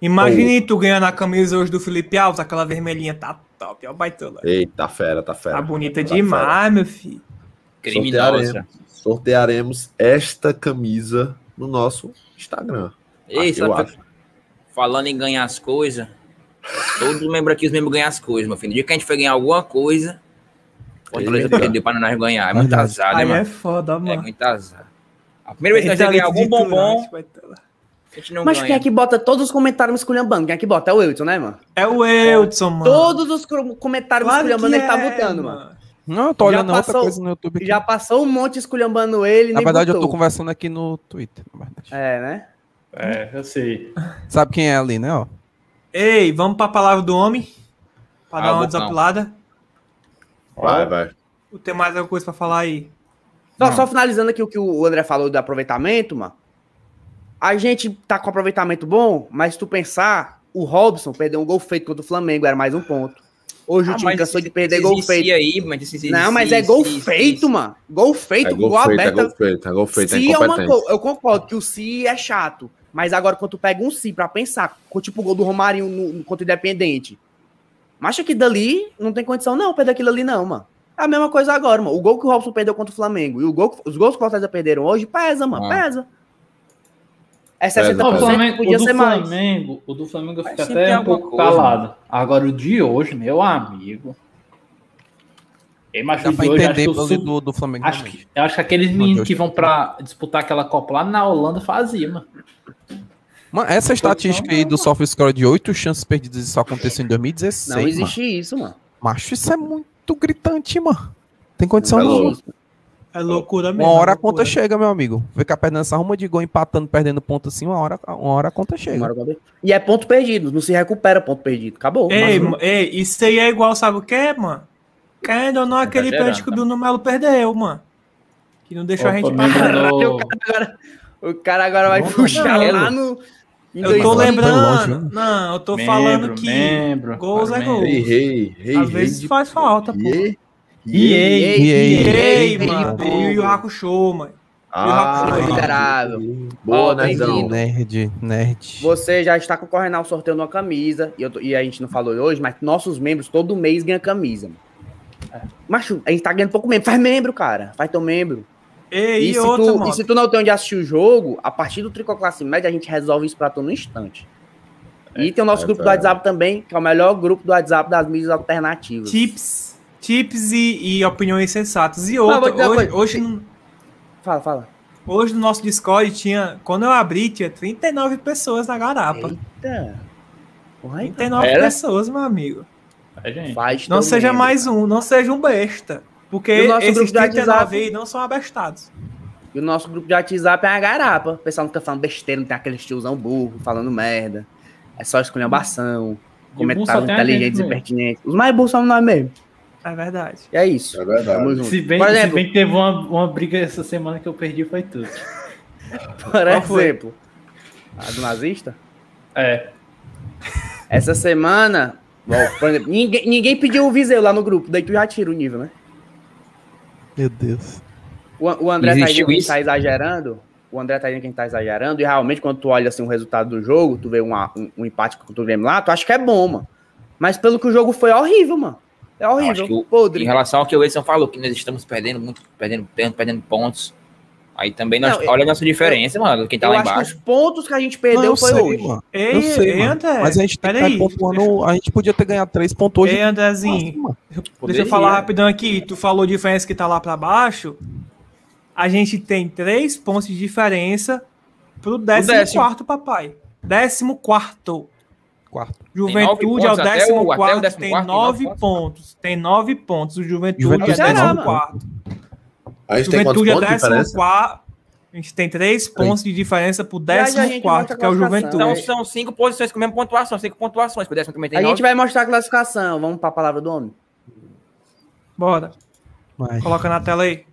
S4: Imagine tu ganhando a camisa hoje do Felipe Alves, aquela vermelhinha tá top, ó, baitola.
S10: É,
S8: Eita, fera, tá fera.
S4: Tá bonita
S8: Tá
S4: demais, meu filho.
S8: é né?
S9: Criminosa.
S8: Sortearemos esta camisa no nosso Instagram.
S9: Ei,
S8: Ah,
S9: só
S8: eu
S9: pra-
S8: acho.
S9: falando em ganhar as coisas, todos lembram aqui os membros ganhar as coisas, meu filho. No dia que a gente foi ganhar alguma coisa, o Fortaleza
S8: Eita.
S9: perdeu pra nós ganhar. É muito
S10: Verdade.
S9: azar, né,
S4: Aí é
S9: mano?
S4: foda,
S9: É
S4: mano.
S9: muito azar. A primeira vez que a gente vai ganhar algum bombom, a gente não
S6: Mas quem
S9: ganha.
S6: é que bota todos os comentários esculhambando? Quem é que bota? É o Wilton, né, mano?
S4: É o Eudson, mano.
S6: Todos os cro- comentários
S4: Claro
S6: esculhambando
S4: que
S6: ele tá
S4: é,
S6: botando, mano.
S10: Não, eu tô
S6: Já
S10: olhando outra
S6: passou-
S10: coisa no YouTube aqui.
S6: Já passou um monte esculhambando ele,
S10: Na
S6: nem
S10: verdade, eu tô
S6: botou.
S10: conversando aqui no Twitter. na verdade.
S6: É, né?
S7: É, eu sei.
S10: Sabe quem é ali, né? Ó.
S4: Ei, vamos pra palavra do homem. Pra
S9: Ah,
S4: dar uma
S9: Bocão.
S4: desapilada.
S8: Vai, vai.
S4: Ou Tem mais alguma coisa pra falar aí?
S6: Só, só finalizando aqui o que o André falou do aproveitamento, mano. A gente tá com aproveitamento bom, mas se tu pensar, o Robson perdeu um gol feito contra o Flamengo, era mais um ponto. Hoje o
S9: Ah,
S6: time
S9: mas
S6: cansou de
S9: esse-
S6: perder
S9: esse
S6: gol
S9: inicia
S6: feito.
S9: Aí, mas esse- esse-
S6: Não, mas
S9: esse-
S6: é gol
S9: esse-
S6: feito,
S9: esse-
S6: mano. Gol feito,
S8: É
S6: gol,
S8: gol feito, é
S6: aberto.
S8: gol feito, é gol feito, é
S6: se é uma
S8: incompetente.
S6: coisa, eu concordo que o si é chato, mas agora quando tu pega um si pra pensar, co- tipo o gol do Romarinho no, no contra o Independente, mas que dali não tem condição não, perder aquilo ali não, mano. É a mesma coisa agora, mano. O gol que o Robson perdeu contra o Flamengo e o gol, que- os gols que o Fortaleza perderam hoje, pesa, mano,
S9: Ah.
S6: pesa. É
S8: Pesa,
S6: 60%,
S8: Não,
S7: o,
S8: pesa.
S7: Flamengo,
S6: podia
S7: o do
S6: ser mais.
S7: Flamengo, o do Flamengo
S9: Mas
S7: fica
S9: sempre
S7: até
S9: é
S7: um pouco
S9: alguma coisa,
S7: calado. Agora o de hoje, meu amigo. Ei, macho,
S10: Dá
S7: o de
S10: pra
S7: hoje, acho
S10: entender
S7: que, o
S10: pelo
S7: Sul-
S10: do, do Flamengo. né,
S7: acho,
S10: realmente.
S7: que, eu acho que aqueles meninos que vão pra disputar aquela Copa lá na Holanda faziam, mano.
S10: Mano, essa estatística aí
S7: né?
S10: do soft score de 8 chances perdidas, isso aconteceu em 2016.
S6: Não existe isso, mano.
S10: Mano. Macho, isso é muito gritante, mano. Tem condição
S8: É
S10: não.
S8: louco.
S4: É loucura mesmo.
S10: Uma hora a
S4: loucura. né?
S10: conta chega, meu amigo. Ficar perdendo essa arruma de gol, empatando, perdendo ponto assim, uma hora, uma hora a conta chega.
S6: E é ponto perdido, não se recupera ponto perdido, acabou.
S4: Ei,
S6: Mas não-
S4: ma- ei, isso aí é igual, sabe o que, mano? Querendo ou não, aquele
S9: Tá Exagerando,
S4: pênalti que o Bruno Melo perdeu, mano. Que não deixou a
S7: Opa,
S4: gente
S7: me
S4: passar.
S7: lembrou-
S6: Agora- o cara agora vai
S10: Não,
S6: puxar
S4: não.
S6: lá no... em
S4: Eu tô
S6: 2000.
S10: Tá
S4: lembrando.
S10: longe, né?
S4: Não, eu tô
S7: Membro,
S4: falando que
S7: membro,
S4: gols é
S7: cara,
S4: gol.
S7: membro.
S8: Rei, rei, rei,
S4: às
S8: rei
S4: vezes
S8: de-
S4: faz falta, pô. E
S8: Iê,
S7: E
S8: iê.
S7: ei,
S10: E aí?
S4: aí,
S6: ei,
S4: mano.
S8: ei,
S4: E o
S8: ei.
S4: Yuraco Show, mano.
S8: Ah,
S4: Rapaz,
S6: miserável.
S8: Boa,
S6: Ó,
S8: Nerdão.
S6: bem-vindo.
S10: Nerd, nerd.
S6: Você já está concorrendo ao sorteio de uma camisa, e, eu tô- e a gente não falou hoje, mas nossos membros todo mês ganham camisa. Mano.
S4: É.
S6: Macho, a gente tá ganhando pouco membro. Faz membro, cara. Faz teu membro.
S4: Ei,
S6: E,
S4: e,
S6: se,
S4: outra,
S6: tu,
S4: mano.
S6: e se tu não tem onde assistir o jogo, a partir do Tricoclasse Média a gente resolve isso pra tu no instante. E tem o nosso
S8: é,
S6: grupo do
S8: tá.
S6: WhatsApp também, que é o melhor grupo do WhatsApp das mídias alternativas.
S4: Tipo? Tips. Tips e, e opiniões sensatas. E outra,
S6: vou dizer uma
S4: hoje,
S6: coisa.
S4: hoje, no-
S6: Fala, fala.
S4: hoje no nosso Discord tinha. Quando eu abri, tinha 39 pessoas na garapa.
S6: Eita. Porra, então.
S4: 39
S7: Era?
S4: pessoas, meu amigo.
S7: É, gente.
S6: Faz
S4: Não
S6: teu
S4: seja
S6: membro.
S4: mais um, não seja um besta. Porque
S6: E o nosso
S4: esses
S6: grupo do
S4: 39
S6: WhatsApp?
S4: aí não são abestados.
S6: E o nosso grupo de WhatsApp é uma garapa. O pessoal não fica falando besteira, não tem aquele tiozão burro falando merda. É só escolher bação,
S7: De
S6: comentários
S7: burro só tem a gente
S6: inteligentes e
S7: mesmo.
S6: pertinentes. Os mais burros são nós mesmo.
S4: É verdade.
S6: E é isso.
S8: É verdade.
S6: Tamo junto.
S7: Se bem,
S6: por
S7: se
S6: exemplo,
S7: bem que teve uma, uma briga essa semana que eu perdi, foi tudo.
S6: por
S4: Qual foi?
S6: exemplo a do nazista?
S7: É.
S6: Essa semana, bom, por exemplo, ninguém, ninguém pediu o Viseu lá no grupo, daí tu já tira o nível, né?
S10: Meu Deus.
S6: O, o André tá dizendo
S9: Existiu
S6: que
S9: isso?
S6: tá exagerando. O André tá dizendo que a gente tá exagerando. E realmente, quando tu olha assim, o resultado do jogo, tu vê uma- um, um empate contra o Grêmio lá, tu acha que é bom, mano. Mas pelo que o jogo foi, é horrível, mano. É
S9: Eu acho
S6: horrível.
S9: que o-
S6: podre.
S9: Em relação ao que o Edson falou, que nós estamos perdendo muito, perdendo tempo, perdendo pontos. Aí também nós,
S6: Não, eu-
S9: olha a nossa diferença, mano, quem tá
S6: eu
S9: lá
S6: acho
S9: embaixo.
S6: que os pontos que a gente perdeu
S10: eu
S6: foi
S10: sei,
S6: hoje.
S10: mano.
S4: Ei,
S10: eu sei,
S4: ei,
S10: mano.
S4: André.
S10: Mas a gente tem que
S4: É, peraí. É,
S10: estar pontuando. A gente podia ter ganhado 3 pontos hoje.
S4: Ei, Andrezinho,
S10: Nossa, mano.
S4: deixa
S9: Poderia.
S4: eu falar rapidão aqui. Tu falou de diferença que tá lá pra baixo. A gente tem três pontos de diferença pro décimo,
S9: décimo.
S4: quarto, papai. Décimo quarto.
S10: Quarto.
S9: Tem
S4: Juventude
S9: nove
S4: é o
S9: pontos, até
S4: décimo
S9: o- até o
S4: quarto,
S9: décimo
S4: tem
S9: quarto, tem
S4: nove
S9: nove
S4: pontos. Tem nove pontos. O Juventude,
S10: Juventude
S4: é
S6: tem
S4: décimo
S6: nove
S4: quarto.
S8: A gente tem quantos
S4: Juventude é
S8: pontos de
S4: décimo
S8: diferença?
S4: quarto. A gente tem três pontos de diferença pro
S6: Já, já a gente
S4: décimo quarto,
S6: mostra
S4: que é o
S6: a classificação.
S4: Juventude.
S9: Então são cinco posições com a mesma pontuação, cinco pontuações, que o décimo também tem
S6: A gente
S9: nove.
S6: vai mostrar a classificação. Vamos pra palavra do homem.
S4: Bora.
S10: Mas-
S4: Coloca na tela aí.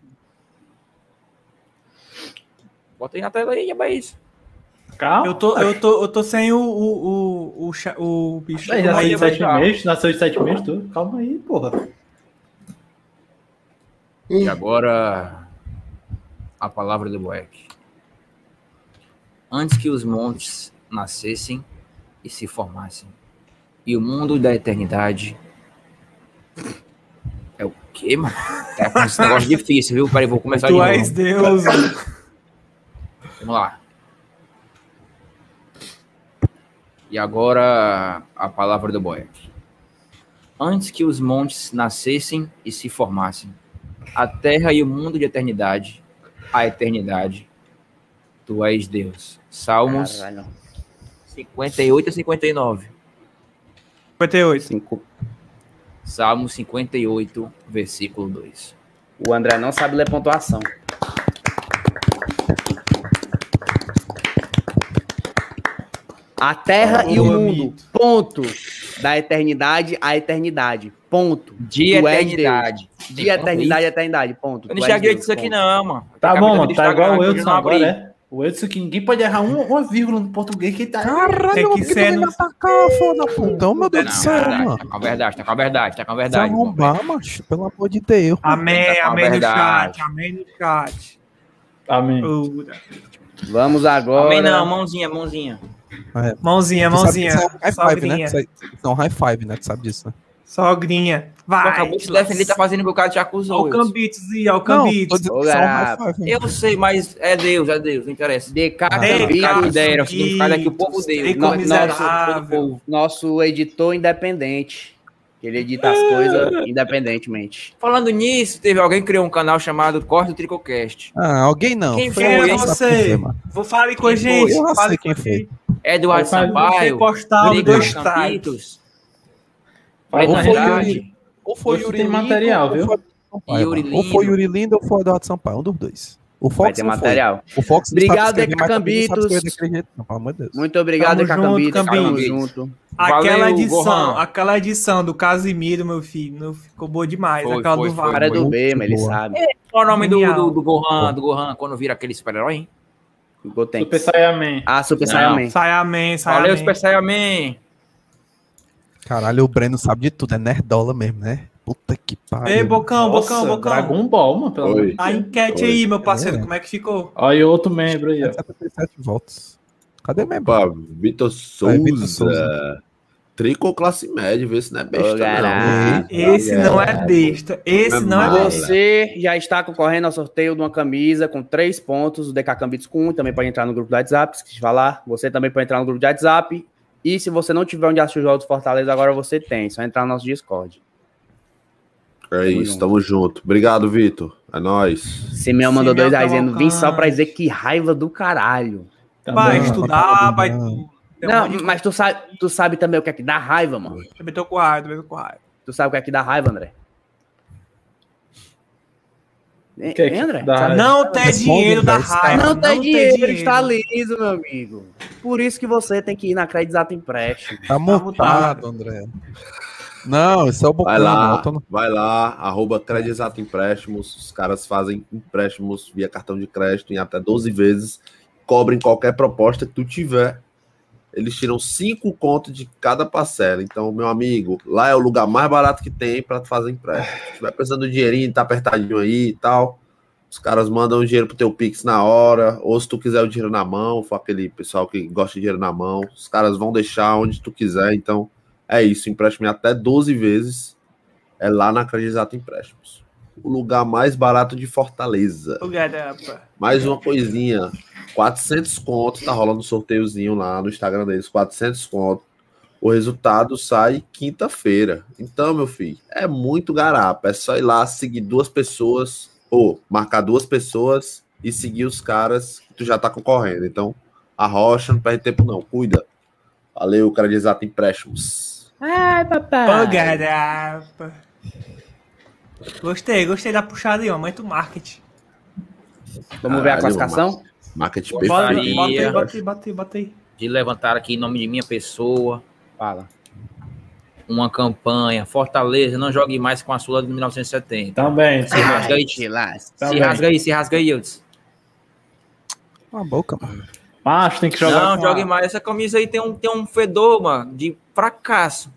S9: Bota aí na tela aí, é isso.
S7: Calma.
S4: Eu tô, eu tô, eu tô sem o, o, o, o, cha- o bicho.
S7: Mas
S9: Calma
S7: nasceu
S9: aí,
S7: de
S9: vai
S7: sete
S9: dar.
S7: meses, nasceu de sete meses, tudo. Calma aí, porra.
S6: Hum.
S9: E agora a palavra do Boeck. Antes que os montes nascessem e se formassem, e o mundo da eternidade. É o quê, mano? Tá com esse negócio difícil, viu? Peraí, vou começar de
S4: Tu
S9: novo.
S4: és Deus.
S9: Vamos lá. E agora a palavra do Boeck. Antes que os montes nascessem e se formassem, a terra e o mundo de eternidade, a eternidade, tu és Deus. Salmos
S6: Caralho.
S9: 58 a 59.
S4: 58.
S6: Cinco.
S9: Salmos 58, versículo 2.
S6: O André não sabe ler pontuação. A
S9: Ah,
S6: terra e o
S4: Boa,
S6: mundo. Ponto. Da eternidade à eternidade. Ponto.
S9: De
S6: Tu és
S9: eternidade.
S6: De eternidade à eternidade. Ponto.
S9: Eu
S6: Tu
S9: não
S6: és
S9: enxerguei
S6: Deus,
S9: isso aqui,
S6: ponto.
S9: não, mano.
S7: Tá
S9: Acabei
S7: bom,
S9: de
S7: mano. Tá
S9: Instagram
S7: igual
S9: aqui,
S7: o
S9: eu
S7: Edson
S9: não abri.
S7: agora, é? O Edson que ninguém pode errar um- uma vírgula no português que tá.
S4: Tem
S10: Caralho,
S4: que ser
S10: me
S4: no-
S10: atacar, foda, putão, meu Deus do céu,
S9: não,
S10: mano.
S9: tá com a verdade, tá com a verdade, tá com a
S10: Se
S9: verdade. mano.
S10: arrombar, macho, pelo amor de Deus.
S4: Amém,
S9: Tá com a
S4: amém no
S9: verdade.
S4: chat, amém no chat.
S7: Amém.
S4: Pura.
S6: Vamos agora.
S9: Amém, não, mãozinha, mãozinha.
S4: Mãozinha,
S10: Tu sabe que
S4: mãozinha.
S10: isso é um high five,
S4: Sogrinha.
S10: né? Isso aí- isso é um high five, né? Tu sabe disso, né?
S4: Sogrinha. Vai.
S9: Acabou de se defender, tá fazendo o que o cara te acusou.
S4: Olha o
S9: Wilson.
S4: Cambitos aí, olha o
S10: Não, tô
S4: Cambitos.
S10: dizendo
S6: Ô,
S10: que isso é um high
S6: garapa.
S10: five.
S9: Eu sei, mas é Deus, é Deus, não interessa.
S6: DK
S10: Deca,
S6: Vídeo
S9: Ideia, o significado é que o povo deu.
S4: Deca
S9: Nó-
S4: miserável.
S9: nosso povo.
S6: nosso editor independente. Ele edita as coisas independentemente.
S9: Falando nisso, teve alguém que criou um canal chamado Corte do Tricocast.
S10: Ah, alguém não.
S9: Quem
S10: Foi
S9: foi?
S10: eu,
S9: Quem
S10: sabe
S4: você?
S10: quem foi, mano.
S4: Vou falar com a
S9: Quem
S4: gente.
S10: foi? Eu
S4: Fale
S10: sei
S4: com
S10: quem
S4: a gente.
S9: Eduardo
S4: Você
S9: Sampaio,
S7: é
S4: postar
S9: Rodrigo
S4: dois times.
S9: Campitos,
S7: Fala
S10: Ou
S7: na
S10: foi
S7: verdade.
S10: Yuri, ou foi
S7: Hoje
S10: Yuri
S7: tem
S10: Lindo,
S7: material,
S10: ou
S7: viu?
S10: foi Eduardo Sampaio,
S9: Yuri
S10: mano. Ou foi
S9: Lindo.
S10: Yuri Lindo ou foi Eduardo Sampaio, um dos dois. O Fox
S6: Vai ter
S10: não foi.
S6: material.
S10: O Fox não
S6: Obrigado,
S10: sabe escrever,
S6: Deca
S10: mas também não sabe
S6: Cambitos.
S10: escrever daquele jeito, não, pelo amor de Deus.
S6: Muito obrigado,
S4: Tamo
S6: Deca
S4: junto,
S6: Cambitos. Tamo
S9: Cambitos.
S6: junto.
S4: Aquela
S9: Valeu,
S4: edição,
S9: Gohan.
S4: aquela edição do Casimiro, meu filho, não ficou boa demais.
S9: Foi,
S4: aquela
S9: foi,
S4: do
S9: foi.
S4: VAR.
S6: Cara do
S10: Muito
S6: B, mas ele
S10: boa.
S6: sabe.
S9: qual é o nome do,
S4: Genial.
S9: do, do Gohan, do Gohan, quando vira aquele super-herói, hein?
S6: Gotenks.
S7: Super Saiyaman.
S6: Ah, Super
S9: Não.
S6: Saiyaman.
S4: Sai amém, sai
S9: Valeu,
S4: amém.
S9: Super Saiyaman.
S10: Caralho, o Breno sabe de tudo, é nerdola mesmo, né? Puta que pariu.
S4: Ei, Bocão, Bocão,
S7: Nossa,
S4: Bocão.
S7: Dragon Ball, mano, pelo
S8: Oi.
S7: amor de
S4: A
S7: Deus.
S4: enquete
S8: Oi.
S4: aí, meu parceiro,
S10: É.
S4: como é que ficou?
S7: Olha outro membro aí, ó.
S10: 77 votos. Cadê mesmo?
S8: Opa, Vitor Souza.
S10: Vitor
S8: Tricô classe média, vê se não é besta.
S6: Ô, garoto.
S4: Esse não é besta. Esse não é
S8: Mas-
S4: besta.
S6: Você já está concorrendo ao sorteio de uma camisa com três pontos, o DK Cambitos com um, também pode entrar no grupo do WhatsApp, se quiser lá. Você também pode entrar no grupo do WhatsApp. E se você não tiver onde assistir o jogo do Fortaleza, agora você tem. Só entrar no nosso Discord.
S8: não. É isso, tamo junto. Obrigado, Vitor. É nóis.
S6: Simeão mandou
S4: Simeão
S6: dois reais dizendo, vim só pra
S4: Cavalcante.
S6: dizer que raiva do caralho.
S7: Tá
S4: Vai
S7: bom.
S4: estudar, vai.
S10: Não.
S4: Tem um
S6: não,
S4: monte de
S6: mas tu sabe, tu sabe também o que é que dá raiva, mano.
S4: coisa. Também tô com raiva, também tô com raiva.
S6: Tu sabe o que é que dá raiva, André?
S7: que é que
S6: Hein, André?
S7: dá
S6: Sabe-
S7: raiva?
S4: Não ter
S10: Responde,
S4: dinheiro da
S7: é
S10: vai, está-
S4: raiva.
S6: Não tem
S4: ter
S6: dinheiro, está liso, meu amigo. Por isso que você tem que ir na Credisato Empréstimo.
S10: Tá montado, André. Não, isso é o Bocão.
S8: Vai lá,
S10: não, eu tô no-
S8: vai lá, arroba Credizato Empréstimos. Os caras fazem empréstimos via cartão de crédito em até 12 vezes. Cobrem qualquer proposta que tu tiver. Eles tiram 5 conto de cada parcela. Então, meu amigo, lá é o lugar mais barato que tem para fazer empréstimo. Se tiver precisando de um dinheirinho, tá apertadinho aí e tal. Os caras mandam o dinheiro pro teu Pix na hora, ou se tu quiser o dinheiro na mão, for aquele pessoal que gosta de dinheiro na mão, os caras vão deixar onde tu quiser, então é isso, empréstimo em até 12 vezes é lá na Credizato Empréstimos. O lugar mais barato de Fortaleza.
S4: O garapa.
S8: Mais uma coisinha, 400 conto, tá rolando um sorteiozinho lá no Instagram deles, 400 conto. O resultado sai quinta-feira. Então, meu filho, é muito garapa. É só ir lá seguir duas pessoas, ou marcar duas pessoas e seguir os caras que tu já tá concorrendo. Então, arrocha, não perde tempo não, cuida. Valeu, cara de exato empréstimos.
S4: Ô, garapa. Gostei, gostei da puxada aí, ó. Muito marketing.
S6: Vamos ver a
S8: Caralho,
S6: classificação?
S8: Market
S4: Bota, bota
S9: Faria.
S4: aí, bota aí, bota aí, bota aí.
S9: De levantar aqui em nome de minha pessoa.
S6: Fala.
S9: uma campanha. Fortaleza, não jogue mais com a Sula de 1970.
S7: Também.
S9: Se
S4: É
S9: rasga aí,
S6: Que lasca.
S9: se rasga aí, se rasga aí, Eudes.
S10: Cala a boca, mano.
S7: Mas tem que jogar.
S9: Não
S7: com a-
S9: jogue mais. Essa camisa aí tem um, tem um fedor, mano, de fracasso.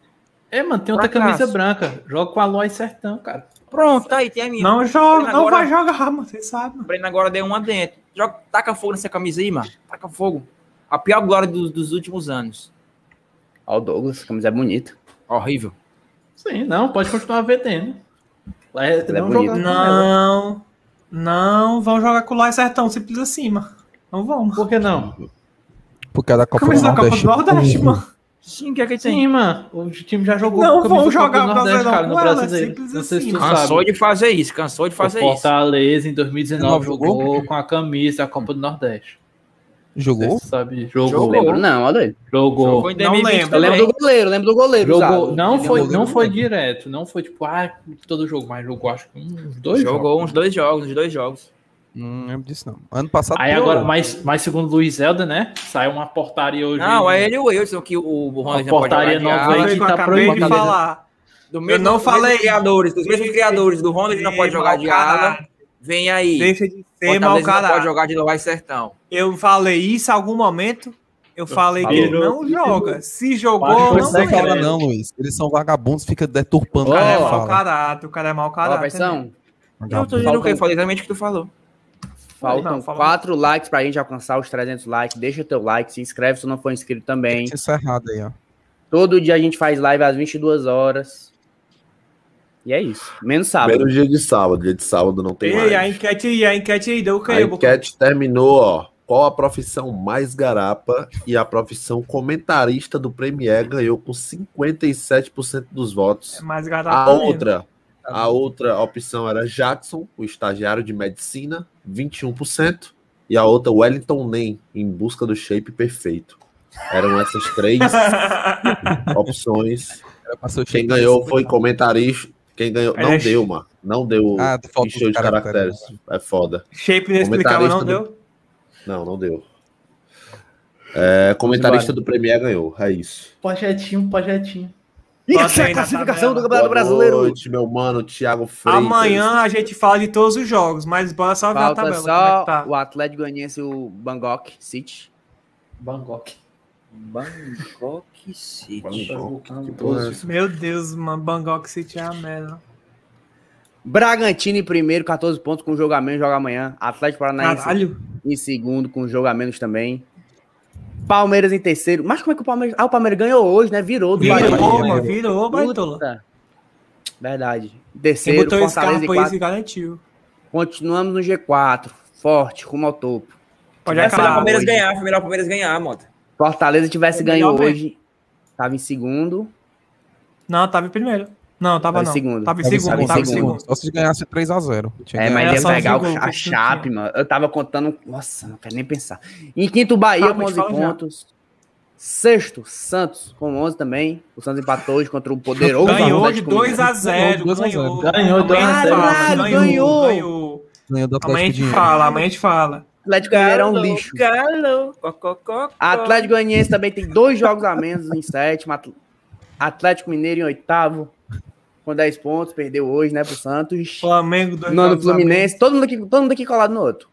S7: É, mano, tem outra
S9: Fracasso.
S7: camisa branca. Joga com a Lois Sertão, cara.
S9: Pronto, tá aí, tem a minha.
S4: Não joga, não
S9: Agora-
S4: vai jogar, mano. Você sabe,
S9: O
S4: mano.
S9: Breno agora deu uma dentro. Joga, taca fogo nessa camisa aí, mano. Taca fogo. A pior glória dos, dos últimos anos.
S6: Ó, o Douglas, a camisa é bonita.
S9: Horrível.
S7: Sim, não, pode continuar vendendo. Lá é-
S6: Ela é
S7: não
S6: bonita.
S7: jogar com ela.
S4: Não. Não vão jogar com o Lai Sertão, simples assim, mano. Não vão, mano.
S7: Por que não?
S10: Porque é da Copa
S4: Começou a
S10: do
S4: Copa do
S10: Nordeste.
S4: Nordeste, mano.
S9: Sim, o que é que tem?
S7: Sim, mano. O time já jogou
S4: Não
S7: com a camisa
S4: vão
S7: do
S4: jogar
S7: Copa do Nordeste,
S4: Brasileirão
S7: cara, no
S4: com ela,
S7: Brasileiro.
S4: simples
S7: Não sei se
S4: assim.
S7: tu
S9: Cansou
S7: sabe.
S9: de fazer isso, cansou de Ah, fazer
S7: o
S9: isso.
S7: Fortaleza, em 2019,
S10: Jogou?
S7: jogou, com a camisa da Copa do Nordeste.
S10: Jogou?
S7: Você sabe, jogou.
S9: Jogou.
S6: Lembro não, olha aí.
S7: Jogou.
S9: Foi em
S4: Não
S9: 2020
S4: lembro,
S6: Eu
S9: também.
S6: lembro do goleiro, lembro do goleiro.
S7: Jogou,
S6: usado.
S7: não
S10: Ele
S7: foi,
S10: jogou
S7: não
S10: no
S7: foi
S10: tempo.
S7: direto, não foi tipo, ah, todo jogo, mas jogou acho que uns dois
S9: Jogou uns dois jogos, uns dois jogos.
S10: Hum, Não lembro disso, não. Ano passado.
S7: Aí
S10: piorou.
S7: agora, mas, mas segundo o Luiz Zelda, né? Saiu uma portaria hoje.
S9: Não, é ele e o Wilson que o, o
S7: Uma
S9: Ronald não pode
S7: portaria
S9: jogar de
S7: nova
S9: ala.
S7: aí.
S4: Foi o que eu
S7: tá
S4: acabei de
S7: proibido.
S4: falar.
S9: Do
S4: Eu não
S9: dos
S4: falei.
S9: mesmos criadores, dos mesmos criadores do Ronald não pode jogar de ala. Vem aí.
S4: Deixa de Ser mau
S9: Fortaleza não pode
S4: caralho.
S9: jogar de Loai Sertão.
S4: Eu falei isso em algum momento. Eu falei que
S7: Virou-
S4: não joga. Se jogou,
S7: Baixou
S4: não
S7: esse
S10: Não é
S7: decreto.
S4: ganha.
S10: cara, não, Luiz. Eles são vagabundos, fica deturpando
S4: O cara é
S10: que
S4: mau
S6: Ó,
S10: fala.
S4: caráter, o cara é mau
S6: Ó,
S4: caráter.
S6: versão,
S9: Eu tô dizendo o que eu falei exatamente o que tu falou.
S6: faltam
S4: Não, fala-
S6: 4 likes pra gente alcançar os 300 likes. Deixa teu like, se inscreve se não for inscrito também.
S10: Isso é errado aí, ó.
S6: Todo dia a gente faz live às 22 horas. E é isso. Menos sábado.
S8: Primeiro dia de sábado. Dia de sábado não tem
S4: E a
S8: live.
S4: enquete aí, a enquete aí, deu o
S8: A
S4: que? Bocão?
S8: enquete terminou, ó. Qual a profissão mais garapa e a profissão comentarista do Premier ganhou com 57% dos votos.
S4: É mais garoto.
S8: A
S4: mesmo.
S8: outra, a outra opção era Jackson, o estagiário de medicina, 21%, e a outra Wellington Nem, em busca do shape perfeito. Eram essas três opções.
S10: Era pra ser o
S8: Quem
S10: chefe
S8: ganhou
S10: desse.
S8: foi comentarista. Quem ganhou
S4: Era
S8: não
S4: sh-
S8: deu, mano. Não deu.
S10: Ah, faltou
S8: Encheu de
S10: os
S8: caracteres. É foda.
S4: Shape inexplicável, não deu?
S8: Não, não deu. É, comentarista do Premier ganhou. É isso.
S7: Projetinho, projetinho.
S6: Isso é
S4: Bota aí na
S6: a classificação do
S4: tabela.
S6: Campeonato
S8: Boa
S6: Brasileiro.
S8: noite, meu mano, Thiago Freitas.
S4: Amanhã a gente fala de todos os jogos, mas bora só ver a
S6: Falta
S4: tabela.
S6: só
S4: como é que tá.
S6: o Atlético Goianiense e o Bangkok City.
S7: Bangkok.
S9: Bangkok City.
S8: Bangkok, que porra é
S7: Doze.
S8: essa?
S4: Meu Deus, mano, Bangkok City é a merda.
S6: Bragantino em primeiro, 14 pontos com jogo a menos, joga amanhã. Atlético Paranaense
S4: Caralho.
S6: em segundo com jogo a menos também. Palmeiras em terceiro. Mas como é que o Palmeiras. Ah, o Palmeiras ganhou hoje, né? Virou do Bahia.
S4: Virou,
S10: Bahia.
S4: mano, virou, Baitola.
S6: Puta. Verdade.
S4: Quem
S6: Terceiro,
S4: botou esse
S6: Fortaleza em
S4: carro aí
S6: quarto.
S4: se garantiu.
S6: Continuamos no G4. Forte, rumo ao topo.
S4: Pode
S9: Vai ser melhor o
S4: acabar.
S9: Palmeiras
S6: hoje.
S9: ganhar, foi melhor o Palmeiras ganhar, Mota.
S6: Fortaleza tivesse
S4: É
S6: ganho
S4: melhor mesmo.
S6: hoje. Tava em segundo.
S4: Não, tava em primeiro. Não, tava
S6: Tava em
S4: não.
S6: segundo.
S4: Tava em
S10: Tava em
S4: segundo,
S6: segundo,
S4: tava em
S6: segundo.
S4: segundo.
S10: Só se ganhasse 3x0.
S6: É, mas
S4: Era
S6: ia
S4: só um
S6: pegar
S4: Zico,
S6: o- a
S4: que
S6: Chape, mano. Eu tava contando. Nossa, não quero nem pensar. Em quinto, o Bahia
S4: Tá,
S6: com
S4: mas
S6: 11
S4: fala já.
S6: pontos. Sexto, Santos com 11 também. O Santos empatou hoje contra o poderoso.
S4: Ganhou de
S6: Atlético Mineiro.
S4: 2x0.
S10: Ganhou de 2
S4: Ganhou.
S10: a 0.
S7: Ganhou
S4: Amanhã
S7: 2 a 0.
S4: a gente fala,
S6: Caralho, ganhou.
S4: ganhou.
S10: Ganhou
S4: Amanhã a
S10: do Atlético
S4: gente
S10: de
S4: fala, amanhã a gente fala.
S6: Atlético Mineiro é um lixo.
S9: Galo, co, co, co, co.
S6: Atlético Goianiense também tem dois jogos a menos em sétimo. Atl- Atlético Mineiro em oitavo. Com 10 pontos, perdeu hoje, né, pro Santos.
S4: Flamengo 2
S6: Nono Fluminense, todo mundo, aqui, todo mundo aqui colado no outro.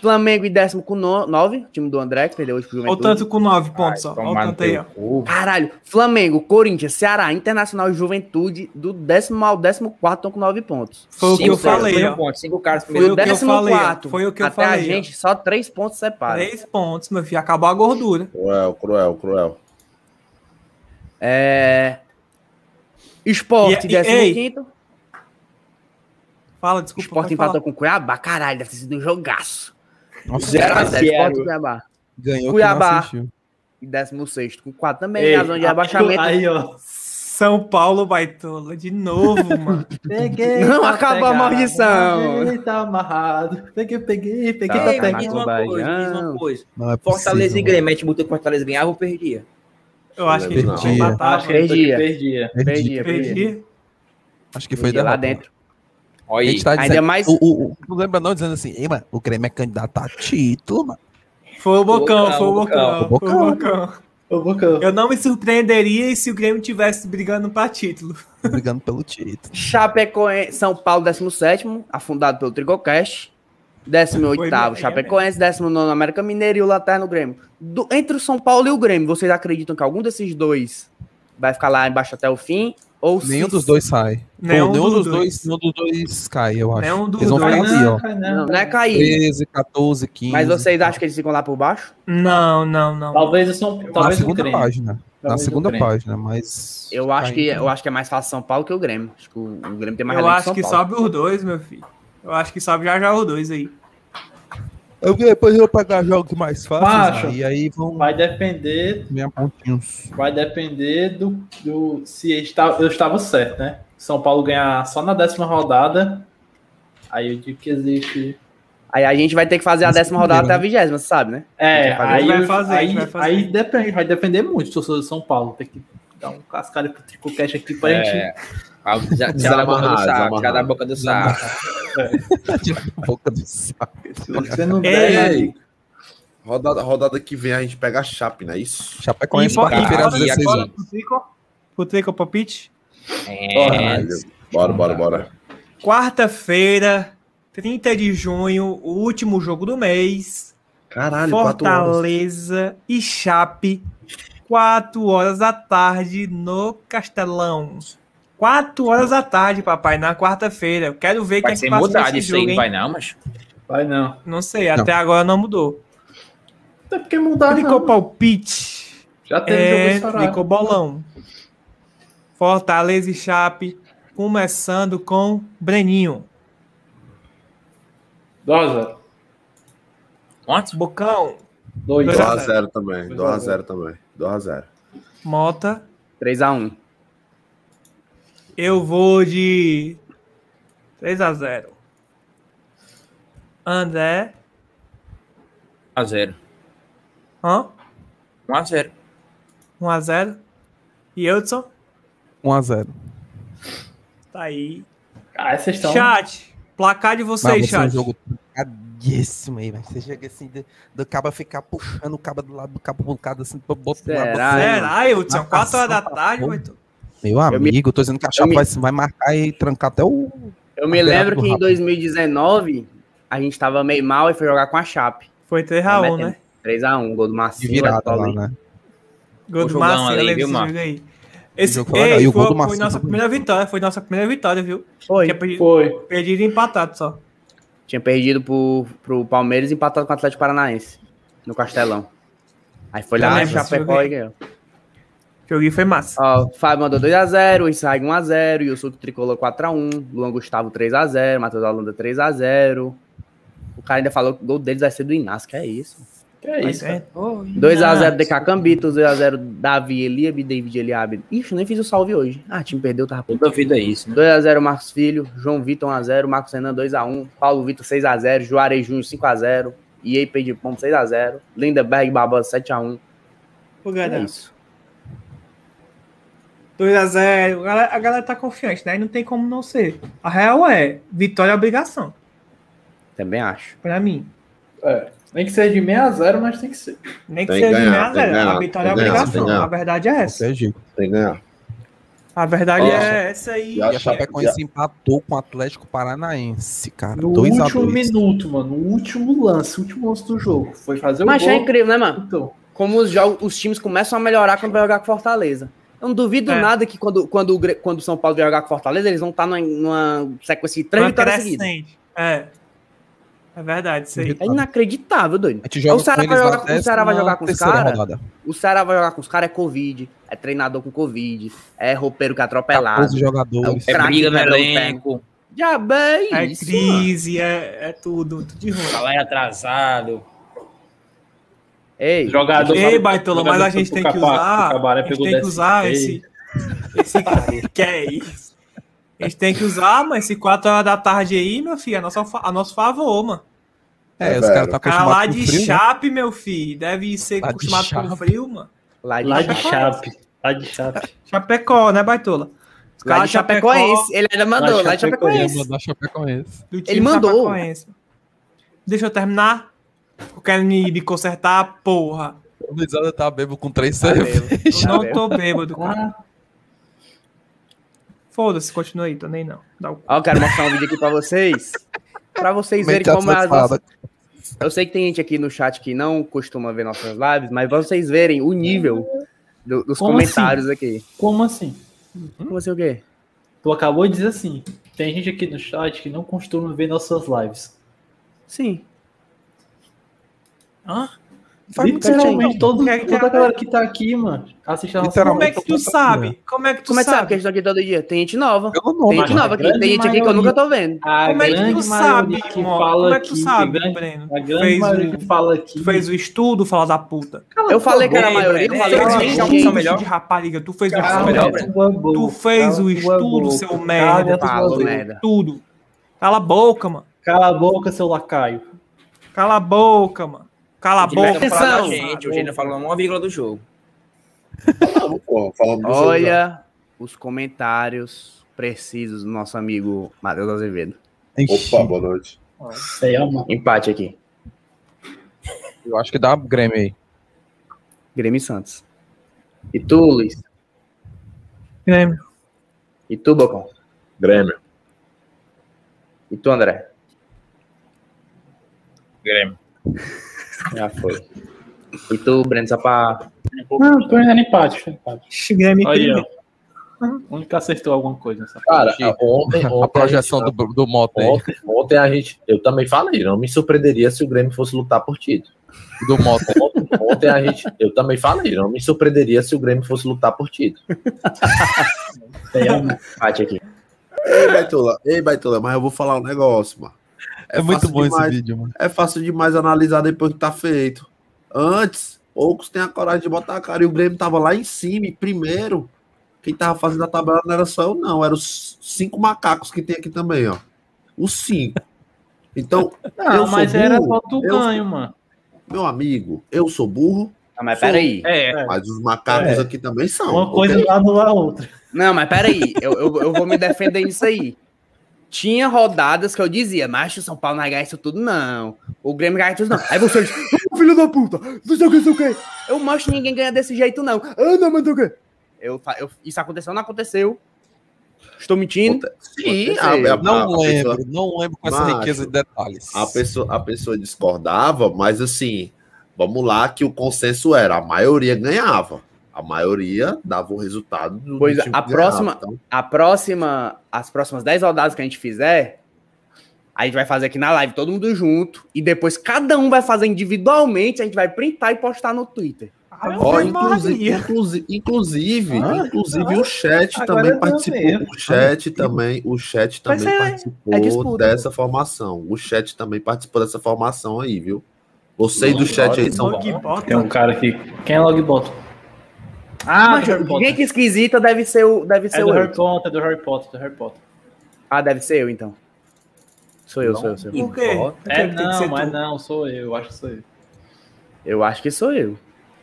S6: Flamengo em décimo com no, nove, time do André, que perdeu hoje pro
S4: Olha o
S6: Juventude.
S4: tanto com 9 pontos, ó.
S9: Vai
S4: Olha
S9: tomar
S4: o
S9: no
S4: tanto aí,
S9: teu
S4: ó.
S9: cu.
S6: Caralho, Flamengo, Corinthians, Ceará, Internacional e Juventude, do décimo ao décimo quarto, estão com nove pontos.
S4: Foi o que
S9: Cinco
S4: eu
S9: caras,
S4: falei,
S9: primeiro
S4: ó.
S9: ponto, Cinco caras
S4: Foi
S6: Do
S9: primeiro.
S4: o que eu
S6: décimo
S4: falei, ó.
S6: quarto
S4: Foi o que eu
S6: até
S4: falei, ó.
S6: a gente, só três pontos separam.
S4: 3 pontos, meu filho. Acabou a gordura.
S8: Cruel, cruel, cruel.
S6: É... Esporte,
S4: E- e-
S6: décimo
S4: ei,
S6: quinto.
S4: Fala, desculpa.
S6: Esporte
S4: pode falar.
S6: empatou com Cuiabá, caralho, deve ter sido um jogaço.
S10: Nossa,
S6: Zero a zero,
S7: zero.
S6: Esporte e Cuiabá.
S10: ganhou
S6: Cuiabá.
S10: que não assistiu.
S6: E décimo sexto com quatro também,
S7: Ei,
S6: a zona de abaixamento.
S7: Aí, ó.
S4: São Paulo, Baitola, de novo, mano.
S7: Peguei.
S6: Não
S7: pra
S6: acabou a
S7: pegar,
S6: maldição.
S7: Ele tá amarrado. Peguei, peguei, peguei.
S6: Tá,
S7: pra
S9: Ei,
S6: tá
S7: pegar.
S9: me diz
S6: com
S9: uma
S6: o
S9: coisa, me diz uma
S4: tá,
S6: Baiano.
S9: coisa.
S10: Não é
S9: Fortaleza e
S10: possível,
S9: Grêmio, a gente botou que o Fortaleza ganhava ou perdia?
S4: Eu acho que a gente
S8: Não.
S4: vai empatar.
S7: Acho que ele tá de
S6: Perdia.
S7: perdia.
S10: mano. Perdi.
S6: Perdi, perdi.
S4: Perdi.
S10: Acho que foi
S6: Perdi lá
S10: derrota.
S6: dentro.
S10: A
S9: Olha aí.
S10: gente tá dizendo,
S6: Ainda mais...
S10: o, o- o- não lembra não dizendo assim, Ei, mano, o Grêmio é candidato a título, mano.
S4: Foi o Bocão, foi o
S9: Bocão,
S4: Bocão. Foi o Bocão.
S7: Ô, Bocão.
S4: Eu não me surpreenderia se o Grêmio tivesse brigando pra título.
S10: brigando pelo título.
S6: Chapecoense, São Paulo, 17, afundado pelo Tricocast. 18,
S4: Bahia
S6: Chapecoense, 19, América Mineiro e o Lanterna o Grêmio. Do- entre o São Paulo e o Grêmio, vocês acreditam que algum desses dois vai ficar lá embaixo até o fim? Ou
S10: Nenhum
S6: se-
S10: dos dois sai.
S4: Nenhum
S10: Pô,
S4: dos
S10: dos
S4: dois.
S10: dois, nenhum dos dois cai, eu acho.
S4: Nenhum dos
S10: Eles vão
S4: dois.
S10: ficar ali, ó.
S7: Caraca, né?
S6: Não, não é cair.
S10: 13, 14, 15.
S6: Mas vocês acham que eles ficam lá por baixo?
S4: Não, não, não.
S7: Talvez o São
S10: Na
S7: talvez o
S10: segunda
S7: Grêmio.
S10: página. Na
S7: Talvez o
S10: segunda
S7: Grêmio.
S10: página, mas...
S6: Tá Eu acho, que,
S10: caindo.
S6: eu acho que é mais fácil São Paulo que o Grêmio. Acho que o, o Grêmio tem mais
S4: Eu
S6: elenco
S4: acho
S6: São
S4: que
S6: Paulo.
S4: sobe os dois, meu filho. Eu acho que sobe já já os dois aí.
S10: Eu, depois eu vou pegar jogos mais fáceis
S7: Macho.
S10: né? e aí vão
S7: Vai depender,
S10: ganhar pontinhos.
S7: vai depender do, do se está, eu estava certo, né? São Paulo ganhar só na décima rodada. Aí eu digo que existe.
S6: Aí a gente vai ter que fazer a
S10: Mas
S6: décima rodada até a
S10: primeiro,
S6: vigésima, você sabe, né?
S7: É,
S6: A
S7: aí,
S4: gente vai
S7: eu-
S4: fazer, a
S7: aí,
S4: gente vai fazer.
S7: aí depende, vai depender muito do do São Paulo. Tem que dar um cascalho pro Tricocast aqui pra gente.
S9: Ah, já- Tirar da boca do
S8: Desamarrar,
S9: saco,
S8: desamarrar.
S9: tirar da boca do saco.
S10: Boca do saco.
S7: Você não der, é
S4: Ei,
S8: Rodada, rodada que vem a gente pega a Chape, não é isso?
S10: Chapecoense,
S4: E bora-
S10: quarta-feira às
S9: e agora-
S10: 16
S9: agora-
S10: horas.
S4: pro Trico, pro Trico Palpite.
S9: É.
S8: Caralho. Bora, bora, bora.
S4: Quarta-feira, 30 de junho, o último jogo do mês.
S8: Caralho, quatro horas.
S4: Fortaleza e Chape, 4 horas da tarde no Castelão. 4 horas da tarde, papai, na quarta-feira. Eu quero ver
S9: Vai
S4: quem é
S9: ser
S4: que passa
S9: mudado
S4: nesse
S9: isso
S4: jogo,
S9: aí, não
S4: hein?
S9: vai não, mas.
S7: Vai não.
S4: Não sei, até agora não mudou.
S7: Até porque mudar
S4: Ficou
S7: não.
S4: palpite.
S7: Já teve jogo
S4: É,
S7: esse horário.
S4: ficou bolão. Fortaleza e Chape, começando com Breninho.
S7: Dois, a zero.
S9: Quanto?
S4: Bocão,
S7: Dois.
S4: Dois
S8: 2x0 também.
S7: 2x0
S8: 2x0 também. 2x0.
S4: Mota.
S6: 3x1.
S4: Eu vou de 3 a 0 André.
S9: 1x0.
S4: Hã?
S9: 1x0.
S4: 1 a 0 E Hudson?
S10: 1x0.
S4: Tá aí.
S7: Ah, vocês estão.
S4: Chat. Placar de vocês,
S10: Mas vai ser um
S4: chat.
S10: jogo trancadíssimo aí, velho. Você chega assim, do, do caba ficar puxando o caba do lado do cabo pro lado, assim, pra botar do lado.
S6: Será?
S4: Será, Hudson? 4 horas da
S10: Marcação pra
S4: tarde,
S10: porra.
S4: oito.
S10: Meu
S6: Eu me-
S10: amigo, eu tô dizendo que a
S6: eu
S10: chapa
S6: me-
S10: vai, vai marcar e trancar até o.
S6: Eu me
S10: Campeonato
S6: lembro
S10: do
S6: que em
S10: Rabo.
S6: 2019 a gente tava meio mal e foi jogar com a Chape.
S4: Foi 3
S6: É, Tá
S4: a 1 né?
S6: 3x1, gol do
S10: De
S6: Marcinho.
S10: virada lá,
S6: Paulinho.
S10: né?
S4: Gol
S9: Bom
S4: do
S9: jogão
S4: Marcinho,
S9: ali,
S4: eu lembro
S9: viu,
S4: desse
S9: Marcos?
S4: jogo aí. Esse,
S10: jogo foi
S4: ei,
S10: legal. E o gol
S4: foi,
S10: do
S4: foi
S10: Marcinho
S4: nossa
S10: também.
S4: primeira vitória, foi nossa primeira vitória, viu?
S6: Foi.
S4: Tinha perdido,
S7: Foi.
S4: perdido e empatado só.
S6: Tinha perdido pro, pro Palmeiras e empatado com o Atlético Paranaense. No Castelão. Aí foi
S4: Tá, Eu
S6: lá na
S4: lembro desse
S6: Chapecó
S4: jogo aí.
S6: e ganhou.
S4: Joguinho foi massa.
S6: Ó, o Fábio mandou 2x0, o um Insague 1x0, Yusuke Tricolor 4x1, Luan Gustavo 3x0, Matheus Alonda 3x0. O cara ainda falou que o gol deles vai ser do Inácio, que é isso.
S7: Que é
S4: Mas
S7: isso.
S4: é,
S6: 2x0 DK Cambito, 2x0 Davi Eliab, David Eliab. Ixi, nem fiz o salve hoje. Ah, time perdeu, tava puto.
S9: Toda vida é isso.
S6: 2x0 Marcos Filho, João Vitor 1x0, Marcos Renan 2x1, Paulo Vitor 6x0, Juarez Júnior 5x0, Iei de Pombo 6x0, Lindenberg Barbosa 7x1.
S4: Pô,
S6: É
S4: galera,
S6: isso.
S4: 2x0. A galera, a galera tá confiante, né? E não tem como não ser. A real é, vitória é obrigação,
S6: Também acho.
S4: pra mim.
S7: É. Nem que seja de 6 a 0 mas tem que ser.
S4: Nem que
S8: Tem
S4: seja
S8: que ganhar,
S4: de
S8: tem que
S4: 0
S8: ganhar,
S4: A vitória é
S8: tem que ganhar, tem
S4: obrigação.
S8: que ganhar.
S4: A verdade é
S10: Isso
S4: essa.
S10: é Gico.
S8: Tem que ganhar.
S4: A verdade
S8: Nossa.
S4: é essa aí.
S8: E
S10: E a
S8: acho-
S10: Chapecoense empatou com o Atlético Paranaense, cara.
S7: No
S10: 2 a
S7: último
S10: 2
S7: minuto, mano. No último lance. O último lance do jogo. Foi fazer o
S6: Mas
S7: gol.
S6: é incrível, né, mano?
S7: Então,
S6: Como os, jogos, os times começam a melhorar quando vai jogar com Fortaleza. Eu não duvido
S4: É.
S6: nada que quando, quando, o Gre- quando o São Paulo vai jogar com Fortaleza, eles vão estar numa, numa sequência de três
S4: Uma
S6: vitórias seguidas.
S4: crescente. É. É verdade, isso aí.
S6: É inacreditável, doido.
S10: A gente joga
S6: o Ceará
S10: com eles
S6: vai
S10: na
S6: jogar- o Ceará
S10: décima
S6: vai jogar com os
S10: terceira
S6: cara?
S10: rodada.
S6: O Ceará vai jogar com os caras, é Covid, é treinador com Covid, é roupeiro que é atropelado.
S10: 14 jogadores.
S9: É
S6: Craque,
S9: briga no
S6: quebra o
S9: elenco,
S6: Já bem,
S4: É
S6: isso, mano.
S4: crise, é, é tudo, tudo de ruim.
S9: salário atrasado.
S6: Ei,
S7: jogador.
S4: Ei, Baitola, mas a
S7: jogador
S4: gente
S7: do
S4: tem que
S7: Cabaré,
S4: usar.
S7: do Cabaré
S4: A gente
S7: pegou
S4: tem que
S7: 10.
S4: usar
S7: Ei.
S4: esse. esse que é isso? A gente tem que usar, mas esse 4 horas da tarde aí, meu filho, a, nossa, fa- a nosso favor, mano.
S10: É, os
S8: velho.
S10: caras estão
S6: Tá
S4: Cara Tá lá
S10: acostumados com
S4: de
S10: o frio, né?
S4: chape, meu filho. Deve ser
S10: Lá de
S4: acostumado com
S10: Chape.
S4: frio, mano.
S6: lá de,
S7: Lá de
S6: Chapecoense.
S7: Chape. Lá de Chape.
S4: Chapecó, né, Baitola? Os
S6: Lá
S4: caras
S6: de
S4: de
S6: Chapecoense. Ele ainda mandou,
S7: Lá de
S6: lá de
S7: Chapecoense.
S6: Chapecoense.
S10: Lembra da Chapecoense.
S4: do time
S6: Ele mandou.
S4: chapecoense. Deixa eu terminar. Eu quero me, me consertar, porra.
S10: O Luizada tá bebo com 3
S6: Tá
S10: cervejas.
S6: mesmo.
S4: Eu
S6: Tá
S4: não
S6: mesmo.
S4: tô bêbado, cara. Foda-se, continua aí, tô nem não. Dá o...
S6: Ó, eu quero mostrar um vídeo aqui pra vocês. Pra vocês verem
S10: Tá
S6: como é as
S10: satisfado.
S6: nossas... Eu sei que tem gente aqui no chat que não costuma ver nossas lives, mas pra vocês verem o nível do- dos
S7: Como
S6: comentários aqui.
S7: Como assim?
S6: Como assim o quê?
S7: Tu acabou de dizer assim. Tem gente aqui no chat que não costuma ver nossas lives.
S6: Sim.
S10: Faz Tá muito sentido.
S7: Literalmente, todo,
S4: Quer-
S7: toda
S4: quer-
S7: a galera que tá aqui, mano, assiste a nossa
S4: Como é
S10: Literalmente.
S4: que tu
S10: né?
S4: sabe? Como é que tu
S6: Como é que sabe que
S4: sabe?
S6: eles estão aqui todo dia? Tem gente nova.
S10: Eu não
S6: Tem gente
S10: mano.
S6: nova aqui.
S7: grande
S6: Tem gente aqui que eu
S7: maioria-
S6: nunca tô vendo.
S7: A
S4: Como é que tu
S7: tá grande
S4: sabe,
S7: maioria que
S4: mano?
S7: fala
S4: Como é que tu
S7: aqui,
S4: sabe,
S7: a grande,
S4: Breno?
S7: a grande
S4: Fez
S7: maioria
S4: o-
S7: que fala aqui,
S4: Tu fez o estudo, fala da puta.
S6: Eu falei que era a
S9: Ei,
S6: maioria, eu
S9: Breno,
S6: falei
S9: ei,
S6: que
S9: Breno,
S6: era
S9: calma,
S6: ninguém.
S9: calma,
S4: estudo
S9: melhor?
S4: de rapariga, tu fez o
S9: Calma,
S4: estudo.
S9: melhor,
S4: melhor.
S9: Breno.
S4: Tu fez o estudo, seu merda.
S6: tua
S4: Tu
S6: boca.
S4: fez o estudo. Cala a boca, mano.
S7: Cala a boca, seu lacaio.
S4: Cala a boca, mano. Cala a
S9: Ele vai
S4: boca.
S9: falar da
S6: atenção.
S9: gente, o Gênio falou uma vírgula do jogo.
S6: Olha os comentários precisos do nosso amigo Matheus Azevedo.
S10: Ixi,
S8: Opa, boa noite.
S7: Sei, mano.
S6: Empate aqui.
S10: Eu acho que dá Grêmio aí.
S6: Grêmio e Santos. E tu, Luiz?
S4: Grêmio.
S6: E tu, Bocão?
S8: Grêmio.
S6: E tu, André?
S9: Grêmio. Já foi. E tu, Breno, só pra.
S7: Não, tô indo empate. tô em empate.
S4: Ixi, Grêmio
S7: Aí, ó.
S4: primeiro.
S7: O único que acertou alguma coisa. Sabe?
S3: Cara, ontem, ontem
S10: A projeção
S3: a
S10: do,
S3: gente-
S10: do moto aí.
S3: Ontem, ontem a gente. Eu também falei, não me surpreenderia se o Grêmio fosse lutar por título.
S10: Do moto.
S3: Ontem, ontem a gente. Eu também falei, não me surpreenderia se o Grêmio fosse lutar por título.
S9: Bate aqui.
S8: Ei, Baitola, ei, Baitola, mas eu vou falar um negócio, mano.
S10: É muito
S8: fácil
S10: bom
S8: demais.
S10: esse vídeo, mano.
S8: É fácil demais analisar depois que tá feito. Antes, poucos têm a coragem de botar a cara e o Grêmio tava lá em cima, e primeiro. Quem tava fazendo a tabela não era só eu, não. Eram os cinco macacos que tem aqui também, ó. Os cinco. Então,
S7: Não,
S8: Eu sou
S7: mas era
S8: burro.
S7: só tu
S8: Eu sou-
S7: ganho, mano.
S8: meu amigo, eu sou burro,
S6: Não, mas peraí.
S7: É,
S8: mas os macacos aqui também são.
S7: uma coisa
S4: é
S8: ok?
S7: lá
S4: um
S7: anula a outra.
S6: Não, mas peraí. Eu, eu, eu vou me defender nisso aí. Tinha rodadas que eu dizia, mas o São Paulo não ganha isso tudo, não. O Grêmio ganha isso, não. Aí vocês, "Ah, filho da puta, não sei o que, não sei o que. Eu macho ninguém ganha desse jeito, não. Ah, não, mas não sei o que. Eu, fa- eu, isso aconteceu, não aconteceu. Estou mentindo.
S8: Sim, a, a, Ah, a- a
S10: Não
S8: pessoa-
S10: lembro, não lembro com essa
S8: Macho,
S10: riqueza de detalhes.
S8: a pessoa, a pessoa discordava, mas assim, vamos lá, que o consenso era, a maioria ganhava. A maioria dava o resultado do
S6: Pois é,
S8: time
S6: a
S8: que ganhava.
S6: próxima-
S8: Então,
S6: A próxima, as próximas 10 rodadas que a gente fizer, a gente vai fazer aqui na live, todo mundo junto. E depois cada um vai fazer individualmente, a gente vai printar e postar no Twitter.
S8: ó, inclusive, inclusive, inclusive, inclusive o chat
S7: agora
S8: também
S7: deu mesmo.
S8: participou. O chat também, o chat
S6: Mas
S8: também
S6: é- é
S8: participou
S6: disputa.
S8: dessa formação. O chat também participou dessa formação aí, viu? Vocês do chat aí são
S4: Logo bota.
S7: Tem um cara aqui. Quem é Logbot? Ah,
S6: Mas,
S7: do Harry Potter.
S6: gente esquisita deve ser o. Deve
S7: É
S6: ser
S7: do
S6: o
S7: Harry
S6: eu.
S7: Potter, do Harry Potter, do Harry Potter.
S6: Ah, deve ser eu, então. Sou eu, sou eu, sou eu.
S4: Por quê? Por que
S7: É,
S4: que tem que ser
S7: não, mas
S4: tu?
S7: não, sou eu, acho que sou eu.
S6: Eu acho que sou eu.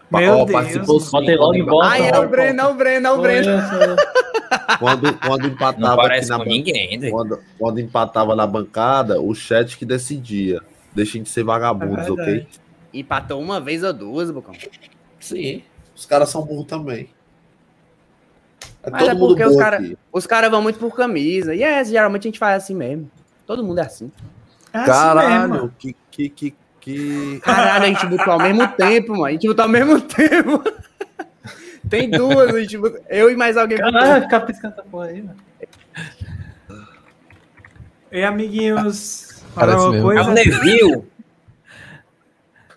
S4: Meu
S8: Ó,
S4: Deus.
S8: participou sim.
S7: Botei Logbot.
S6: Ah, é o Breno, é o Breno, é o
S7: Sou
S6: Breno.
S7: eu, sou eu.
S8: Quando, quando
S9: Não
S8: empatava aqui
S9: parece
S8: na
S9: com
S8: ban-
S9: ninguém, né?
S8: quando, quando empatava na bancada, o chat que decidia. Deixem de ser vagabundos,
S4: É verdade.
S8: ok?
S6: Empatou uma vez ou duas, Bocão.
S8: Sim. Os caras são burros também. É
S6: Mas
S8: todo
S6: é
S8: mundo
S6: porque os
S8: burro
S6: cara-
S8: aqui.
S6: Os caras vão muito por camisa. E é, geralmente a gente faz assim mesmo. Todo mundo é assim.
S4: É assim mesmo.
S8: Caralho, que, que, que, que...
S6: Caralho, a gente botou ao mesmo tempo, mano. A gente botou ao mesmo tempo. Tem duas, a gente botou... Eu e mais alguém. botou.
S7: Caralho, fica piscando essa porra aí, velho.
S4: Ei, amiguinhos.
S10: Parece
S4: Parece
S10: mesmo.
S9: É o Neville.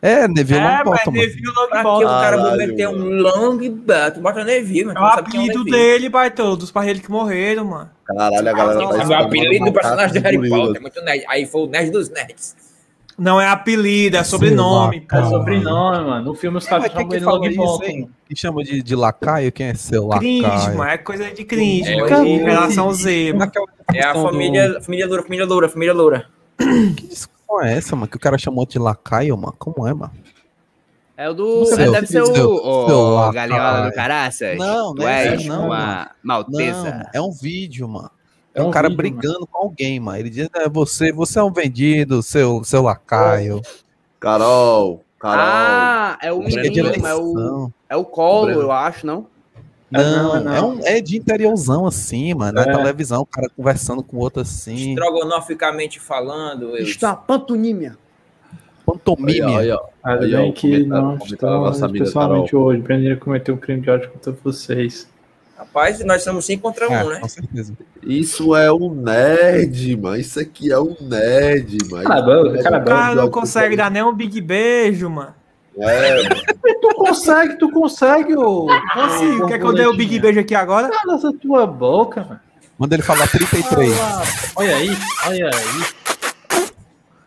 S10: É, Neville
S4: É,
S10: não
S4: mas
S10: bota, mano.
S4: Neville logo
S9: Aqui o
S4: bota.
S9: cara vai
S8: Caralho,
S9: meter um
S8: mano.
S9: long bat. Bota Neville, mano.
S4: É o apelido dele, Baitolo, dos parreiros que morreram, mano.
S8: Caralho, a galera tá
S9: É o
S8: escutando
S9: apelido
S8: macacos
S9: do personagem do Harry
S8: gorila.
S9: Potter. Muito nerd. Aí foi o nerd dos nerds.
S4: Não é apelido, é sobrenome.
S10: Sei lá,
S7: É
S4: pô.
S10: cara.
S7: sobrenome, mano. No filme os
S10: Mas
S7: caras
S10: quem
S7: chamam
S10: que
S7: ele
S10: falou isso,
S7: Logbot. mano.
S10: hein? Que chama de, de lacaio? Quem é seu
S4: Cringe,
S10: lacaio?
S4: mano. É coisa de cringe.
S9: É,
S4: mano, de
S9: eu-
S4: relação Z, mano.
S10: Naquela
S9: É a
S10: questão do-
S9: família, família loura, família loura, família loura.
S10: Que discussão é essa, mano? Que o cara chamou de lacaio, mano? Como é, mano?
S6: É o do.
S10: Seu,
S6: é, deve ser o.
S10: seu, seu
S6: Ô,
S10: lá,
S6: Galinhola do
S10: caralho.
S6: Caraças.
S10: Não,
S6: tu
S10: não é
S6: és
S10: isso, não,
S6: uma
S10: Não,
S6: maltesa.
S10: mano, é um vídeo, mano.
S7: É
S10: É um,
S7: um
S10: cara
S7: vídeo,
S10: brigando com alguém, mano. Ele diz, é você, você é um vendido, seu, seu lacaio.
S8: Carol, Carol.
S6: Ah, é o
S10: Acho que é de
S6: menino, mas é o,
S10: eleição.
S6: é o colo,
S8: Breno.
S6: eu acho, não?
S10: Não,
S7: Ah, não, não.
S10: É, um, é de interiorzão assim, mano. Na
S7: É.
S10: televisão, o cara conversando com o outro assim.
S9: Estrogonoficamente falando, eu.
S6: Está pantonímia.
S8: Aí, ó,
S10: Pantomime.
S8: aí, ó.
S7: Ainda
S8: Aí, ó,
S7: bem
S8: o
S7: que
S8: comentário-
S7: não
S8: o comentário da nossa
S7: estamos
S8: amiga
S7: pessoalmente hoje. Brandira cometeu um crime de ódio contra vocês.
S9: Rapaz, nós somos cinco contra um,
S10: É,
S9: né?
S10: com certeza.
S8: Isso é um nerd, mano. Isso aqui é um nerd, mano. é
S7: Cala a
S8: um
S7: boca, cala a
S4: O cara Ah, não consegue
S8: dar.
S4: dar nem um big beijo, mano.
S8: É,
S7: Tu consegue, tu consegue, ô.
S9: Ah,
S7: é
S9: então
S7: um
S4: Consigo. assim? Quer que eu dê o big beijo aqui agora?
S7: Cala essa tua boca, mano.
S10: Manda ele falar 33.
S7: Olha aí, olha aí.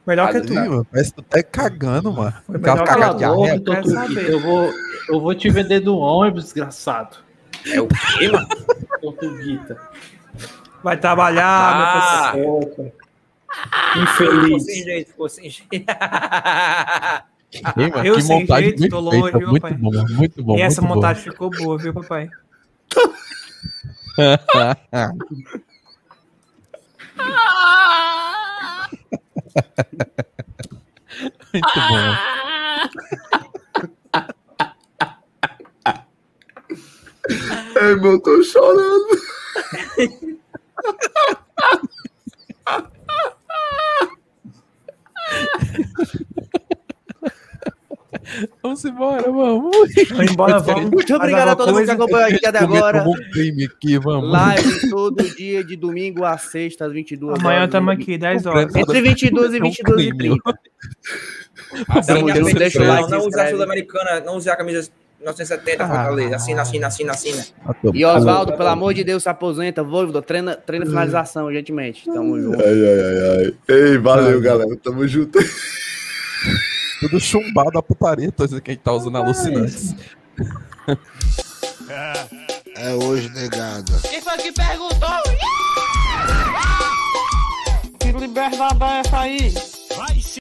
S4: Melhor que tu.
S10: Ih, mano, parece que tu tá cagando, mano. Aquela
S4: melhor
S7: Cala a
S10: cagada de
S7: boca,
S10: arreia.
S7: tô
S4: quero saber.
S7: Eu vou, eu vou te vender do ônibus, desgraçado.
S9: É o quê, mano?
S7: Tortuguita.
S4: Vai trabalhar,
S9: Ah,
S4: meu
S9: ficou
S7: Infeliz.
S9: sem jeito, ficou sem jeito.
S10: Ih, mano,
S4: Eu
S10: que
S4: sem
S10: montagem
S4: jeito,
S10: muito
S4: tô
S10: feita,
S4: longe, viu,
S10: muito
S4: papai?
S10: bom, muito bom.
S4: E essa
S10: muito bom.
S4: montagem ficou boa, viu, papai?
S10: muito bom.
S8: é, meu, eu tô chorando.
S10: Vamos embora, vamos.
S4: Vamos Então, embora, vamos.
S6: Muito obrigado a todo mundo que acompanhou aqui até agora.
S10: Começou um crime aqui, vamos.
S4: é
S10: Um
S6: Live todo dia, de domingo a sexta, às 22
S4: Amanhã
S6: horas.
S4: estamos aqui, 10 horas.
S6: Entre 22 e 22
S10: um
S6: e um 30.
S9: Assine a
S4: né?
S9: petição,
S10: Deus, deixa o like,
S9: não
S6: se
S9: use a
S6: inscreve.
S9: Sul-Americana, não use a camisa 970, Fortaleza. assim, Assina, assina, assina, assina.
S10: Ah,
S6: E Oswaldo, pelo amor de Deus, se aposenta. Voivoda, treina, treina finalização, gentilmente. Tamo junto.
S8: Ai, ai, ai, ai. Ei, valeu, galera. Tamo junto.
S10: Tudo chumbado a putaria, tô dizendo que a gente tá usando alucinantes.
S1: É hoje, negada.
S5: Quem foi que perguntou? Que liberdade é essa aí?